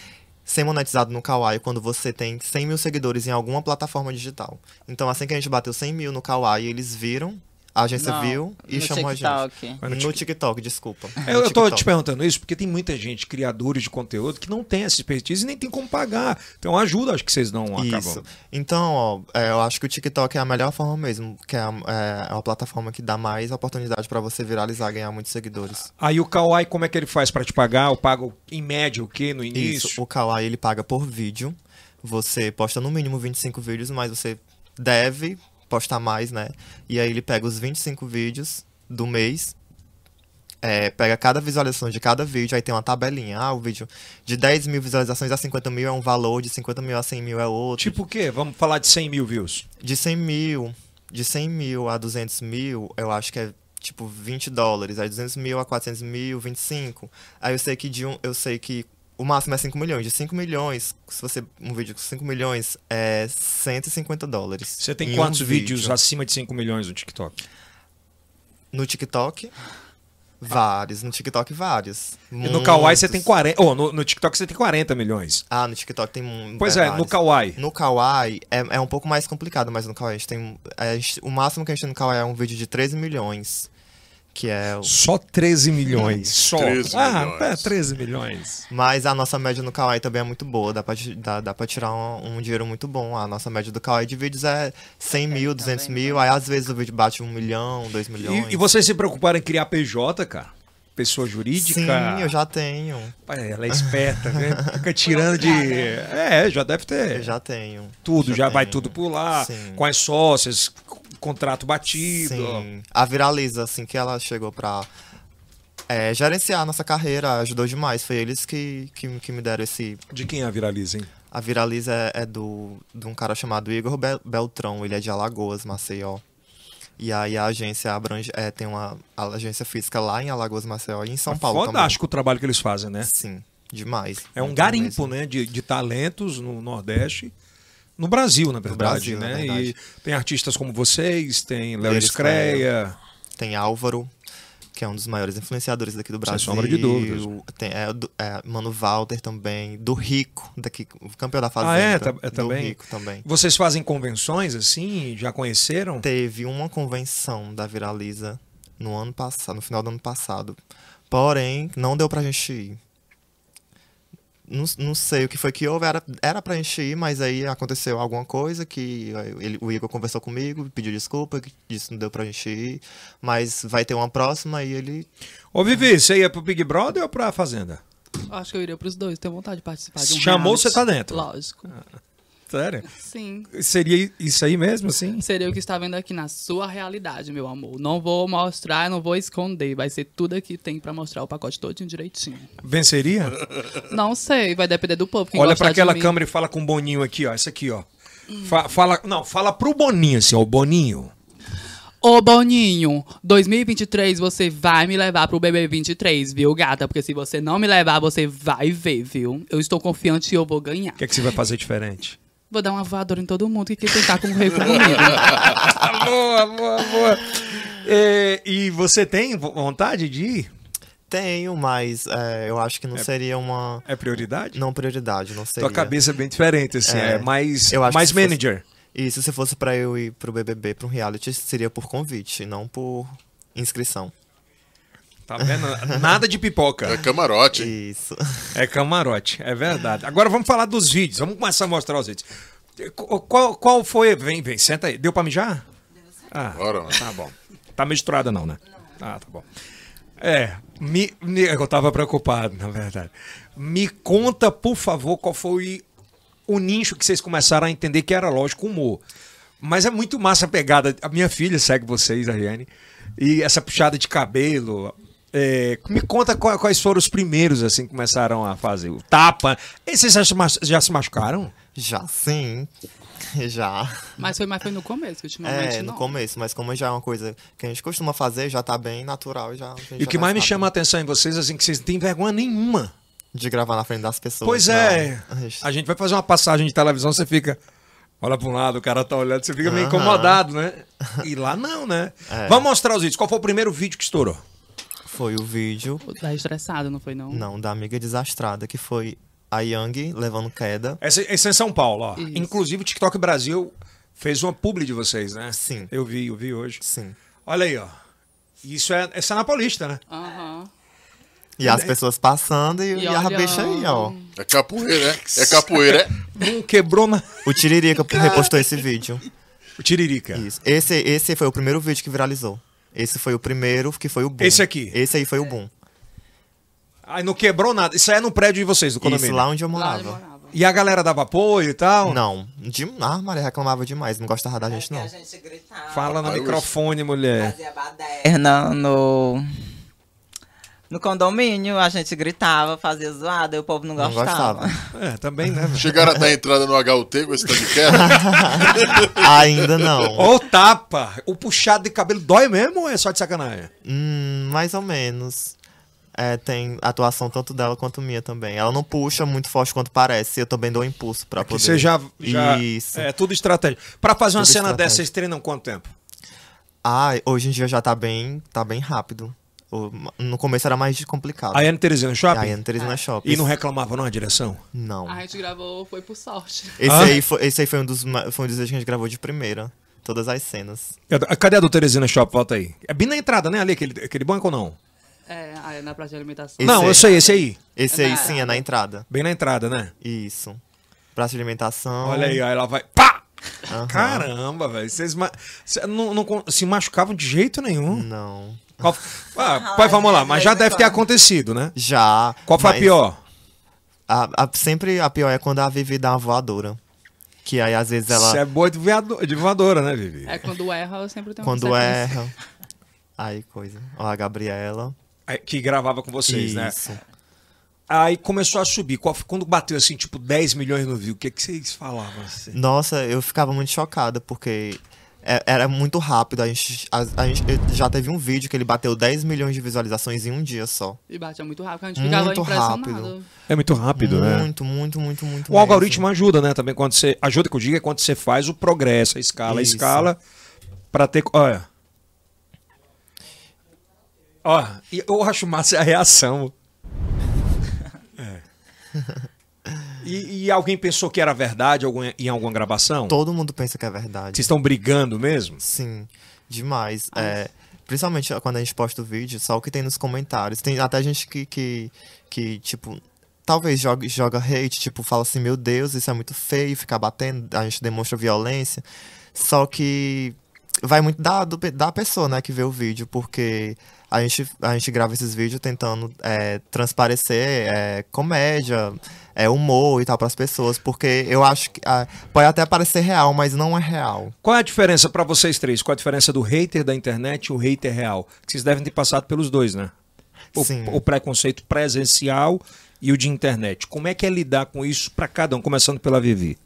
[SPEAKER 6] ser monetizado no Kawaii quando você tem 100 mil seguidores em alguma plataforma digital. Então, assim que a gente bateu 100 mil no Kawaii, eles viram, a agência
[SPEAKER 5] Não,
[SPEAKER 6] viu e
[SPEAKER 5] no
[SPEAKER 6] chamou a gente.
[SPEAKER 5] TikTok.
[SPEAKER 1] Mas no É,
[SPEAKER 6] No TikTok, desculpa.
[SPEAKER 1] Eu,
[SPEAKER 6] No
[SPEAKER 1] eu tô
[SPEAKER 6] TikTok.
[SPEAKER 1] te perguntando isso porque tem muita gente, criadores de conteúdo, que não tem essa expertise e nem tem como pagar. Então ajuda, acho que vocês um não
[SPEAKER 6] Isso.
[SPEAKER 1] acabam.
[SPEAKER 6] Então, ó, é, eu acho que o TikTok é a melhor forma mesmo, que é a, é a plataforma que dá mais oportunidade pra você viralizar, ganhar muitos seguidores.
[SPEAKER 1] Aí o Kawaii, como é que ele faz pra te pagar? Eu pago em média o quê no
[SPEAKER 6] Isso.
[SPEAKER 1] início?
[SPEAKER 6] O Kawaii ele paga por vídeo. Você posta no mínimo 25 vídeos, mas você deve postar mais, né? E aí ele pega os 25 vídeos do mês. é, pega cada visualização de cada vídeo, aí tem uma tabelinha. Ah, o vídeo de 10 mil visualizações a 50 mil é um valor, de 50 mil a 100 mil é outro.
[SPEAKER 1] Tipo o quê? Vamos falar de 100 mil views.
[SPEAKER 6] De 100 mil, de 100 mil a 200 mil, eu acho que é tipo 20 dólares. Aí 200 mil a 400 mil, 25. Aí eu sei que de um, eu sei que o máximo é 5 milhões. De 5 milhões, se você um vídeo com 5 milhões é 150 dólares.
[SPEAKER 1] Você tem
[SPEAKER 6] Em um
[SPEAKER 1] quantos
[SPEAKER 6] vídeo.
[SPEAKER 1] vídeos acima de 5 milhões no TikTok?
[SPEAKER 6] no TikTok? Vários, no TikTok vários.
[SPEAKER 1] E no Kawaii você
[SPEAKER 6] Muitos.
[SPEAKER 1] tem 40. Oh, no, no TikTok você tem 40 milhões.
[SPEAKER 6] Ah, no TikTok tem um.
[SPEAKER 1] Pois é, no
[SPEAKER 6] vários.
[SPEAKER 1] Kawaii.
[SPEAKER 6] No Kawaii é, é um pouco mais complicado, mas no Kawaii a gente tem. a gente- o máximo que a gente tem no Kawaii é um vídeo de 13 milhões. Que é. o-
[SPEAKER 1] Só 13 milhões. Só.
[SPEAKER 2] 13
[SPEAKER 1] ah,
[SPEAKER 2] milhões.
[SPEAKER 1] tá, 13 milhões.
[SPEAKER 6] Mas a nossa média no Kawaii também é muito boa, dá pra, ti- dá, dá pra tirar um, um dinheiro muito bom. A nossa média do Kawaii de vídeos é 100 mil, 200 mil, aí às vezes o vídeo bate 1 milhão, 2 milhões.
[SPEAKER 1] E, e vocês se preocuparam em criar PJ, cara? Pessoa jurídica?
[SPEAKER 6] Sim, eu já tenho.
[SPEAKER 1] Pai, Ela é esperta, né? Fica tirando de. É, já deve ter.
[SPEAKER 6] Eu né? já tenho.
[SPEAKER 1] tudo, já, vai
[SPEAKER 6] tenho.
[SPEAKER 1] tudo por lá.
[SPEAKER 6] Sim.
[SPEAKER 1] Com as sócias, c- contrato batido.
[SPEAKER 6] Sim. A Viraliza, assim, que ela chegou pra é, gerenciar a nossa carreira, ajudou demais. Foi eles que, que, que me deram esse.
[SPEAKER 1] De quem a viraliza, hein?
[SPEAKER 6] A Viraliza é, é do, de um cara chamado Igor Bel- Beltrão, ele é de Alagoas, Maceió. E aí a agência abrange, é, tem uma a agência física lá em Alagoas, Maceió e em São Paulo
[SPEAKER 1] É Fantástico o trabalho que eles fazem, né?
[SPEAKER 6] também. Sim, demais.
[SPEAKER 1] É um
[SPEAKER 6] Muito
[SPEAKER 1] garimpo,
[SPEAKER 6] mesmo.
[SPEAKER 1] né, de, de talentos no Nordeste. No Brasil, na verdade,
[SPEAKER 6] Brasil,
[SPEAKER 1] né?
[SPEAKER 6] na verdade.
[SPEAKER 1] E tem artistas como vocês, tem Léo
[SPEAKER 6] Léo
[SPEAKER 1] Escreia.
[SPEAKER 6] Tem Álvaro, que é um dos maiores influenciadores daqui do Brasil.
[SPEAKER 1] sombra de dúvidas.
[SPEAKER 6] Tem é, do- é, Mano Walter também, do Rico, daqui, o campeão da Fazenda.
[SPEAKER 1] Ah, é? Tá- é
[SPEAKER 6] do
[SPEAKER 1] também?
[SPEAKER 6] Rico também.
[SPEAKER 1] Vocês fazem convenções assim? Já conheceram?
[SPEAKER 6] Teve uma convenção da Viraliza no ano passado, no final do ano passado. Porém, não deu pra gente ir. Não, não sei o que foi que houve, era, era pra gente ir, mas aí aconteceu alguma coisa que eh, ele, o Igor conversou comigo, pediu desculpa, que disse que não deu pra gente ir, mas vai ter uma próxima e ele
[SPEAKER 1] Ô, Vivi, você ia pro Big Brother ou pra Fazenda?
[SPEAKER 4] Acho que eu iria pros dois. Tenho vontade de participar de um
[SPEAKER 1] Chamou,
[SPEAKER 4] reality.
[SPEAKER 1] você tá dentro.
[SPEAKER 4] Lógico.
[SPEAKER 1] Sério?
[SPEAKER 4] Sim.
[SPEAKER 1] Seria isso aí mesmo, assim?
[SPEAKER 4] Seria o que está vendo aqui na sua realidade, meu amor. Não vou mostrar, não vou esconder. Vai ser tudo aqui tem pra mostrar o pacote todinho direitinho.
[SPEAKER 1] Venceria?
[SPEAKER 4] Não sei, vai depender do povo. Quem
[SPEAKER 1] Olha
[SPEAKER 4] gostar
[SPEAKER 1] pra
[SPEAKER 4] de
[SPEAKER 1] aquela
[SPEAKER 4] mim-
[SPEAKER 1] câmera e fala com o Boninho aqui, ó. Essa aqui, ó. Fa- fala, não, fala pro Boninho, assim, ó. O Boninho.
[SPEAKER 4] Ô Boninho, 2023 você vai me levar pro BB 23, viu, gata? Porque se você não me levar, você vai ver, viu? Eu estou confiante e eu vou ganhar.
[SPEAKER 1] O que é que você vai fazer diferente?
[SPEAKER 4] Vou dar uma voadora em todo mundo que quer tentar concorrer comigo.
[SPEAKER 1] boa, boa, boa. É, e você tem vo- vontade de ir?
[SPEAKER 6] Tenho, mas é, eu acho que não seria uma.
[SPEAKER 1] É prioridade?
[SPEAKER 6] Não prioridade, não seria.
[SPEAKER 1] Tua cabeça é bem diferente, assim. É,
[SPEAKER 6] É.
[SPEAKER 1] mais,
[SPEAKER 6] Eu acho
[SPEAKER 1] mais
[SPEAKER 6] que se fosse-
[SPEAKER 1] manager.
[SPEAKER 6] Isso, se fosse pra eu ir pro BBB, pra um reality, seria por convite, não por inscrição.
[SPEAKER 1] Tá vendo? Nada de
[SPEAKER 2] É
[SPEAKER 1] pipoca.
[SPEAKER 2] camarote. hein?
[SPEAKER 6] Isso.
[SPEAKER 1] É camarote, é verdade. Agora vamos falar dos vídeos. Vamos começar a mostrar os vídeos. Qu- Qual, qual foi. Vem, vem, senta aí. Deu pra mijar? Ah,
[SPEAKER 2] Bora, mano.
[SPEAKER 1] Tá bom. Tá misturada não, né? Ah, tá bom. É, me, me- eu tava preocupado, na verdade. Me conta, por favor, qual foi o nicho que vocês começaram a entender que era, lógico, humor. Mas é muito massa a pegada. A minha filha segue vocês, a Riane. E essa puxada de cabelo. é, me conta qua- quais foram os primeiros, assim, que começaram a fazer. O tapa. E vocês já se mas- já se machucaram?
[SPEAKER 6] Já sim. Já.
[SPEAKER 4] Mas foi mais foi no começo, que ultimamente
[SPEAKER 6] É, no
[SPEAKER 4] não. né?
[SPEAKER 6] começo, mas como já é uma coisa que a gente costuma fazer, já tá bem natural. Já, a gente
[SPEAKER 1] E o
[SPEAKER 6] já
[SPEAKER 1] que
[SPEAKER 6] tá
[SPEAKER 1] mais me
[SPEAKER 6] sabe.
[SPEAKER 1] chama a atenção em vocês, assim, que vocês não têm vergonha nenhuma.
[SPEAKER 6] De gravar na frente das pessoas.
[SPEAKER 1] Pois é.
[SPEAKER 6] não.
[SPEAKER 1] A gente vai fazer uma passagem de televisão, você fica. Olha pra um lado, o cara tá olhando, você fica meio
[SPEAKER 6] Aham.
[SPEAKER 1] incomodado, né? E lá não, né?
[SPEAKER 6] É.
[SPEAKER 1] Vamos mostrar os vídeos. Qual foi o primeiro vídeo que estourou?
[SPEAKER 6] Foi o vídeo,
[SPEAKER 4] Tá estressado, não foi não?
[SPEAKER 6] não, da amiga desastrada, que foi a Yang levando queda.
[SPEAKER 1] Esse, esse é em São Paulo, ó.
[SPEAKER 4] Isso.
[SPEAKER 1] Inclusive, o TikTok Brasil fez uma publi de vocês, né?
[SPEAKER 6] Sim.
[SPEAKER 1] Eu vi, eu vi hoje.
[SPEAKER 6] Sim.
[SPEAKER 1] Olha aí, ó. Isso é, essa é na Paulista, né?
[SPEAKER 4] Aham.
[SPEAKER 6] E as pessoas passando e,
[SPEAKER 4] E
[SPEAKER 6] e a
[SPEAKER 4] olhando.
[SPEAKER 6] bicha aí, ó.
[SPEAKER 2] É capoeira, né? É capoeira, é?
[SPEAKER 1] Não quebrou na.
[SPEAKER 6] O Tiririca repostou esse vídeo.
[SPEAKER 1] O Tiririca.
[SPEAKER 6] Isso. Esse, esse foi o primeiro vídeo que viralizou. Esse foi o primeiro que foi o boom.
[SPEAKER 1] Esse aqui?
[SPEAKER 6] Esse aí foi o boom.
[SPEAKER 1] Aí não quebrou nada. Isso aí é no prédio de vocês, do condomínio.
[SPEAKER 6] Isso, lá onde eu
[SPEAKER 4] Lá onde
[SPEAKER 6] morava.
[SPEAKER 4] morava.
[SPEAKER 1] E a galera dava apoio e tal?
[SPEAKER 6] Não, de... ah, Maria reclamava demais, não gostava da gente,
[SPEAKER 5] Que
[SPEAKER 6] não.
[SPEAKER 5] a gente gritava,
[SPEAKER 1] Fala no
[SPEAKER 2] Aí eu-
[SPEAKER 1] microfone, mulher.
[SPEAKER 5] fazia baderna no... No condomínio, a gente gritava, fazia zoada, e o povo não
[SPEAKER 6] Não
[SPEAKER 5] gostava.
[SPEAKER 6] gostava.
[SPEAKER 1] É, também, né? velho?
[SPEAKER 2] Chegaram até a entrada no HUT com esse né? tanto de queda.
[SPEAKER 6] Ainda não.
[SPEAKER 1] Ó, o tapa. O puxado de cabelo dói mesmo ou é só de sacanagem?
[SPEAKER 6] Hum, mais ou menos. É, tem atuação tanto dela quanto minha também. Ela não puxa muito forte quanto parece. Eu também dou um impulso pra
[SPEAKER 1] É Que
[SPEAKER 6] poder.
[SPEAKER 1] você já, já.
[SPEAKER 6] Isso.
[SPEAKER 1] É tudo estratégia. Pra fazer uma
[SPEAKER 6] Tudo
[SPEAKER 1] cena
[SPEAKER 6] estratégia.
[SPEAKER 1] dessa, vocês treinam quanto tempo?
[SPEAKER 6] Ah, hoje em dia já tá bem, tá bem rápido. O- No começo era mais complicado.
[SPEAKER 1] A Ana Teresina Shopping?
[SPEAKER 6] Aí entra na shopping.
[SPEAKER 1] é E não reclamava, não, a direção?
[SPEAKER 6] Não.
[SPEAKER 4] Ah, A gente gravou, foi por sorte.
[SPEAKER 6] Esse,
[SPEAKER 1] Ah.
[SPEAKER 6] aí foi, esse aí foi um dos ma- foi um dos vídeos que a gente gravou de primeira. Todas as cenas.
[SPEAKER 1] Cadê- Cadê a do Teresina Shopping? Volta aí. É bem na entrada, né? Ali, aquele, aquele banco ou não?
[SPEAKER 4] É, aí na praça de alimentação.
[SPEAKER 6] Esse
[SPEAKER 1] não, eu
[SPEAKER 6] aí.
[SPEAKER 1] sei, esse aí.
[SPEAKER 6] Esse aí sim é na entrada.
[SPEAKER 1] Bem na entrada, né?
[SPEAKER 6] Isso. Praça de alimentação.
[SPEAKER 1] Olha aí, ó, ela vai. Pá!
[SPEAKER 6] Aham.
[SPEAKER 1] Caramba, velho. Vocês ma- cê não, não con- se machucavam de jeito
[SPEAKER 6] Hum.
[SPEAKER 1] nenhum.
[SPEAKER 6] Não.
[SPEAKER 1] Qual- Ah, pai, vamos lá, mas já deve ter acontecido, né?
[SPEAKER 6] Já.
[SPEAKER 1] Qual foi a
[SPEAKER 6] é mas-
[SPEAKER 1] pior?
[SPEAKER 6] A- a- sempre a pior é quando a Vivi dá uma voadora. Que aí às vezes ela.
[SPEAKER 1] Você é boa de voado- de voadora, né, Vivi?
[SPEAKER 4] É, quando erra, eu sempre tenho
[SPEAKER 6] quando é
[SPEAKER 4] consequência.
[SPEAKER 6] erra. Aí coisa. Ó, a Gabriela.
[SPEAKER 1] Aí, é, que gravava com vocês, né?
[SPEAKER 6] Isso.
[SPEAKER 1] Aí começou a subir. Qual- Quando bateu assim, tipo, 10 milhões no view, o que, que vocês falavam assim?
[SPEAKER 6] Nossa, eu ficava muito chocada, porque é- era muito rápido. A gente, a, a gente eu- já teve um vídeo que ele bateu 10 milhões de visualizações em um dia só.
[SPEAKER 4] E batia muito rápido, a gente ficava
[SPEAKER 6] Muito
[SPEAKER 4] impressionado.
[SPEAKER 6] rápido.
[SPEAKER 1] É muito rápido,
[SPEAKER 6] muito, muito, muito, muito.
[SPEAKER 1] O algoritmo ajuda, né? Também quando você. Ajuda que eu digo é quando você faz o progresso, a escala,
[SPEAKER 6] Isso.
[SPEAKER 1] a escala, pra ter. Olha. Ó, e eu acho massa a reação. É. E, e alguém pensou que era verdade algum- em alguma gravação?
[SPEAKER 6] Todo mundo pensa que é verdade.
[SPEAKER 1] Vocês estão brigando mesmo?
[SPEAKER 6] Sim, demais. É, principalmente quando a gente posta o vídeo, só o que tem nos comentários. Tem até gente que, que, que tipo, talvez joga, joga hate, tipo, fala assim, meu Deus, isso é muito feio, ficar batendo, a gente demonstra violência. Só que vai muito da, do pe- da pessoa, né, que vê o vídeo, porque a gente, a gente grava esses vídeos tentando é, transparecer é, comédia, é, humor e tal pras pessoas, porque eu acho que ah, pode até parecer real, mas não é real.
[SPEAKER 1] Qual é a diferença pra vocês três? Qual a diferença do hater da internet e o hater real? Que vocês devem ter passado pelos dois, né? O,
[SPEAKER 6] Sim.
[SPEAKER 1] o preconceito presencial e o de internet. Como é que é lidar com isso pra cada um, começando pela Vivi?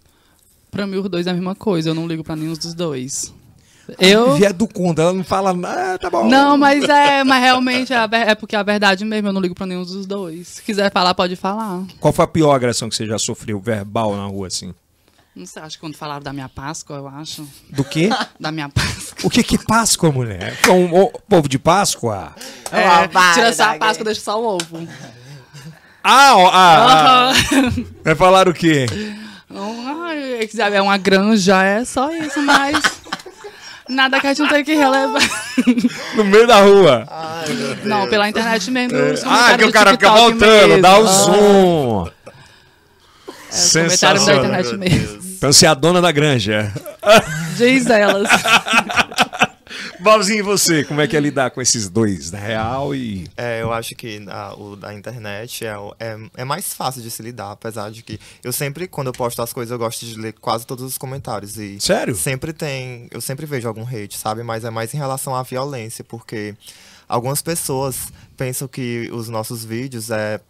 [SPEAKER 4] Pra mim, os dois é a mesma coisa. Eu não ligo pra nenhum dos dois.
[SPEAKER 6] Ah,
[SPEAKER 4] Eu.
[SPEAKER 1] Vivi é do Cunda, ela não fala nada, tá bom.
[SPEAKER 4] Não, mas é, mas realmente é, a ver- é porque é a verdade mesmo, eu não ligo pra nenhum dos dois. Se quiser falar, pode falar.
[SPEAKER 1] Qual foi a pior agressão que você já sofreu verbal na rua, assim?
[SPEAKER 4] Não sei, acho que quando falaram da minha Páscoa, eu acho.
[SPEAKER 1] Do quê?
[SPEAKER 4] Da minha Páscoa.
[SPEAKER 1] O que que Páscoa, mulher? Com o povo de Páscoa?
[SPEAKER 5] É uma
[SPEAKER 4] tira só a
[SPEAKER 5] barbaridade.
[SPEAKER 4] Páscoa, deixa só o ovo.
[SPEAKER 1] Ah, ó, ah, ah. Vai falar o quê?
[SPEAKER 4] Não, ai, é que sabe, é uma granja, é só isso, mas. Nada que a gente não tem que relevar.
[SPEAKER 1] No meio da rua.
[SPEAKER 4] Não, pela internet mesmo. os
[SPEAKER 1] Ah,
[SPEAKER 4] comentários
[SPEAKER 1] que o
[SPEAKER 4] do
[SPEAKER 1] cara fica
[SPEAKER 4] TikTok
[SPEAKER 1] voltando,
[SPEAKER 4] mesmo. Ah,
[SPEAKER 1] dá o zoom.
[SPEAKER 4] É, os comentários da internet mesmo.
[SPEAKER 1] Então você é a dona da granja.
[SPEAKER 4] Diz elas.
[SPEAKER 1] Bobzinho, e você? Como é que é lidar com esses dois, na real e...
[SPEAKER 6] É, eu acho que a- o da internet é, o- é, é mais fácil de se lidar, apesar de que eu sempre, quando eu posto as coisas, eu gosto de ler quase todos os comentários. E
[SPEAKER 1] Sério?
[SPEAKER 6] Sempre tem. Eu sempre vejo algum hate, sabe? Mas é mais em relação à violência, porque algumas pessoas pensam que os nossos vídeos é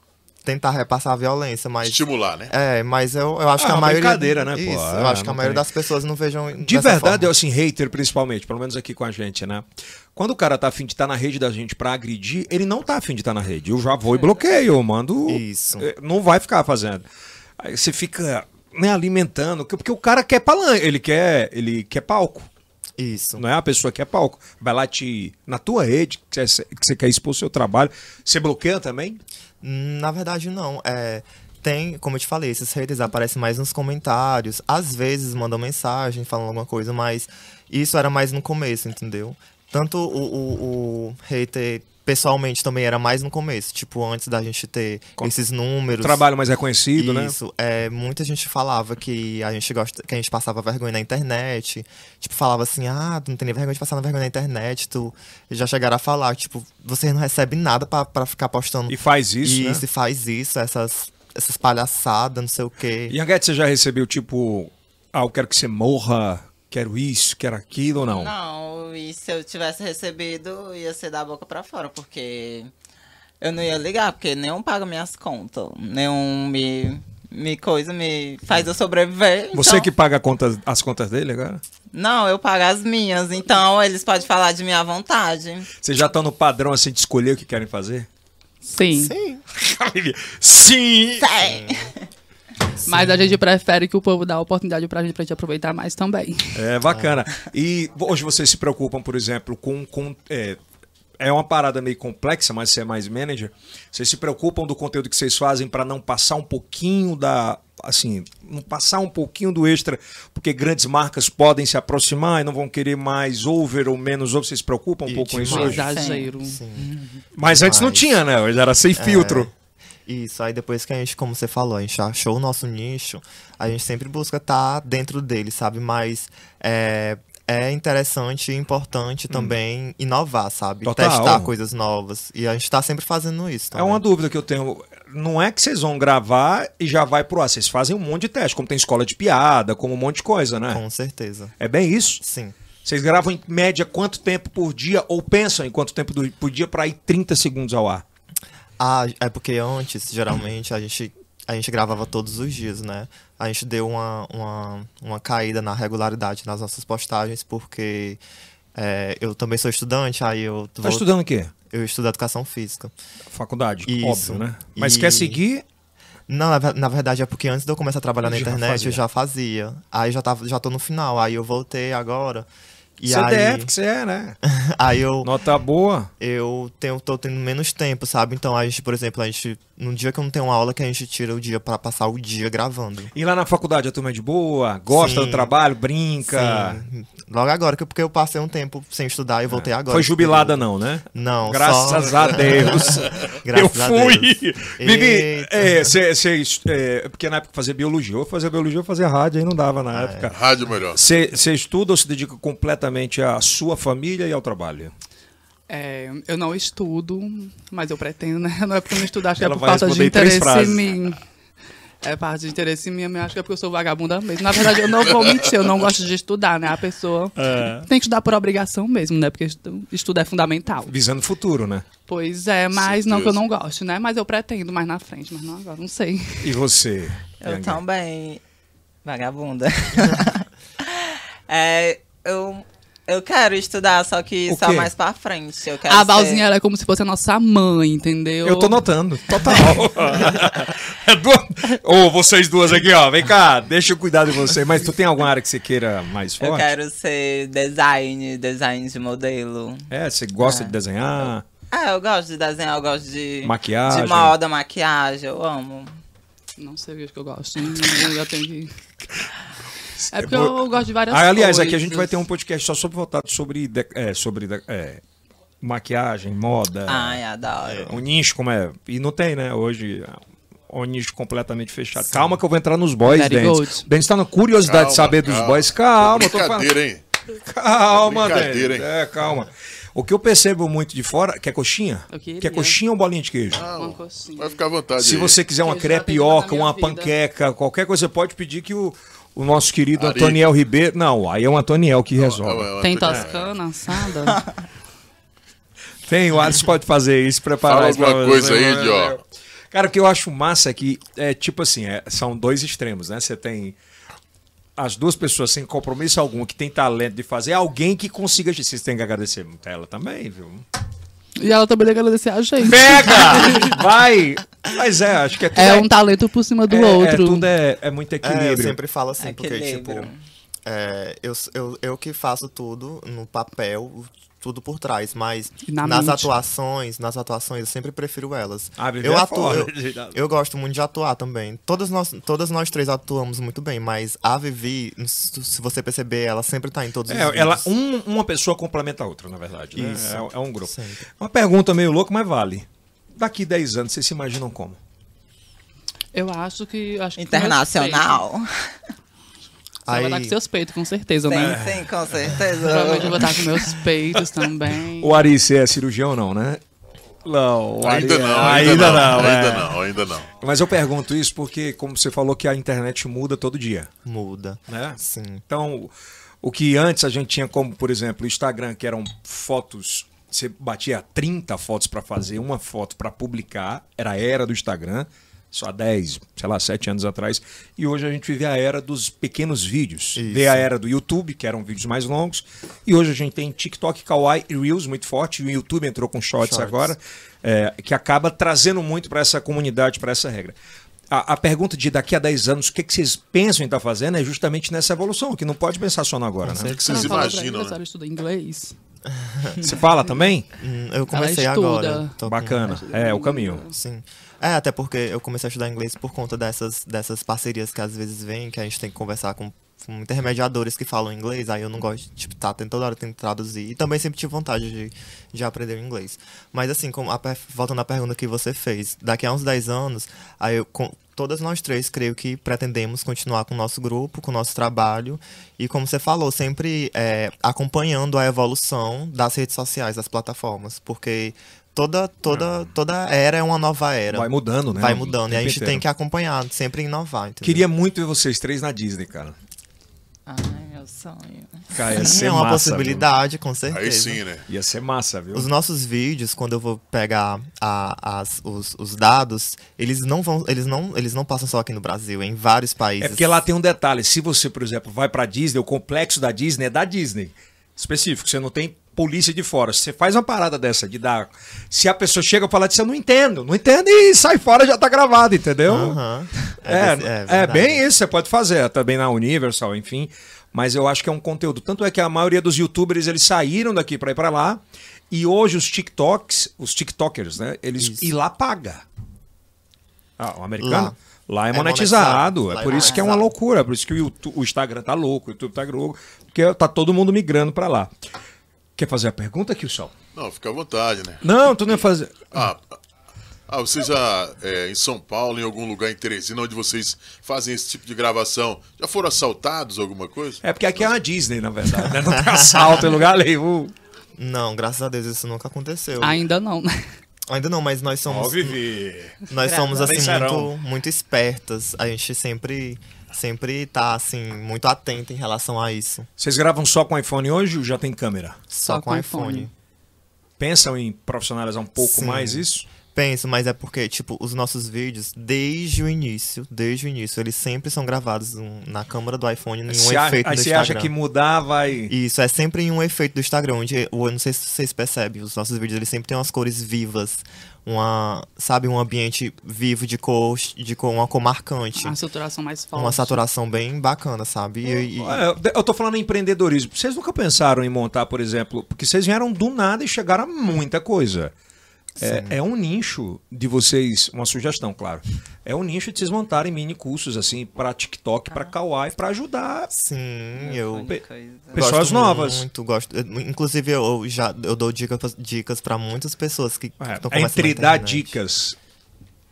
[SPEAKER 6] tentar repassar a violência, mas.
[SPEAKER 2] Estimular, né?
[SPEAKER 6] É, mas eu, eu
[SPEAKER 1] Tipo- Ah,
[SPEAKER 6] acho que a
[SPEAKER 1] uma
[SPEAKER 6] maioria.
[SPEAKER 1] brincadeira, né, pô?
[SPEAKER 6] Isso, eu
[SPEAKER 1] Ah,
[SPEAKER 6] acho que a
[SPEAKER 1] não
[SPEAKER 6] maioria
[SPEAKER 1] tem.
[SPEAKER 6] das pessoas não vejam.
[SPEAKER 1] De verdade, eu assim, hater principalmente, pelo menos aqui com a gente, né? Quando o cara tá afim de estar na rede da gente pra agredir, ele não tá afim de estar na rede. Eu já vou e bloqueio, eu mando.
[SPEAKER 6] Isso.
[SPEAKER 1] Eh, Não vai ficar fazendo. Aí você fica né, alimentando, porque o cara quer palanque, ele quer, ele quer palco.
[SPEAKER 6] Isso.
[SPEAKER 1] Não é a pessoa que é palco. Vai lá te. Na tua rede, que você que você quer expor o seu trabalho. Você bloqueia também?
[SPEAKER 6] Na verdade, não. É, tem, como eu te falei, esses haters aparecem mais nos comentários. Às vezes mandam mensagem, falam alguma coisa, mas isso era mais no começo, entendeu? Tanto o, o, o hater pessoalmente também era mais no começo. Tipo, antes da gente ter esses números.
[SPEAKER 1] Trabalho mais reconhecido, né?
[SPEAKER 6] Isso, é, muita gente falava que a gente gosta, que a gente passava vergonha na internet. Tipo, falava assim, ah, tu não tem nem vergonha de passar vergonha na internet, tu já chegaram a falar, tipo, vocês não recebem nada pra, pra ficar postando.
[SPEAKER 1] E faz isso,
[SPEAKER 6] E
[SPEAKER 1] né?
[SPEAKER 6] se faz isso, essas, essas palhaçadas, não sei o quê.
[SPEAKER 1] E Anguete, você já recebeu tipo. Ah, eu quero que você morra, quero isso, quero aquilo ou não?
[SPEAKER 5] Não, e se eu tivesse recebido, ia ser da boca pra fora, porque eu não ia ligar, porque nenhum paga minhas contas, nenhum me, me coisa, me faz eu sobreviver.
[SPEAKER 1] Você
[SPEAKER 5] então-
[SPEAKER 1] que paga a conta- as contas dele agora?
[SPEAKER 5] Não, eu pago as minhas, então eles podem falar de mim à vontade.
[SPEAKER 1] Vocês já estão no padrão assim de escolher o que querem fazer?
[SPEAKER 4] Sim.
[SPEAKER 1] Sim!
[SPEAKER 5] Sei.
[SPEAKER 4] Mas a gente prefere que o povo dá a oportunidade pra gente, pra gente aproveitar mais também.
[SPEAKER 1] É bacana. E hoje vocês se preocupam, por exemplo, com. com- é, é uma parada meio complexa, mas você é mais manager. Vocês se preocupam do conteúdo que vocês fazem para não passar um pouquinho da. Assim, não passar um pouquinho do extra, porque grandes marcas podem se aproximar e não vão querer mais over ou menos over. Vocês se preocupam um
[SPEAKER 6] E
[SPEAKER 1] pouco com isso
[SPEAKER 6] demais.
[SPEAKER 1] hoje?
[SPEAKER 4] Exagero.
[SPEAKER 1] Mas antes não
[SPEAKER 6] Mas-
[SPEAKER 1] tinha, né? Hoje Era
[SPEAKER 6] É,
[SPEAKER 1] sem Uhum. filtro.
[SPEAKER 6] Isso, aí depois que a gente, como você falou, a gente achou o nosso nicho, a gente sempre busca estar dentro dele, sabe? Mas é, é interessante e importante também inovar, sabe?
[SPEAKER 1] Hum. Total.
[SPEAKER 6] Testar coisas novas. E a gente tá sempre fazendo isso
[SPEAKER 1] É
[SPEAKER 6] também.
[SPEAKER 1] uma dúvida que eu tenho. Não é que vocês vão gravar e já vai pro ar. Vocês fazem um monte de teste, como tem escola de piada, como um monte de coisa, né?
[SPEAKER 6] Com certeza.
[SPEAKER 1] É bem isso.
[SPEAKER 6] Sim.
[SPEAKER 1] Vocês gravam em média quanto tempo por dia ou pensam em quanto tempo do- por dia para ir 30 segundos ao ar? Tá
[SPEAKER 6] Ah, é porque antes, geralmente, a gente, a gente gravava todos os dias, né? A gente deu uma, uma, uma caída na regularidade nas nossas postagens, porque é, eu também sou estudante, aí eu,
[SPEAKER 1] Tá
[SPEAKER 6] vou-
[SPEAKER 1] estudando o quê?
[SPEAKER 6] eu estudo educação física.
[SPEAKER 1] Faculdade,
[SPEAKER 6] Isso.
[SPEAKER 1] óbvio, né? Mas
[SPEAKER 6] E-
[SPEAKER 1] quer seguir?
[SPEAKER 6] Não, na, ver- na verdade é porque antes de eu começar a trabalhar na
[SPEAKER 1] Já
[SPEAKER 6] internet,
[SPEAKER 1] fazia.
[SPEAKER 6] eu já fazia. Aí já, tava, já tô no final, aí eu voltei agora. E
[SPEAKER 1] CDF,
[SPEAKER 6] aí,
[SPEAKER 1] que você é, né?
[SPEAKER 6] aí eu,
[SPEAKER 1] Nota boa.
[SPEAKER 6] eu tenho, tô tendo menos tempo, sabe? Então a gente, por exemplo, a gente. Num dia que eu não tenho aula, que a gente tira o dia pra passar o dia gravando.
[SPEAKER 1] E lá na faculdade a turma é de boa, gosta
[SPEAKER 6] Sim.
[SPEAKER 1] do trabalho, brinca.
[SPEAKER 6] Sim. Logo agora, que- porque eu passei um tempo sem estudar e voltei agora.
[SPEAKER 1] É. Foi jubilada, não, né? Graças
[SPEAKER 6] Não, só-
[SPEAKER 1] a Deus.
[SPEAKER 6] Graças
[SPEAKER 1] eu
[SPEAKER 6] a
[SPEAKER 1] fui.
[SPEAKER 6] Deus.
[SPEAKER 1] Bibi,
[SPEAKER 6] Eita.
[SPEAKER 1] é, cê- cê est- é, porque na época eu fazia biologia, eu fazia biologia, eu fazia rádio, aí não dava na época.
[SPEAKER 2] Rádio melhor.
[SPEAKER 1] Você estuda ou se dedica completamente à sua família e ao trabalho?
[SPEAKER 4] É, eu não estudo, mas eu pretendo, né? Não é porque eu não estudo, acho que é
[SPEAKER 1] Ela
[SPEAKER 4] por
[SPEAKER 1] vai
[SPEAKER 4] falta de
[SPEAKER 1] responder em três
[SPEAKER 4] interesse
[SPEAKER 1] frases.
[SPEAKER 4] em mim. É parte de interesse em mim, eu acho que é porque eu sou vagabunda mesmo. Na verdade, eu não vou mentir, eu não gosto de estudar, né? A pessoa
[SPEAKER 1] É.
[SPEAKER 4] tem que estudar por obrigação mesmo, né? Porque estu- estudar é fundamental.
[SPEAKER 1] Visando o futuro, né?
[SPEAKER 4] Pois é, mas não que eu
[SPEAKER 2] Certeza.
[SPEAKER 4] não goste, né? Mas eu pretendo mais na frente, mas não agora, não sei.
[SPEAKER 1] E você?
[SPEAKER 5] Eu
[SPEAKER 1] Yang?
[SPEAKER 5] também. Vagabunda. É, eu, eu quero estudar, só que
[SPEAKER 1] O
[SPEAKER 5] só
[SPEAKER 1] quê?
[SPEAKER 5] mais pra frente. Eu quero
[SPEAKER 4] A
[SPEAKER 5] ser-
[SPEAKER 4] Valzinha ela é como se fosse a nossa mãe, entendeu?
[SPEAKER 1] Eu tô notando, total. É duas- Ô, vocês duas aqui, ó, vem cá, deixa eu cuidar de você. Mas tu tem alguma área que você queira mais
[SPEAKER 5] Eu
[SPEAKER 1] forte?
[SPEAKER 5] quero ser design, design de modelo.
[SPEAKER 1] É, você gosta de desenhar?
[SPEAKER 5] Ah, eu gosto de desenhar, eu gosto de.
[SPEAKER 1] Maquiagem.
[SPEAKER 5] De moda, maquiagem, eu amo.
[SPEAKER 4] Não sei o que eu gosto. não- não- Eu tenho que... É porque eu gosto de várias
[SPEAKER 1] Ah,
[SPEAKER 4] coisas.
[SPEAKER 1] aliás, aqui a gente vai ter um podcast só sobre voltado sobre, de- é, sobre de- é, maquiagem, moda.
[SPEAKER 5] Ai, adoro.
[SPEAKER 1] O nicho, como é? E não tem, né? Hoje, é um nicho completamente fechado. Calma que eu vou entrar nos boys,
[SPEAKER 4] Let it go.
[SPEAKER 1] Dentes. Dentes tá na curiosidade de saber dos boys. Calma, eu tô falando.
[SPEAKER 2] Brincadeira, hein?
[SPEAKER 1] Calma,
[SPEAKER 2] Brincadeira,
[SPEAKER 1] Dentes.
[SPEAKER 2] hein?
[SPEAKER 1] É, calma. O que eu percebo muito de fora, quer coxinha?
[SPEAKER 4] Eu queria.
[SPEAKER 1] Quer coxinha ou bolinha de queijo?
[SPEAKER 4] Uma
[SPEAKER 2] Não,
[SPEAKER 4] coxinha.
[SPEAKER 2] vai ficar à vontade.
[SPEAKER 1] Se
[SPEAKER 2] aí.
[SPEAKER 1] você quiser uma
[SPEAKER 4] Queijo já tem toda
[SPEAKER 1] crepioca,
[SPEAKER 4] a minha
[SPEAKER 1] uma
[SPEAKER 4] vida.
[SPEAKER 1] panqueca, qualquer coisa, você pode pedir que o, o nosso querido
[SPEAKER 2] Ari.
[SPEAKER 1] Antoniel Ribeiro... Não, aí é o Antoniel que
[SPEAKER 2] Ah,
[SPEAKER 1] resolve.
[SPEAKER 2] ué, ué,
[SPEAKER 4] Tem
[SPEAKER 2] tô-
[SPEAKER 4] toscana, assada?
[SPEAKER 1] Tem, o Alisson pode fazer isso, preparar
[SPEAKER 2] Fala
[SPEAKER 1] isso pra
[SPEAKER 2] alguma
[SPEAKER 1] você.
[SPEAKER 2] coisa aí, de, ó.
[SPEAKER 1] Cara, o que eu acho massa é que, é, tipo assim, é, são dois extremos, né? Você tem as duas pessoas sem compromisso algum, que tem talento de fazer, alguém que consiga. Vocês têm que agradecer muito a ela também, viu?
[SPEAKER 4] e ela também tem que agradecer a gente.
[SPEAKER 1] Pega! Vai! Mas é, acho que é tudo.
[SPEAKER 4] É um talento por cima do
[SPEAKER 1] é- É,
[SPEAKER 4] outro.
[SPEAKER 1] tudo é, é muito
[SPEAKER 6] É, eu
[SPEAKER 1] equilíbrio.
[SPEAKER 6] sempre falo assim, porque, tipo,
[SPEAKER 5] Equilíbrio.
[SPEAKER 6] é, eu, eu, eu que faço tudo no papel, tudo por trás, mas
[SPEAKER 4] E na
[SPEAKER 6] nas
[SPEAKER 4] mente.
[SPEAKER 6] atuações, nas atuações eu sempre prefiro elas.
[SPEAKER 1] Ah, viver
[SPEAKER 6] eu
[SPEAKER 1] é
[SPEAKER 6] atuo,
[SPEAKER 1] foda.
[SPEAKER 6] eu, eu gosto muito de atuar também. Todas nós, todas nós três atuamos muito bem, mas a Vivi, se se você perceber, ela sempre tá em todos os
[SPEAKER 1] É, ela,
[SPEAKER 6] vídeos.
[SPEAKER 1] um- uma pessoa complementa a outra, na verdade. né?
[SPEAKER 6] Isso.
[SPEAKER 1] É, é um grupo.
[SPEAKER 6] Sempre.
[SPEAKER 1] Uma pergunta meio louca, mas vale. Daqui 10 anos, vocês se imaginam como?
[SPEAKER 4] Eu acho que. Acho que
[SPEAKER 5] Internacional.
[SPEAKER 4] com meus peitos. Você vai estar
[SPEAKER 6] Aí-
[SPEAKER 4] com seus peitos, com certeza,
[SPEAKER 5] Sim,
[SPEAKER 4] né?
[SPEAKER 5] sim, com certeza.
[SPEAKER 4] Provavelmente eu vou estar com meus peitos também.
[SPEAKER 1] O Ari, você é cirurgião ou não, né? Não, o Ari
[SPEAKER 2] Ainda
[SPEAKER 1] é-
[SPEAKER 2] não, ainda, não, ainda não, ainda não.
[SPEAKER 1] Mas eu pergunto isso porque, como você falou, que a internet muda todo dia,
[SPEAKER 6] Muda.
[SPEAKER 1] né?
[SPEAKER 6] Sim.
[SPEAKER 1] Então, o que antes a gente tinha como, por exemplo, o Instagram, que eram fotos, você batia 30 fotos pra fazer, uma foto pra publicar, era a era do Instagram, só há 10, sei lá, 7 anos atrás, e hoje a gente vive a era dos pequenos vídeos.
[SPEAKER 6] Isso.
[SPEAKER 1] Vê a era do YouTube, que eram vídeos mais longos, e hoje a gente tem TikTok, Kawaii e Reels muito forte, e o YouTube entrou com shorts,
[SPEAKER 6] Shorts.
[SPEAKER 1] agora, é, que acaba trazendo muito pra essa comunidade, pra essa regra. A, a pergunta de daqui a 10 anos, o que, que vocês pensam em estar fazendo é justamente nessa evolução, que não pode pensar só no agora, né?
[SPEAKER 2] O que vocês
[SPEAKER 4] Ela falou pra mim
[SPEAKER 2] imaginam,
[SPEAKER 4] que a
[SPEAKER 2] né?
[SPEAKER 4] senhora estuda inglês.
[SPEAKER 1] Você fala também?
[SPEAKER 6] Hum, Eu comecei
[SPEAKER 4] estuda.
[SPEAKER 6] agora. tô com-
[SPEAKER 1] Bacana. É, o caminho.
[SPEAKER 6] Sim. É, até porque eu comecei a estudar inglês por conta dessas, dessas parcerias que às vezes vêm, que a gente tem que conversar com, com intermediadores que falam inglês, aí eu não gosto de tipo, tá, tem- toda hora tem que traduzir. E também sempre tive vontade de, de aprender o inglês. Mas assim, como a per- voltando à pergunta que você fez, daqui a uns 10 anos, aí eu, com- todas nós três creio que pretendemos continuar com o nosso grupo, com o nosso trabalho e como você falou, sempre é, acompanhando a evolução das redes sociais, das plataformas, porque toda toda toda era é uma nova era.
[SPEAKER 1] Hum. Vai mudando, né?
[SPEAKER 6] Vai
[SPEAKER 1] O
[SPEAKER 6] mudando e a
[SPEAKER 1] tempo
[SPEAKER 6] gente tem
[SPEAKER 1] inteiro.
[SPEAKER 6] que acompanhar, sempre inovar, entendeu?
[SPEAKER 1] Queria muito ver vocês três na Disney, cara.
[SPEAKER 5] Ai, meu sonho.
[SPEAKER 1] Cara, ia
[SPEAKER 6] Sim,
[SPEAKER 1] ser
[SPEAKER 6] é uma
[SPEAKER 1] massa,
[SPEAKER 6] possibilidade, com certeza.
[SPEAKER 2] Aí sim, né?
[SPEAKER 1] viu? Ia ser massa, viu?
[SPEAKER 6] Os nossos vídeos, quando eu vou pegar a- as- os, os dados, eles não vão, eles não, eles não passam só aqui no Brasil, é em vários países.
[SPEAKER 1] É porque lá tem um detalhe. Se você, por exemplo, vai pra Disney, o complexo da Disney é da Disney. Específico, você não tem polícia de fora. Se Você faz uma parada dessa de dar. Se a pessoa chega e fala disso, eu não entendo, não entendo e sai fora já tá gravado, entendeu?
[SPEAKER 6] Aham.
[SPEAKER 1] É,
[SPEAKER 6] desse-
[SPEAKER 1] é,
[SPEAKER 6] verdade.
[SPEAKER 1] bem isso, você pode fazer é também na Universal, enfim. Mas eu acho que é um conteúdo. Tanto é que a maioria dos youtubers eles saíram daqui pra ir pra lá. E hoje os TikToks, os TikTokers, né? Eles
[SPEAKER 6] Isso.
[SPEAKER 1] ir lá paga. Ah, o americano? Lá, é
[SPEAKER 6] É
[SPEAKER 1] monetizado.
[SPEAKER 6] monetizado. Lá
[SPEAKER 1] É
[SPEAKER 6] é
[SPEAKER 1] por isso que é uma
[SPEAKER 6] monetizado.
[SPEAKER 1] loucura. Por isso que o, Youtu- o Instagram tá louco, o YouTube tá louco. Porque tá todo mundo migrando pra lá. Quer fazer a pergunta aqui, Sol?
[SPEAKER 2] Não, fica à vontade, né?
[SPEAKER 1] Não, tu não ia fazer.
[SPEAKER 2] Ah, ah, vocês já é, em São Paulo, em algum lugar em Teresina, onde vocês fazem esse tipo de gravação, já foram assaltados alguma coisa?
[SPEAKER 1] É porque aqui é uma Disney, na verdade. Né? Não tem assalto em lugar nenhum.
[SPEAKER 6] Não, graças a Deus isso nunca aconteceu.
[SPEAKER 4] Ainda não, né?
[SPEAKER 6] Ainda não, mas nós somos.
[SPEAKER 1] Vivi.
[SPEAKER 6] Nós
[SPEAKER 5] Graças
[SPEAKER 6] somos,
[SPEAKER 1] a Deus.
[SPEAKER 6] assim,
[SPEAKER 1] Serão.
[SPEAKER 6] muito, muito espertas. A gente sempre, sempre tá, assim, muito atento em relação a isso.
[SPEAKER 1] Vocês gravam só com iPhone hoje ou já tem câmera?
[SPEAKER 6] Só, com, iPhone.
[SPEAKER 1] Pensam em profissionalizar um pouco
[SPEAKER 6] Sim.
[SPEAKER 1] mais isso?
[SPEAKER 6] Penso, mas é porque, tipo, os nossos vídeos, desde o início, desde o início, eles sempre são gravados num- na câmera do iPhone, em um
[SPEAKER 1] Você a-
[SPEAKER 6] efeito
[SPEAKER 1] aí
[SPEAKER 6] do
[SPEAKER 1] você
[SPEAKER 6] Instagram.
[SPEAKER 1] acha que mudar vai.
[SPEAKER 6] Isso, é sempre em um efeito do Instagram, onde, eu não sei se vocês percebem, os nossos vídeos, eles sempre têm umas cores vivas, uma, sabe, um ambiente vivo de cor, de cor uma cor marcante.
[SPEAKER 1] Ah,
[SPEAKER 4] Uma saturação mais forte.
[SPEAKER 6] Uma saturação bem bacana, sabe? E- e-
[SPEAKER 1] É, eu- Eu tô falando em empreendedorismo. Vocês nunca pensaram em montar, por exemplo, porque vocês vieram do nada e chegaram a muita coisa. É, é um nicho de vocês, uma sugestão, claro. É um nicho de vocês montarem mini cursos assim para TikTok, para Kawaii, para ajudar
[SPEAKER 6] sim, eu
[SPEAKER 1] Pe-
[SPEAKER 5] Coisa.
[SPEAKER 1] é pessoas
[SPEAKER 6] gosto
[SPEAKER 1] novas.
[SPEAKER 6] Muito, gosto. eu- Inclusive, eu já eu dou dicas, dicas para muitas pessoas que
[SPEAKER 1] É,
[SPEAKER 6] estão começando
[SPEAKER 1] entre
[SPEAKER 6] na
[SPEAKER 1] dar
[SPEAKER 6] internet.
[SPEAKER 1] dicas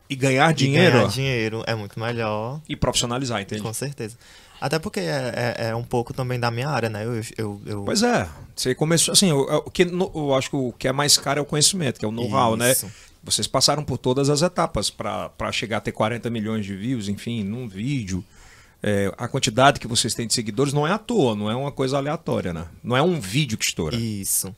[SPEAKER 1] e ganhar
[SPEAKER 6] E
[SPEAKER 1] dinheiro
[SPEAKER 6] ganhar
[SPEAKER 1] ó,
[SPEAKER 6] dinheiro é muito melhor.
[SPEAKER 1] e profissionalizar, entende?
[SPEAKER 6] Com certeza. Até porque é, é- é um pouco também da minha área, né? Eu, eu, eu-
[SPEAKER 1] Pois é, você começou assim, o, o que no- eu acho que o que é mais caro é o conhecimento, que é o know-how, né?
[SPEAKER 6] Isso.
[SPEAKER 1] Vocês passaram por todas as etapas para chegar a ter 40 milhões de views, enfim, num vídeo. É, a quantidade que vocês têm de seguidores não é à toa, não é uma coisa aleatória, né? Não é um vídeo que estoura.
[SPEAKER 6] Isso,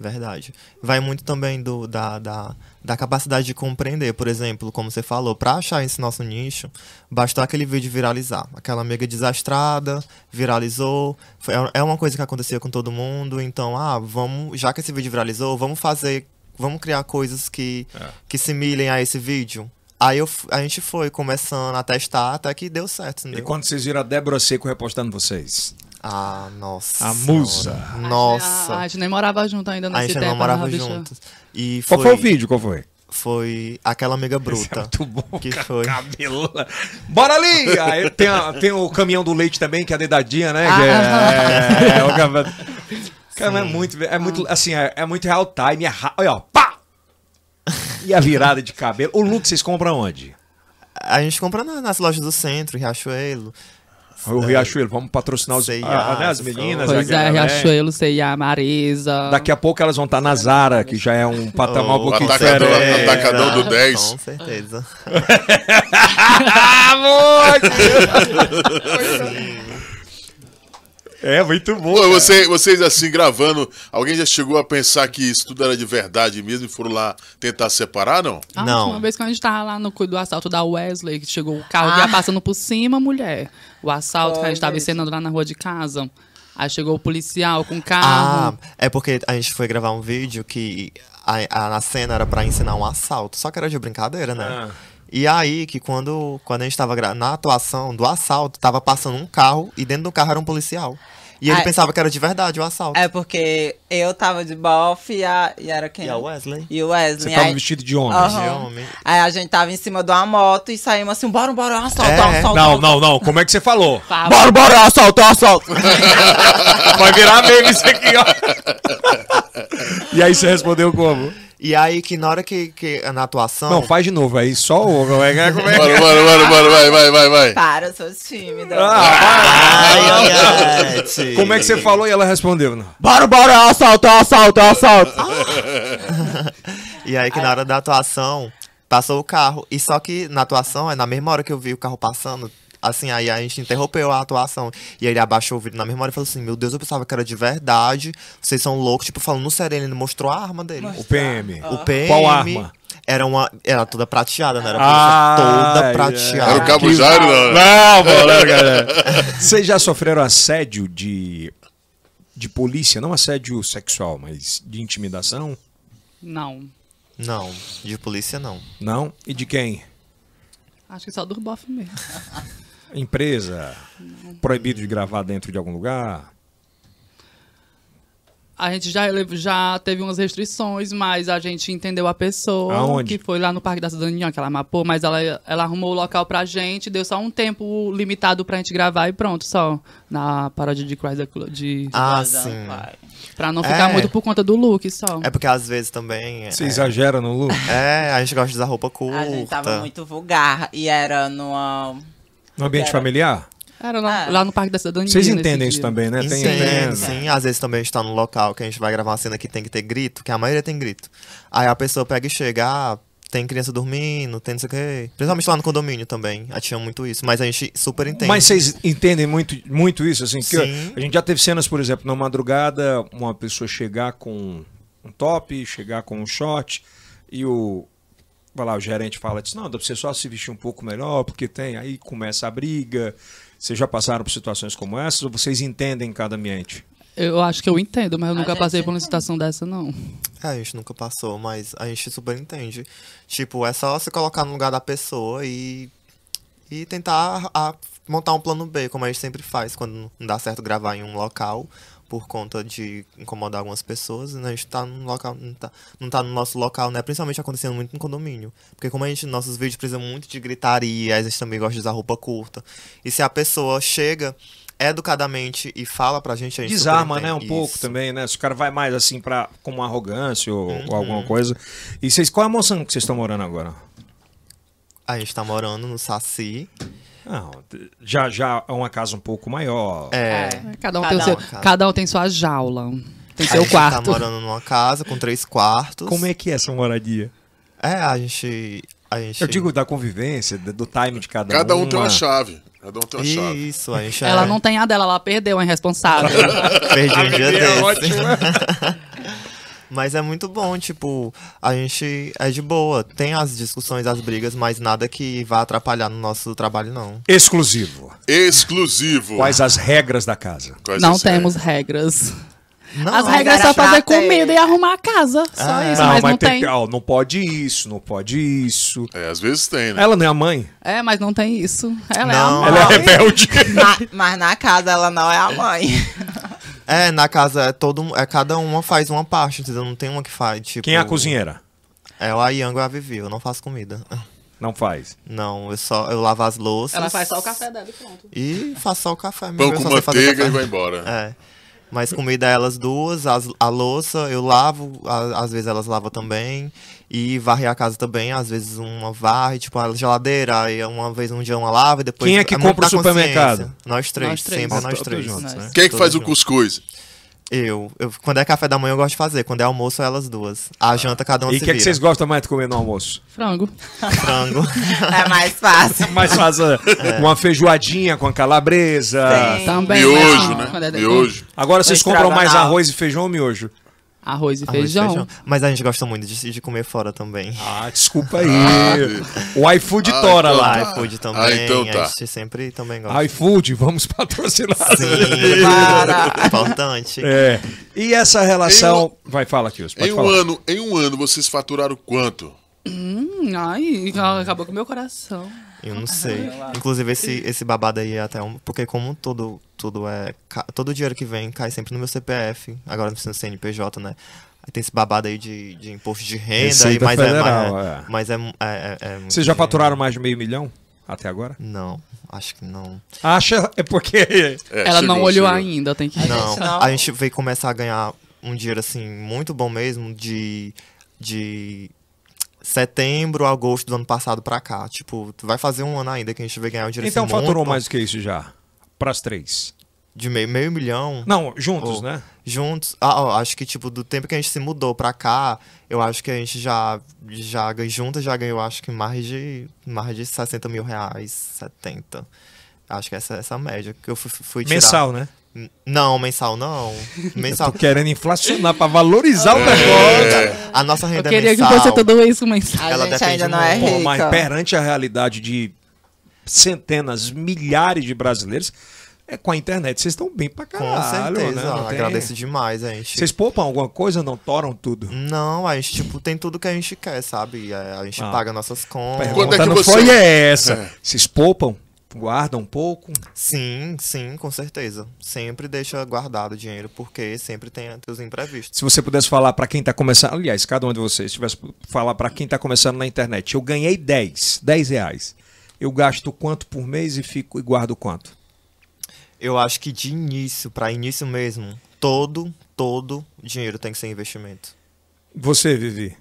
[SPEAKER 6] verdade. Vai muito também do, da, da, da capacidade de compreender, por exemplo, como você falou, para achar esse nosso nicho, bastou aquele vídeo viralizar. Aquela mega desastrada, viralizou, foi- é- é uma coisa que acontecia com todo mundo, então, ah, vamos, já que esse vídeo viralizou, vamos fazer, vamos criar coisas que,
[SPEAKER 1] É.
[SPEAKER 6] que similem a esse vídeo. Aí eu f- a gente foi começando a testar até que deu certo,
[SPEAKER 1] E
[SPEAKER 6] entendeu?
[SPEAKER 1] quando vocês viram a Débora Seco repostando vocês?
[SPEAKER 6] Ah, nossa.
[SPEAKER 1] A musa.
[SPEAKER 6] senhora.
[SPEAKER 4] A, Ah, a
[SPEAKER 6] Nossa.
[SPEAKER 4] gente nem morava junto ainda
[SPEAKER 6] A
[SPEAKER 4] nesse
[SPEAKER 6] gente
[SPEAKER 4] tempo.
[SPEAKER 6] não morava
[SPEAKER 4] né, bicho?
[SPEAKER 6] juntos. E foi,
[SPEAKER 1] Qual foi o vídeo? Qual foi?
[SPEAKER 6] Foi aquela amiga
[SPEAKER 1] Esse é
[SPEAKER 6] bruta.
[SPEAKER 1] muito bom,
[SPEAKER 6] que
[SPEAKER 1] cara,
[SPEAKER 6] foi.
[SPEAKER 1] cabelo. Bora ali! Aí tem, a- tem o caminhão do leite também, que é a dedadinha, né? Que é,
[SPEAKER 4] Ah.
[SPEAKER 1] é o cava- Cara, é muito, é muito, assim, é, é muito real time. É ra... Olha, ó, pá! E a virada de cabelo. O look vocês compram onde?
[SPEAKER 6] A gente compra na- nas lojas do centro, em Riachuelo.
[SPEAKER 1] O Riachuelo, vamos patrocinar os,
[SPEAKER 6] Sei,
[SPEAKER 1] a-
[SPEAKER 6] ah,
[SPEAKER 1] né, as
[SPEAKER 6] essas
[SPEAKER 1] meninas.
[SPEAKER 6] coisas.
[SPEAKER 4] Pois é,
[SPEAKER 1] aquela, né?
[SPEAKER 4] Riachuelo, Ceia, Marisa.
[SPEAKER 1] Daqui a pouco elas vão estar na Zara, que já é um patamar um
[SPEAKER 6] Oh,
[SPEAKER 1] pouquinho
[SPEAKER 2] atacador,
[SPEAKER 1] diferente.
[SPEAKER 2] É, atacadão do
[SPEAKER 6] Com
[SPEAKER 2] 10.
[SPEAKER 6] certeza.
[SPEAKER 1] É, muito bom.
[SPEAKER 2] Pô, você- vocês assim gravando, alguém já chegou a pensar que isso tudo era de verdade mesmo e foram lá tentar separar, não?
[SPEAKER 4] A
[SPEAKER 6] Não.
[SPEAKER 4] última vez que a gente tava lá no cu- do assalto da Wesley, que chegou o carro que
[SPEAKER 6] Ah.
[SPEAKER 4] ia passando por cima, mulher. O assalto que a gente tava encenando lá na rua de casa. Aí chegou o policial com o
[SPEAKER 6] Ah,
[SPEAKER 4] carro.
[SPEAKER 6] é porque a gente foi gravar um vídeo que a, a, na cena era pra ensinar um assalto, só que era de brincadeira, né?
[SPEAKER 1] Ah.
[SPEAKER 6] E aí que quando, quando a gente tava gra- na atuação do assalto, tava passando um carro e dentro do carro era um policial. E ele
[SPEAKER 5] Ah, é.
[SPEAKER 6] pensava que era de verdade o assalto.
[SPEAKER 5] É porque eu tava de bofe e, a, e era quem?
[SPEAKER 6] E a Wesley?
[SPEAKER 5] E o Wesley.
[SPEAKER 1] Você tava
[SPEAKER 5] aí-
[SPEAKER 1] vestido de homem.
[SPEAKER 5] Aham.
[SPEAKER 6] De homem.
[SPEAKER 5] Aí a gente tava em cima de uma moto e saímos assim, bora, bora, assalto,
[SPEAKER 6] É.
[SPEAKER 5] assalto.
[SPEAKER 1] Não, não, não. Como é que você falou?
[SPEAKER 4] Fala.
[SPEAKER 1] bora, assalto, assalto. Vai virar meme isso aqui, ó. E aí você respondeu como?
[SPEAKER 6] E aí que na hora que, que na atuação.
[SPEAKER 1] Não, faz de novo aí, só o... Como é que é? Como é que
[SPEAKER 2] Bora, bora, bora, bora, vai, vai, vai, vai.
[SPEAKER 4] Tá,
[SPEAKER 5] Para, seus tímidos.
[SPEAKER 6] Ai,
[SPEAKER 1] Ah,
[SPEAKER 6] Anete.
[SPEAKER 1] Como é que você falou e ela respondeu? Não.
[SPEAKER 6] Bora, bora, assalto, assalto, assalto. e aí que na hora da atuação, passou o carro. E só que na atuação, é na mesma hora que eu vi o carro passando, assim, aí a gente interrompeu a atuação. E aí ele abaixou o vídeo na mesma hora e falou assim, meu Deus, eu pensava que era de verdade. Vocês são loucos. Tipo, falando no sereno, ele mostrou a arma dele.
[SPEAKER 1] O PM.
[SPEAKER 6] O
[SPEAKER 5] Ah.
[SPEAKER 6] PM...
[SPEAKER 1] Qual arma?
[SPEAKER 6] Era uma... Era toda prateada, né? Era
[SPEAKER 1] Ah,
[SPEAKER 6] toda
[SPEAKER 1] é.
[SPEAKER 6] prateada.
[SPEAKER 2] Era o Cabo Jairo, não, né?
[SPEAKER 1] Não, bolão, galera. Vocês já sofreram assédio de... De polícia, não assédio sexual, mas de intimidação?
[SPEAKER 4] Não.
[SPEAKER 6] Não, de polícia não.
[SPEAKER 1] Não? E de quem?
[SPEAKER 4] Acho que só do bofe mesmo.
[SPEAKER 1] Empresa? Proibido de gravar dentro de algum lugar?
[SPEAKER 4] A gente já, ele- já teve umas restrições, mas a gente entendeu a pessoa
[SPEAKER 1] Aonde?
[SPEAKER 4] que foi lá no Parque da Cidadania, que ela mapou, mas ela, ela arrumou o local pra gente, deu só um tempo limitado pra gente gravar e pronto, só na paródia de Chrysler Cl- de,
[SPEAKER 6] Ah,
[SPEAKER 5] Mas,
[SPEAKER 6] sim.
[SPEAKER 5] vai.
[SPEAKER 4] Pra não ficar
[SPEAKER 6] É.
[SPEAKER 4] muito por conta do look só.
[SPEAKER 6] É porque às vezes também.
[SPEAKER 1] Você
[SPEAKER 6] é,
[SPEAKER 1] exagera no look?
[SPEAKER 6] é, a gente gosta de usar roupa curta.
[SPEAKER 5] A gente tava muito vulgar e era numa.
[SPEAKER 1] No ambiente familiar?
[SPEAKER 4] Era lá,
[SPEAKER 5] Ah.
[SPEAKER 4] lá no Parque da Cidadania.
[SPEAKER 1] Vocês
[SPEAKER 4] nesse
[SPEAKER 1] entendem isso
[SPEAKER 4] dia.
[SPEAKER 1] também, né?
[SPEAKER 6] Sim,
[SPEAKER 1] Tem, tem-
[SPEAKER 6] sim. Às vezes também a gente tá num local que a gente vai gravar uma cena que tem que ter grito, que a maioria tem grito. Aí a pessoa pega e chega, ah, tem criança dormindo, tem não sei o quê. Principalmente lá no condomínio também. A gente tinha muito isso, mas a gente super entende.
[SPEAKER 1] Mas vocês entendem muito, muito isso, assim, que
[SPEAKER 6] Sim.
[SPEAKER 1] a gente já teve cenas, por exemplo, na madrugada, uma pessoa chegar com um top, chegar com um short, e o, vai lá, o gerente fala, diz, não, dá pra você só se vestir um pouco melhor, porque tem, aí começa a briga, vocês já passaram por situações como essas, ou vocês entendem cada ambiente?
[SPEAKER 4] Eu acho que eu entendo, mas eu
[SPEAKER 5] A
[SPEAKER 4] nunca
[SPEAKER 5] gente
[SPEAKER 4] passei por uma
[SPEAKER 5] entende.
[SPEAKER 4] situação dessa, não.
[SPEAKER 6] É, a gente nunca passou, mas a gente super entende. Tipo, é só se colocar no lugar da pessoa e, e tentar a- montar um plano B, como a gente sempre faz quando não dá certo gravar em um local por conta de incomodar algumas pessoas. Né? A gente tá num local, não tá, não tá no nosso local, né? Principalmente acontecendo muito no condomínio. Porque como a gente, nossos vídeos precisam muito de gritaria, a gente também gosta de usar roupa curta. E se a pessoa chega educadamente e fala pra gente, a gente super
[SPEAKER 1] Desarma, né, um
[SPEAKER 6] entende.
[SPEAKER 1] pouco
[SPEAKER 6] Isso.
[SPEAKER 1] também, né? Se o cara vai mais, assim, pra, com uma arrogância ou,
[SPEAKER 6] Uhum.
[SPEAKER 1] ou alguma coisa. E vocês, qual é a mansão que vocês estão morando agora?
[SPEAKER 6] A gente tá morando no Saci.
[SPEAKER 1] Não, já, já é uma casa um pouco maior.
[SPEAKER 6] Ah, É.
[SPEAKER 4] Cada um,
[SPEAKER 5] Cada
[SPEAKER 4] tem o seu,
[SPEAKER 6] um, cara.
[SPEAKER 4] cada um tem sua jaula, tem
[SPEAKER 6] a
[SPEAKER 4] seu
[SPEAKER 6] gente
[SPEAKER 4] quarto.
[SPEAKER 6] tá morando numa casa com três quartos.
[SPEAKER 1] Como é que é essa moradia?
[SPEAKER 6] É, a gente. A gente
[SPEAKER 1] Eu digo da convivência, do do time de cada um.
[SPEAKER 2] Cada um tem uma
[SPEAKER 1] né?
[SPEAKER 2] chave. Cada um tem uma chave.
[SPEAKER 6] Isso, a gente
[SPEAKER 4] Ela
[SPEAKER 6] é...
[SPEAKER 4] não tem a dela, ela perdeu, é irresponsável.
[SPEAKER 6] Perdi um
[SPEAKER 2] né?
[SPEAKER 6] dia
[SPEAKER 1] É
[SPEAKER 6] desse.
[SPEAKER 1] ótimo.
[SPEAKER 6] Mas é muito bom, tipo, a gente é de boa. Tem as discussões, as brigas, mas nada que vá atrapalhar no nosso trabalho, não.
[SPEAKER 1] Exclusivo.
[SPEAKER 2] Exclusivo.
[SPEAKER 1] Quais as regras da casa?
[SPEAKER 2] Quais é?
[SPEAKER 4] Não
[SPEAKER 2] as
[SPEAKER 4] temos regras.
[SPEAKER 6] Não,
[SPEAKER 4] As
[SPEAKER 5] mas
[SPEAKER 4] regras
[SPEAKER 5] era
[SPEAKER 4] só fazer
[SPEAKER 5] chata, Ah. é.
[SPEAKER 4] comida e arrumar a casa. Só isso, mas, não tem.
[SPEAKER 1] que- ó, não pode isso, não pode isso.
[SPEAKER 2] É, às vezes tem, né?
[SPEAKER 1] Ela não é a mãe?
[SPEAKER 4] É, mas não tem isso. Ela é
[SPEAKER 6] Não.
[SPEAKER 4] a
[SPEAKER 1] Ela
[SPEAKER 4] mãe.
[SPEAKER 1] é rebelde.
[SPEAKER 5] Ma- mas na casa ela não é a mãe.
[SPEAKER 6] É, na casa é todo é cada uma faz uma parte, entendeu? Não tem uma que faz, tipo.
[SPEAKER 1] Quem é a cozinheira?
[SPEAKER 6] É o Yango e a Vivi, eu não faço comida.
[SPEAKER 1] Não faz.
[SPEAKER 6] Não, eu só eu lavo as louças.
[SPEAKER 4] Ela faz só o café dela e pronto.
[SPEAKER 6] E faço só o café mesmo.
[SPEAKER 2] Pão
[SPEAKER 6] eu
[SPEAKER 2] com
[SPEAKER 6] só sei fazer
[SPEAKER 2] manteiga
[SPEAKER 6] café.
[SPEAKER 2] e vai embora.
[SPEAKER 6] É. Mas comida é elas duas, as- a louça eu lavo, a- às vezes elas lavam também. E varrer a casa também, às vezes uma varre, tipo a geladeira, aí uma vez um dia uma lava e depois.
[SPEAKER 1] Quem é que
[SPEAKER 6] muito
[SPEAKER 1] compra o
[SPEAKER 6] da consciência.
[SPEAKER 1] supermercado?
[SPEAKER 6] Nós três,
[SPEAKER 4] Nós três.
[SPEAKER 6] sempre
[SPEAKER 4] Nós
[SPEAKER 6] nós
[SPEAKER 1] todos
[SPEAKER 6] três.
[SPEAKER 1] juntos, né?
[SPEAKER 2] Quem é que faz o
[SPEAKER 6] Todos juntos.
[SPEAKER 2] cuscuz?
[SPEAKER 6] Eu, eu. Quando é café da manhã eu gosto de fazer, quando é almoço elas duas. A janta cada uma
[SPEAKER 1] e o
[SPEAKER 6] se
[SPEAKER 1] que, é que
[SPEAKER 6] vira.
[SPEAKER 1] vocês gostam mais de comer no almoço?
[SPEAKER 4] Frango.
[SPEAKER 6] Frango.
[SPEAKER 5] É mais fácil.
[SPEAKER 1] Mas faz a-
[SPEAKER 6] É.
[SPEAKER 1] uma feijoadinha com a calabresa.
[SPEAKER 5] Sim.
[SPEAKER 4] Também.
[SPEAKER 2] Miojo,
[SPEAKER 4] mas-
[SPEAKER 2] né?
[SPEAKER 4] quando é-
[SPEAKER 2] Miojo.
[SPEAKER 1] Agora vocês
[SPEAKER 5] Ou
[SPEAKER 1] compram mais
[SPEAKER 5] estrogonofe.
[SPEAKER 1] arroz e feijão ou miojo?
[SPEAKER 4] Arroz e
[SPEAKER 6] arroz e
[SPEAKER 4] feijão.
[SPEAKER 6] Mas a gente gosta muito de, de comer fora também.
[SPEAKER 1] Ah, desculpa aí. o iFood
[SPEAKER 2] Ah,
[SPEAKER 1] tora
[SPEAKER 2] então
[SPEAKER 1] lá.
[SPEAKER 2] tá.
[SPEAKER 6] iFood também.
[SPEAKER 2] Ah, então tá.
[SPEAKER 6] A gente sempre também gosta.
[SPEAKER 1] iFood, vamos patrocinar.
[SPEAKER 6] tá. Sim.
[SPEAKER 5] Para.
[SPEAKER 6] Importante.
[SPEAKER 1] É. E essa relação. Vai, fala, Kios. Pode
[SPEAKER 2] Em um,
[SPEAKER 1] falar.
[SPEAKER 2] ano, em um ano, vocês faturaram quanto?
[SPEAKER 4] Hum, ai, acabou com o meu coração.
[SPEAKER 6] Eu não sei. Inclusive, esse, esse babado aí é até um. Porque como todo, tudo é. ca- Todo o dinheiro que vem cai sempre no meu CPF. Agora não precisa do CNPJ, né? Aí tem esse babado aí de, de imposto de renda, aí,
[SPEAKER 1] Receita
[SPEAKER 6] mas,
[SPEAKER 1] Federal,
[SPEAKER 6] é,
[SPEAKER 1] é.
[SPEAKER 6] mas, é, mas é, é- é muito
[SPEAKER 1] Vocês já
[SPEAKER 6] dinheiro.
[SPEAKER 1] faturaram mais de meio milhão até agora?
[SPEAKER 6] Não, acho que não.
[SPEAKER 1] Acha? É porque.
[SPEAKER 2] É,
[SPEAKER 4] Ela
[SPEAKER 2] chegou,
[SPEAKER 4] não olhou
[SPEAKER 2] chegou.
[SPEAKER 4] ainda, tem que.
[SPEAKER 6] Não.
[SPEAKER 5] não.
[SPEAKER 6] A gente veio começar a ganhar um dinheiro assim muito bom mesmo de de setembro a agosto do ano passado pra cá. Tipo, vai fazer um ano ainda que a gente vai ganhar um dinheiro
[SPEAKER 1] Então
[SPEAKER 6] assim,
[SPEAKER 1] faturou
[SPEAKER 6] muito bom.
[SPEAKER 1] mais do que isso já. Pras três.
[SPEAKER 6] de meio, meio milhão.
[SPEAKER 1] Não, juntos,
[SPEAKER 6] Oh.
[SPEAKER 1] né?
[SPEAKER 6] juntos. Ah, ó, acho que, tipo, do tempo que a gente se mudou pra cá, eu acho que a gente já, já gan- juntas já ganhou, acho que mais de, mais de 60 mil reais, 70. Acho que essa essa média que eu fui, fui tirar.
[SPEAKER 1] Mensal, né?
[SPEAKER 6] N- Não, mensal não. Mensal.
[SPEAKER 1] Querendo inflacionar pra valorizar o negócio.
[SPEAKER 2] É,
[SPEAKER 6] A nossa
[SPEAKER 4] Eu
[SPEAKER 6] renda é
[SPEAKER 4] queria que
[SPEAKER 6] mensal.
[SPEAKER 4] fosse tudo isso, mas.
[SPEAKER 5] A
[SPEAKER 6] Ela
[SPEAKER 5] gente
[SPEAKER 6] depende
[SPEAKER 5] ainda não é
[SPEAKER 1] Pô, mas
[SPEAKER 5] rica.
[SPEAKER 1] perante a realidade de centenas, milhares de brasileiros, é com a internet. Vocês estão bem pra
[SPEAKER 6] Com
[SPEAKER 1] caralho.
[SPEAKER 6] certeza.
[SPEAKER 1] né? Não
[SPEAKER 6] ó,
[SPEAKER 1] tem-
[SPEAKER 6] Agradeço Hum. demais, a gente.
[SPEAKER 1] Vocês poupam alguma coisa? Não toram tudo?
[SPEAKER 6] Não, a gente, tipo, tem tudo que a gente quer, sabe? É, A gente
[SPEAKER 1] Ah.
[SPEAKER 6] paga nossas contas.
[SPEAKER 1] Pergunta
[SPEAKER 2] Quando é que
[SPEAKER 1] não
[SPEAKER 2] você-
[SPEAKER 1] foi essa. Vocês poupam? guarda um pouco.
[SPEAKER 6] Sim, sim, com certeza. Sempre deixa guardado o dinheiro, porque sempre tem os imprevistos.
[SPEAKER 1] Se você pudesse falar para quem tá começando, aliás, cada um de vocês tivesse que falar para quem tá começando na internet, eu ganhei 10, 10 reais. Eu gasto quanto por mês e fico e guardo quanto?
[SPEAKER 6] Eu acho que de início, pra início mesmo, todo, todo dinheiro tem que ser investimento.
[SPEAKER 1] Você, Vivi.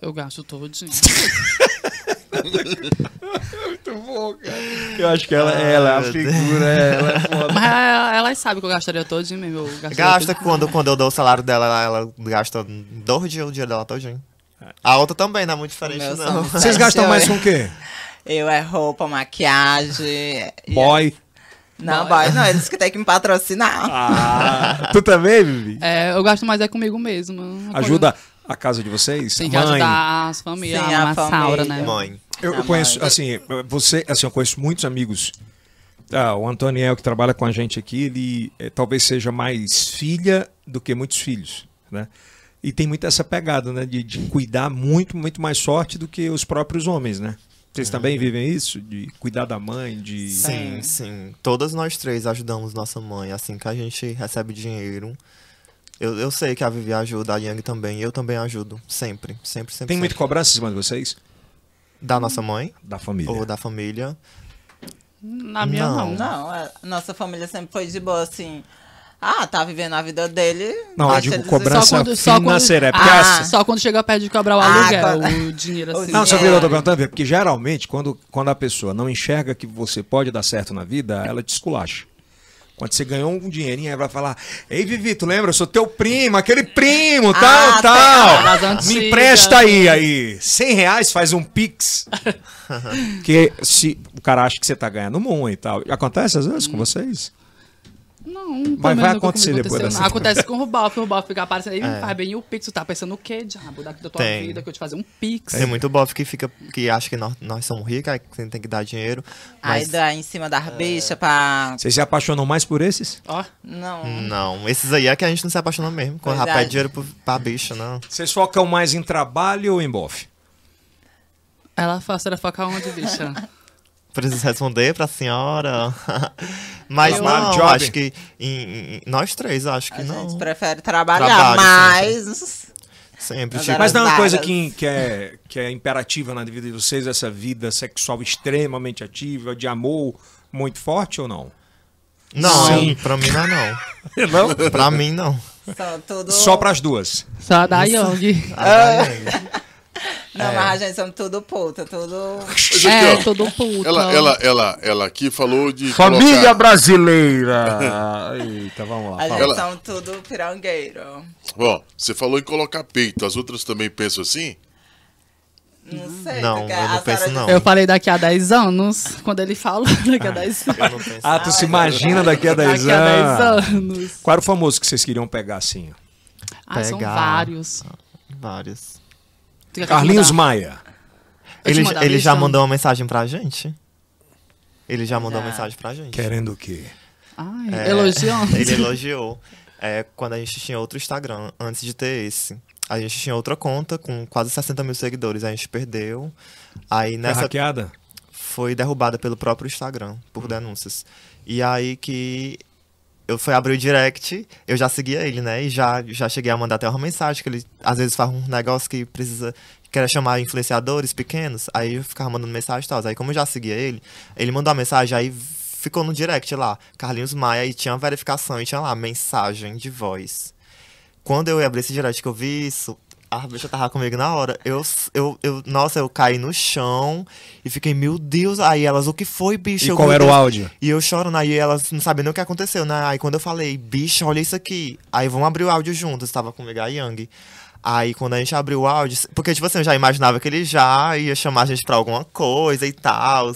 [SPEAKER 4] Eu gasto todinho.
[SPEAKER 1] Eu acho que ela, ela é a figura, ela é foda.
[SPEAKER 4] Mas ela- elas sabem que eu gastaria todinho mesmo. Eu gastaria
[SPEAKER 6] Gasta
[SPEAKER 4] tudo.
[SPEAKER 6] quando, quando eu dou o salário dela, ela, ela gasta dois dias o dinheiro dela todinho. A outra também não é muito diferente,
[SPEAKER 5] Meu
[SPEAKER 6] não.
[SPEAKER 5] sonho. é
[SPEAKER 1] Vocês gastam mais com o quê?
[SPEAKER 5] Eu é roupa, maquiagem. e-
[SPEAKER 1] Boy.
[SPEAKER 5] Não, boy, não. Eles que tem que me patrocinar.
[SPEAKER 1] Ah, tu também, Vivi?
[SPEAKER 4] É, eu gasto mais é comigo mesma. Uma coisa-
[SPEAKER 1] Ajuda a casa de vocês?
[SPEAKER 4] Tem que
[SPEAKER 1] Mãe.
[SPEAKER 4] ajudar as famílias,
[SPEAKER 5] Sim,
[SPEAKER 4] a
[SPEAKER 5] a
[SPEAKER 4] Massaura,
[SPEAKER 5] família.
[SPEAKER 4] né?
[SPEAKER 6] Mãe.
[SPEAKER 1] Eu, eu
[SPEAKER 5] Ah,
[SPEAKER 1] conheço,
[SPEAKER 5] mas-
[SPEAKER 1] assim, você, assim, eu conheço muitos amigos. Ah, o Antoniel, que trabalha com a gente aqui, ele eh, talvez seja mais filha do que muitos filhos, né? E tem muito essa pegada, né? De, de cuidar muito, muito mais sorte do que os próprios homens, né?
[SPEAKER 4] É.
[SPEAKER 1] Vocês também vivem isso? De cuidar da mãe, de...
[SPEAKER 6] Sim, sim. Todas nós três ajudamos nossa mãe assim que a gente recebe dinheiro. Eu, eu sei que a Vivi ajuda, a Yang também, eu também ajudo. Sempre, sempre, sempre.
[SPEAKER 1] Tem
[SPEAKER 6] sempre.
[SPEAKER 1] muita cobrança em cima de vocês?
[SPEAKER 6] Da nossa mãe
[SPEAKER 1] Da família.
[SPEAKER 6] ou da família.
[SPEAKER 4] né? Na minha
[SPEAKER 6] Não.
[SPEAKER 4] não.
[SPEAKER 5] Não, a nossa família sempre foi de boa, assim. Ah, tá vivendo a vida dele.
[SPEAKER 1] Não, eu
[SPEAKER 5] deixa
[SPEAKER 1] digo
[SPEAKER 5] eles-
[SPEAKER 1] cobrança financeira. é porque
[SPEAKER 4] ah,
[SPEAKER 1] assim-
[SPEAKER 4] só quando chega perto de cobrar o
[SPEAKER 5] Ah,
[SPEAKER 4] aluguel,
[SPEAKER 5] agora-
[SPEAKER 4] o dinheiro
[SPEAKER 5] Não,
[SPEAKER 4] assim.
[SPEAKER 1] Não,
[SPEAKER 5] só
[SPEAKER 1] sabe o
[SPEAKER 4] é,
[SPEAKER 1] que eu tô perguntando? Vivi? Porque geralmente, quando, quando a pessoa não enxerga que você pode dar certo na vida, ela te esculacha. Quando você ganhou um dinheirinho, ela vai falar: Ei, Vivi, tu lembra? Eu sou teu primo, aquele primo, tal,
[SPEAKER 5] Ah,
[SPEAKER 1] tal.
[SPEAKER 4] tá. Das
[SPEAKER 1] Me
[SPEAKER 4] antigas. né?
[SPEAKER 1] empresta aí, aí. 100 reais faz um pix. que se o cara acha que você tá ganhando muito e tal. Acontece às
[SPEAKER 4] Hum.
[SPEAKER 1] vezes com vocês?
[SPEAKER 4] Não, pelo
[SPEAKER 1] vai
[SPEAKER 4] menos nunca
[SPEAKER 1] acontecer
[SPEAKER 4] comigo
[SPEAKER 1] depois
[SPEAKER 4] aconteceu,
[SPEAKER 1] dessa
[SPEAKER 4] não. Acontece com o Rubalf, o Rubalf fica aparecendo aí, me faz bem o Pix, tu tá pensando o quê, diabo, daqui da tua
[SPEAKER 6] Tem.
[SPEAKER 4] vida, que eu te fazer um Pix.
[SPEAKER 1] É.
[SPEAKER 6] Tem muito bofe que fica que acha que nós, nós somos ricos, aí que tem que dar dinheiro.
[SPEAKER 5] Aí
[SPEAKER 6] Mas
[SPEAKER 5] dá em cima das bichas pra.
[SPEAKER 1] Vocês se apaixonam mais por esses?
[SPEAKER 4] Ó,
[SPEAKER 5] Não.
[SPEAKER 1] Hum,
[SPEAKER 6] não, esses aí é que a gente não se apaixona mesmo. Quando
[SPEAKER 5] Verdade.
[SPEAKER 6] rapaz é dinheiro pro- pra bicha, não.
[SPEAKER 1] Vocês focam mais em trabalho ou em bofe?
[SPEAKER 4] ela faz era focar onde, bicha?
[SPEAKER 6] Preciso responder pra senhora. Mas
[SPEAKER 1] Eu-
[SPEAKER 6] não,
[SPEAKER 1] Job.
[SPEAKER 6] acho que em- em- nós três, acho que
[SPEAKER 5] A
[SPEAKER 6] não.
[SPEAKER 5] gente prefere trabalhar,
[SPEAKER 6] Trabalho,
[SPEAKER 5] mas.
[SPEAKER 6] Sempre,
[SPEAKER 5] Mas
[SPEAKER 6] tipo,
[SPEAKER 1] Mas não é uma
[SPEAKER 5] Várias.
[SPEAKER 1] coisa que, que, é, que é imperativa na vida de vocês, essa vida sexual extremamente ativa, de amor muito forte ou não?
[SPEAKER 6] Não,
[SPEAKER 1] Sim.
[SPEAKER 6] eu, pra mim não é não. Pra mim não.
[SPEAKER 5] São tudo...
[SPEAKER 1] Só pras duas.
[SPEAKER 4] Só da Young.
[SPEAKER 5] Não,
[SPEAKER 1] É.
[SPEAKER 5] mas a gente somos tudo puta, tudo.
[SPEAKER 2] Mas aqui,
[SPEAKER 4] É,
[SPEAKER 2] ó,
[SPEAKER 4] todo puto.
[SPEAKER 2] ela, ela, ela, ela aqui falou de.
[SPEAKER 7] Família
[SPEAKER 2] colocar-
[SPEAKER 7] brasileira! Eita, vamos lá.
[SPEAKER 5] A gente
[SPEAKER 2] Ela-
[SPEAKER 5] são tudo pirangueiro.
[SPEAKER 2] Bom, você falou em colocar peito. As outras também pensam assim?
[SPEAKER 5] Não sei.
[SPEAKER 6] Uhum. Não,
[SPEAKER 5] porque
[SPEAKER 6] eu não
[SPEAKER 5] a
[SPEAKER 6] penso
[SPEAKER 5] Sarah
[SPEAKER 6] não.
[SPEAKER 4] Eu falei daqui a 10 anos, quando ele falou
[SPEAKER 6] Ah.
[SPEAKER 4] daqui a 10 anos.
[SPEAKER 6] Eu não penso.
[SPEAKER 1] Ah, tu se imagina daqui a 10
[SPEAKER 4] Daqui a
[SPEAKER 1] anos.
[SPEAKER 4] 10 anos.
[SPEAKER 1] Qual era o famoso que vocês queriam pegar assim?
[SPEAKER 4] Ah, são
[SPEAKER 6] Pegar.
[SPEAKER 4] vários.
[SPEAKER 6] Vários.
[SPEAKER 4] Tu quer que eu te
[SPEAKER 1] Carlinhos
[SPEAKER 4] mandar?
[SPEAKER 1] Maia.
[SPEAKER 4] Eu te
[SPEAKER 6] Ele,
[SPEAKER 4] mandar a
[SPEAKER 6] ele
[SPEAKER 4] lista?
[SPEAKER 6] já mandou uma mensagem pra gente? Ele já mandou
[SPEAKER 5] Já.
[SPEAKER 6] uma mensagem pra gente.
[SPEAKER 1] Querendo o quê?
[SPEAKER 4] Ai,
[SPEAKER 6] É,
[SPEAKER 4] elogiando.
[SPEAKER 6] Ele elogiou. É, quando a gente tinha outro Instagram, antes de ter esse. A gente tinha outra conta com quase 60 mil seguidores. A gente perdeu. Aí
[SPEAKER 1] Nessa...
[SPEAKER 6] nessa
[SPEAKER 1] Hackeada?
[SPEAKER 6] foi derrubada pelo próprio Instagram por denúncias. E aí que eu fui abrir o direct, eu já seguia ele, né? E já, já cheguei a mandar até uma mensagem, que ele às vezes faz um negócio que precisa. Quer chamar influenciadores pequenos, aí eu ficava mandando mensagem e tal. Aí, como eu já seguia ele, ele mandou a mensagem, aí ficou no direct lá, Carlinhos Maia, e tinha uma verificação, e tinha lá, mensagem de voz. Quando eu abri esse direct que eu vi isso, a bicha tava comigo na hora. Eu, eu, eu, nossa, eu caí no chão e fiquei, meu Deus. Aí elas, o que foi, bicho?
[SPEAKER 1] E
[SPEAKER 6] Eu,
[SPEAKER 1] qual
[SPEAKER 6] "Meu
[SPEAKER 1] era o
[SPEAKER 6] Deus."
[SPEAKER 1] áudio?
[SPEAKER 6] E eu chorando, aí elas não sabem nem o que aconteceu, né? Aí quando eu falei, bicha, olha isso aqui. Aí vamos abrir o áudio juntos, tava comigo a Yang. Aí quando a gente abriu o áudio, porque tipo assim, eu já imaginava que ele já ia chamar a gente pra alguma coisa e tal.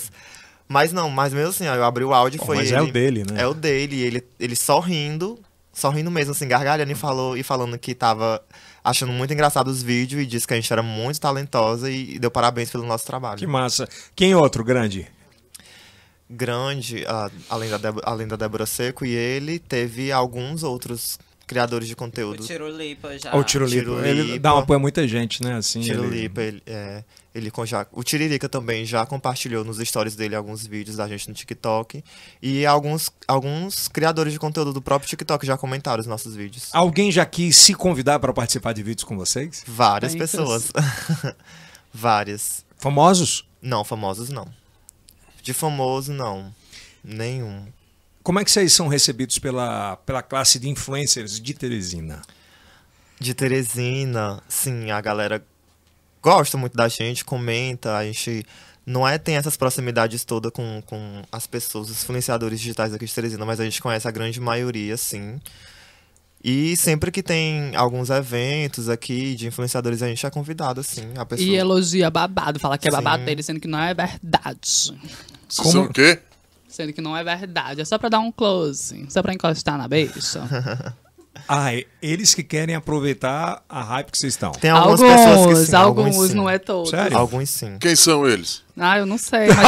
[SPEAKER 6] Mas não, mas mesmo assim, ó, eu abri o áudio e
[SPEAKER 1] Pô,
[SPEAKER 6] foi
[SPEAKER 1] mas
[SPEAKER 6] ele.
[SPEAKER 1] é o dele, né?
[SPEAKER 6] É o dele, e ele, ele sorrindo, sorrindo mesmo, assim, gargalhando e, falou, e falando que tava achando muito engraçado os vídeos e disse que a gente era muito talentosa e, e deu parabéns pelo nosso trabalho.
[SPEAKER 1] Que massa. Quem é outro grande?
[SPEAKER 6] grande, a- além, da Débora, além da Débora Seco, e ele teve alguns outros criadores de
[SPEAKER 5] O
[SPEAKER 6] conteúdo.
[SPEAKER 5] Tirolipa já.
[SPEAKER 1] Ah, o Tirolipa.
[SPEAKER 6] Tirolipa.
[SPEAKER 1] Ele dá um apoio a muita gente, né? Assim, ele-
[SPEAKER 6] Tirolipa, ele, é, ele com já, o Tiririca também já compartilhou nos stories dele alguns vídeos da gente no TikTok. E alguns, alguns criadores de conteúdo do próprio TikTok já comentaram os nossos vídeos.
[SPEAKER 1] Alguém já quis se convidar para participar de vídeos com vocês?
[SPEAKER 6] Várias
[SPEAKER 4] Muitas.
[SPEAKER 6] pessoas. Várias.
[SPEAKER 1] Famosos?
[SPEAKER 6] Não, famosos não. De famoso, não. Nenhum.
[SPEAKER 1] Como é que vocês são recebidos pela, pela classe de influencers de Teresina?
[SPEAKER 6] De Teresina, sim, a galera gosta muito da gente, comenta, a gente não é tem essas proximidades todas com, com as pessoas, os influenciadores digitais aqui de Teresina, mas a gente conhece a grande maioria, sim. E sempre que tem alguns eventos aqui de influenciadores, a gente é convidado, sim, a pessoa.
[SPEAKER 4] E é elogia babado, fala que é
[SPEAKER 6] Sim.
[SPEAKER 4] babado dele, sendo que não é verdade.
[SPEAKER 2] Vocês
[SPEAKER 1] Como-
[SPEAKER 2] são o quê?
[SPEAKER 4] Sendo que não é verdade. É só pra dar um close, só pra encostar na beixa.
[SPEAKER 1] Ah, é eles que querem aproveitar a hype que vocês estão.
[SPEAKER 6] Tem É, algumas
[SPEAKER 4] alguns,
[SPEAKER 6] pessoas que sim,
[SPEAKER 4] alguns,
[SPEAKER 6] sim.
[SPEAKER 4] não é todos.
[SPEAKER 1] Sério?
[SPEAKER 6] Alguns sim.
[SPEAKER 2] Quem são eles?
[SPEAKER 4] Ah, eu não sei, mas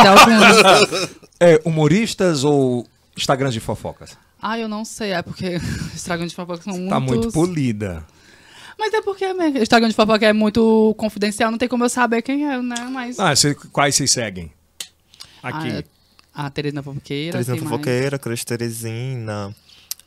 [SPEAKER 4] é alguns.
[SPEAKER 1] É, humoristas ou Instagrams de fofocas?
[SPEAKER 4] ah, eu não sei, é porque Instagram de fofoca são
[SPEAKER 1] Tá
[SPEAKER 4] muitos.
[SPEAKER 1] muito polida.
[SPEAKER 4] Mas é porque né, Instagram de fofoca é muito confidencial, não tem como eu saber quem é, né? Mas.
[SPEAKER 1] Ah, cê- quais vocês seguem?
[SPEAKER 4] Ah,
[SPEAKER 1] Aqui.
[SPEAKER 4] é- A Teresina Fofoqueira. assim,
[SPEAKER 6] Teresina
[SPEAKER 4] quem mais?
[SPEAKER 6] Fofoqueira, Cruz Teresina,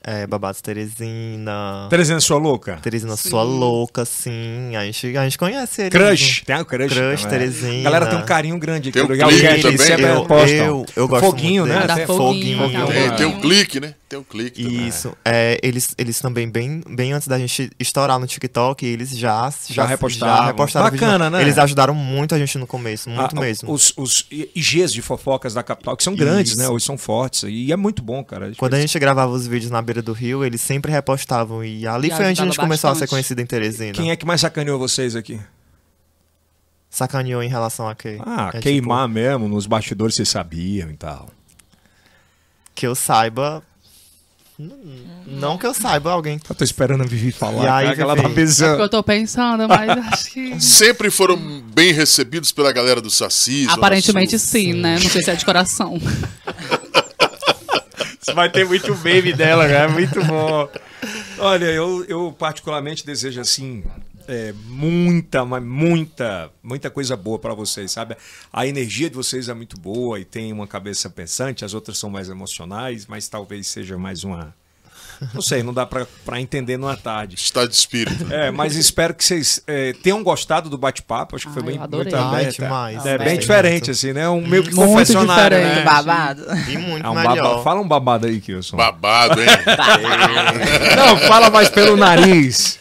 [SPEAKER 6] é, Babados Teresina.
[SPEAKER 1] Teresina Sua Louca?
[SPEAKER 6] Teresina, sua louca, sim. A gente, a gente conhece ele.
[SPEAKER 1] Crush.
[SPEAKER 6] mesmo.
[SPEAKER 1] Tem a crush.
[SPEAKER 6] Crush,
[SPEAKER 1] também.
[SPEAKER 6] Teresina.
[SPEAKER 1] A galera tem um carinho grande aqui.
[SPEAKER 2] Tem o
[SPEAKER 1] lugar. Alguém
[SPEAKER 2] clipe
[SPEAKER 1] eles
[SPEAKER 2] também,
[SPEAKER 1] sempre
[SPEAKER 2] né?
[SPEAKER 6] eu,
[SPEAKER 1] postam.
[SPEAKER 6] eu, eu gosto
[SPEAKER 1] Foguinho,
[SPEAKER 6] muito
[SPEAKER 1] né?
[SPEAKER 6] dele.
[SPEAKER 1] Dá
[SPEAKER 6] Até
[SPEAKER 4] foguinho, tá
[SPEAKER 1] Então,
[SPEAKER 2] Tem,
[SPEAKER 1] é.
[SPEAKER 4] bom.
[SPEAKER 2] tem um clique, né? Tem um clique. também.
[SPEAKER 6] Isso. É, eles, eles também, bem, bem antes da gente estourar no TikTok, eles já, já,
[SPEAKER 1] repostavam.
[SPEAKER 6] já repostaram vídeo.
[SPEAKER 1] Bacana, né?
[SPEAKER 6] Eles ajudaram muito a gente no começo,
[SPEAKER 1] Ah,
[SPEAKER 6] muito mesmo.
[SPEAKER 1] Os, os IGs de fofocas da capital, que são grandes,
[SPEAKER 6] Isso.
[SPEAKER 1] né? Hoje são fortes. E é muito bom, cara.
[SPEAKER 6] Quando a gente gravava os vídeos na beira do rio, eles sempre repostavam. E ali
[SPEAKER 4] E
[SPEAKER 6] foi onde a gente
[SPEAKER 4] ajudava
[SPEAKER 6] começou a ser
[SPEAKER 4] bastante.
[SPEAKER 6] conhecido em Teresina.
[SPEAKER 1] Quem é que mais sacaneou vocês aqui?
[SPEAKER 6] Sacaneou em relação a quê?
[SPEAKER 1] Ah,
[SPEAKER 6] É,
[SPEAKER 1] queimar mesmo, nos bastidores vocês sabiam e tal.
[SPEAKER 6] tipo, que eu saiba. N- Não que eu saiba alguém
[SPEAKER 1] Eu tô esperando a Vivi falar.
[SPEAKER 6] E aí,
[SPEAKER 1] cara, que ela
[SPEAKER 6] Vivi?
[SPEAKER 1] tá pensando.
[SPEAKER 4] É Porque eu tô pensando, mas acho que.
[SPEAKER 2] Sempre foram bem recebidos pela galera do Saci. Zona
[SPEAKER 4] Aparentemente
[SPEAKER 2] Sul.
[SPEAKER 4] sim, né? Não sei se é de coração.
[SPEAKER 1] Vai ter muito baby dela, cara. Muito bom. Olha, eu, eu particularmente desejo assim. é, muita, mas muita, muita coisa boa pra vocês, sabe? A energia de vocês é muito boa e tem uma cabeça pensante, as outras são mais emocionais, mas talvez seja mais uma. Não sei, não dá pra pra entender numa tarde.
[SPEAKER 2] Estado de espírito.
[SPEAKER 1] É, mas espero que vocês é, tenham gostado do bate-papo. Acho que foi
[SPEAKER 4] Ah,
[SPEAKER 1] bem
[SPEAKER 4] eu adorei.
[SPEAKER 1] muito
[SPEAKER 6] Ai,
[SPEAKER 1] aberta.
[SPEAKER 6] demais.
[SPEAKER 1] É bem
[SPEAKER 6] Gostei
[SPEAKER 1] diferente,
[SPEAKER 6] muito.
[SPEAKER 1] assim, né? Um meio que
[SPEAKER 4] Muito
[SPEAKER 1] confessionário.
[SPEAKER 4] diferente.
[SPEAKER 1] Né?
[SPEAKER 5] é Babado.
[SPEAKER 6] E muito
[SPEAKER 1] É um
[SPEAKER 6] melhor.
[SPEAKER 1] babado. Fala um babado aí, Kilson.
[SPEAKER 2] Babado, hein?
[SPEAKER 1] Não, fala mais pelo nariz.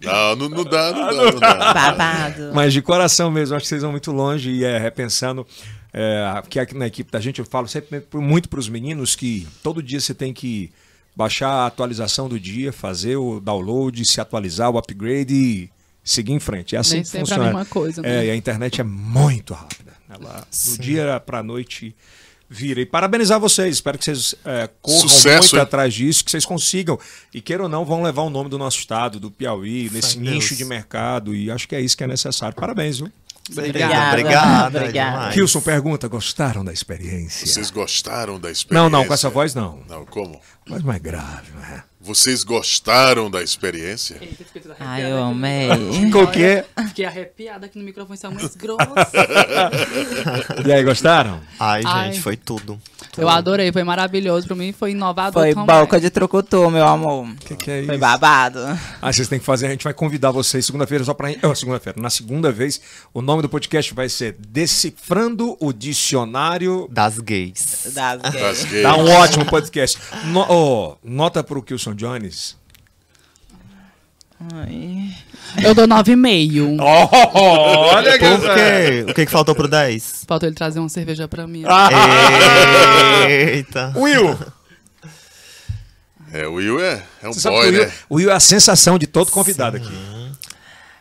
[SPEAKER 2] Não, não, não dá, não dá, não dá.
[SPEAKER 5] Babado.
[SPEAKER 1] Mas de coração mesmo, acho que vocês vão muito longe e é repensando. É, que aqui na equipe da gente eu falo sempre pro- muito para os meninos que todo dia você tem que baixar a atualização do dia, fazer o download, se atualizar, o upgrade e seguir em frente. É assim
[SPEAKER 4] Nem
[SPEAKER 1] que
[SPEAKER 4] sempre é a
[SPEAKER 1] funciona.
[SPEAKER 4] mesma coisa, né?
[SPEAKER 1] É, e a internet é muito rápida. Ela, do dia para noite vira. E parabenizar vocês. Espero que vocês é, corram
[SPEAKER 2] Sucesso,
[SPEAKER 1] muito
[SPEAKER 2] hein?
[SPEAKER 1] atrás disso, que vocês consigam. E queira ou não, vão levar o nome do nosso estado, do Piauí, nesse
[SPEAKER 6] Deus.
[SPEAKER 1] nicho de mercado. E acho que é isso que é necessário. Parabéns, viu?
[SPEAKER 6] Obrigada.
[SPEAKER 5] Obrigada.
[SPEAKER 6] Obrigada.
[SPEAKER 5] Obrigada.
[SPEAKER 6] demais.
[SPEAKER 1] Kilson pergunta: gostaram da experiência?
[SPEAKER 2] Vocês gostaram da experiência?
[SPEAKER 1] Não, não, com essa voz não.
[SPEAKER 2] Não, como?
[SPEAKER 1] Voz mais grave, né?
[SPEAKER 2] Vocês gostaram da experiência?
[SPEAKER 5] Ai, eu amei.
[SPEAKER 1] é Qualquer.
[SPEAKER 4] Fiquei arrepiada aqui no microfone, são mais grossa.
[SPEAKER 1] E aí, gostaram?
[SPEAKER 6] Ai,
[SPEAKER 4] Ai.
[SPEAKER 6] gente, foi tudo.
[SPEAKER 4] Eu adorei, foi maravilhoso. Pra mim foi inovador
[SPEAKER 5] Foi
[SPEAKER 4] também.
[SPEAKER 5] boca de trucutu, meu amor.
[SPEAKER 1] O que, que é isso?
[SPEAKER 5] Foi babado.
[SPEAKER 1] Ah, vocês têm que fazer, a gente vai convidar vocês segunda-feira só pra. Oh, segunda-feira. Na segunda vez, o nome do podcast vai ser Decifrando o Dicionário.
[SPEAKER 6] Das gays.
[SPEAKER 5] Das gays.
[SPEAKER 2] Das gays.
[SPEAKER 1] Dá um ótimo podcast. No, oh, nota pro Kilson Jones.
[SPEAKER 5] Ai.
[SPEAKER 4] Eu dou 9,5.
[SPEAKER 1] olha
[SPEAKER 6] Por quê? O que, que faltou pro 10?
[SPEAKER 4] Faltou ele trazer uma cerveja pra mim.
[SPEAKER 6] Ah, Eita.
[SPEAKER 1] Will!
[SPEAKER 2] É, o Will é, é um
[SPEAKER 1] Você sabe que o,
[SPEAKER 2] boy,
[SPEAKER 1] Will é
[SPEAKER 2] né?
[SPEAKER 1] o Will é a sensação de todo convidado aqui.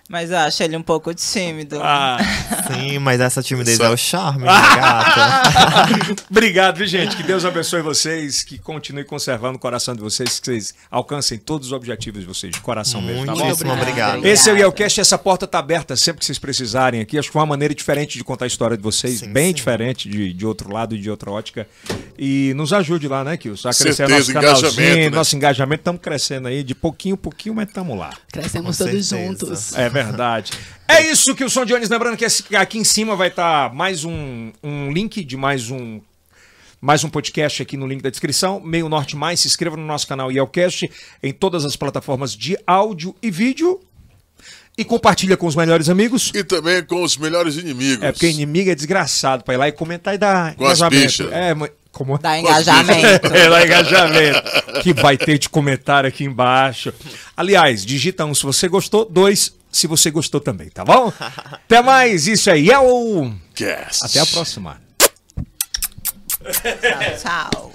[SPEAKER 5] Mas eu acho ele um pouco tímido.
[SPEAKER 1] Ah,
[SPEAKER 6] Sim, mas essa timidez
[SPEAKER 2] Só-
[SPEAKER 6] é o charme, né, gata.
[SPEAKER 1] obrigado, viu, gente? Que Deus abençoe vocês, que continue conservando o coração de vocês, que vocês alcancem todos os objetivos de vocês, de coração mesmo, tá bom?
[SPEAKER 6] Muitíssimo
[SPEAKER 5] Obrigada.
[SPEAKER 6] obrigado.
[SPEAKER 1] Esse é o
[SPEAKER 5] Obrigada.
[SPEAKER 1] Yelcast, essa porta tá aberta sempre que vocês precisarem aqui. Acho que foi uma maneira diferente de contar a história de vocês,
[SPEAKER 6] Sim,
[SPEAKER 1] bem
[SPEAKER 6] sim.
[SPEAKER 1] diferente de, de outro lado e de outra ótica. E nos ajude lá, né, Kilson? A crescer
[SPEAKER 2] Certeza,
[SPEAKER 1] nosso canalzinho,
[SPEAKER 2] engajamento, né?
[SPEAKER 1] nosso engajamento. Estamos crescendo aí, de pouquinho em pouquinho, mas estamos lá.
[SPEAKER 4] Crescemos
[SPEAKER 6] Com
[SPEAKER 4] todos
[SPEAKER 6] certeza.
[SPEAKER 4] juntos.
[SPEAKER 1] É verdade. É isso que o Som Jones, lembrando que esse- aqui em cima vai estar mais um, um link de mais um mais um podcast aqui no link da descrição, Meio Norte Mais, se inscreva no nosso canal Yelcast em todas as plataformas de áudio e vídeo e compartilha com os melhores amigos.
[SPEAKER 2] E também com os melhores inimigos.
[SPEAKER 1] É porque inimigo é desgraçado pra ir lá e comentar e dar
[SPEAKER 2] Com as
[SPEAKER 1] engajamento.
[SPEAKER 2] bichas.
[SPEAKER 1] É, mas- como
[SPEAKER 5] Dá engajamento.
[SPEAKER 1] é, lá engajamento. Que vai ter de comentário aqui embaixo. Aliás, digita um se você gostou, dois se você gostou também, tá bom? Até mais, isso aí é o.
[SPEAKER 2] Cast.
[SPEAKER 1] Até a próxima.
[SPEAKER 5] Tchau.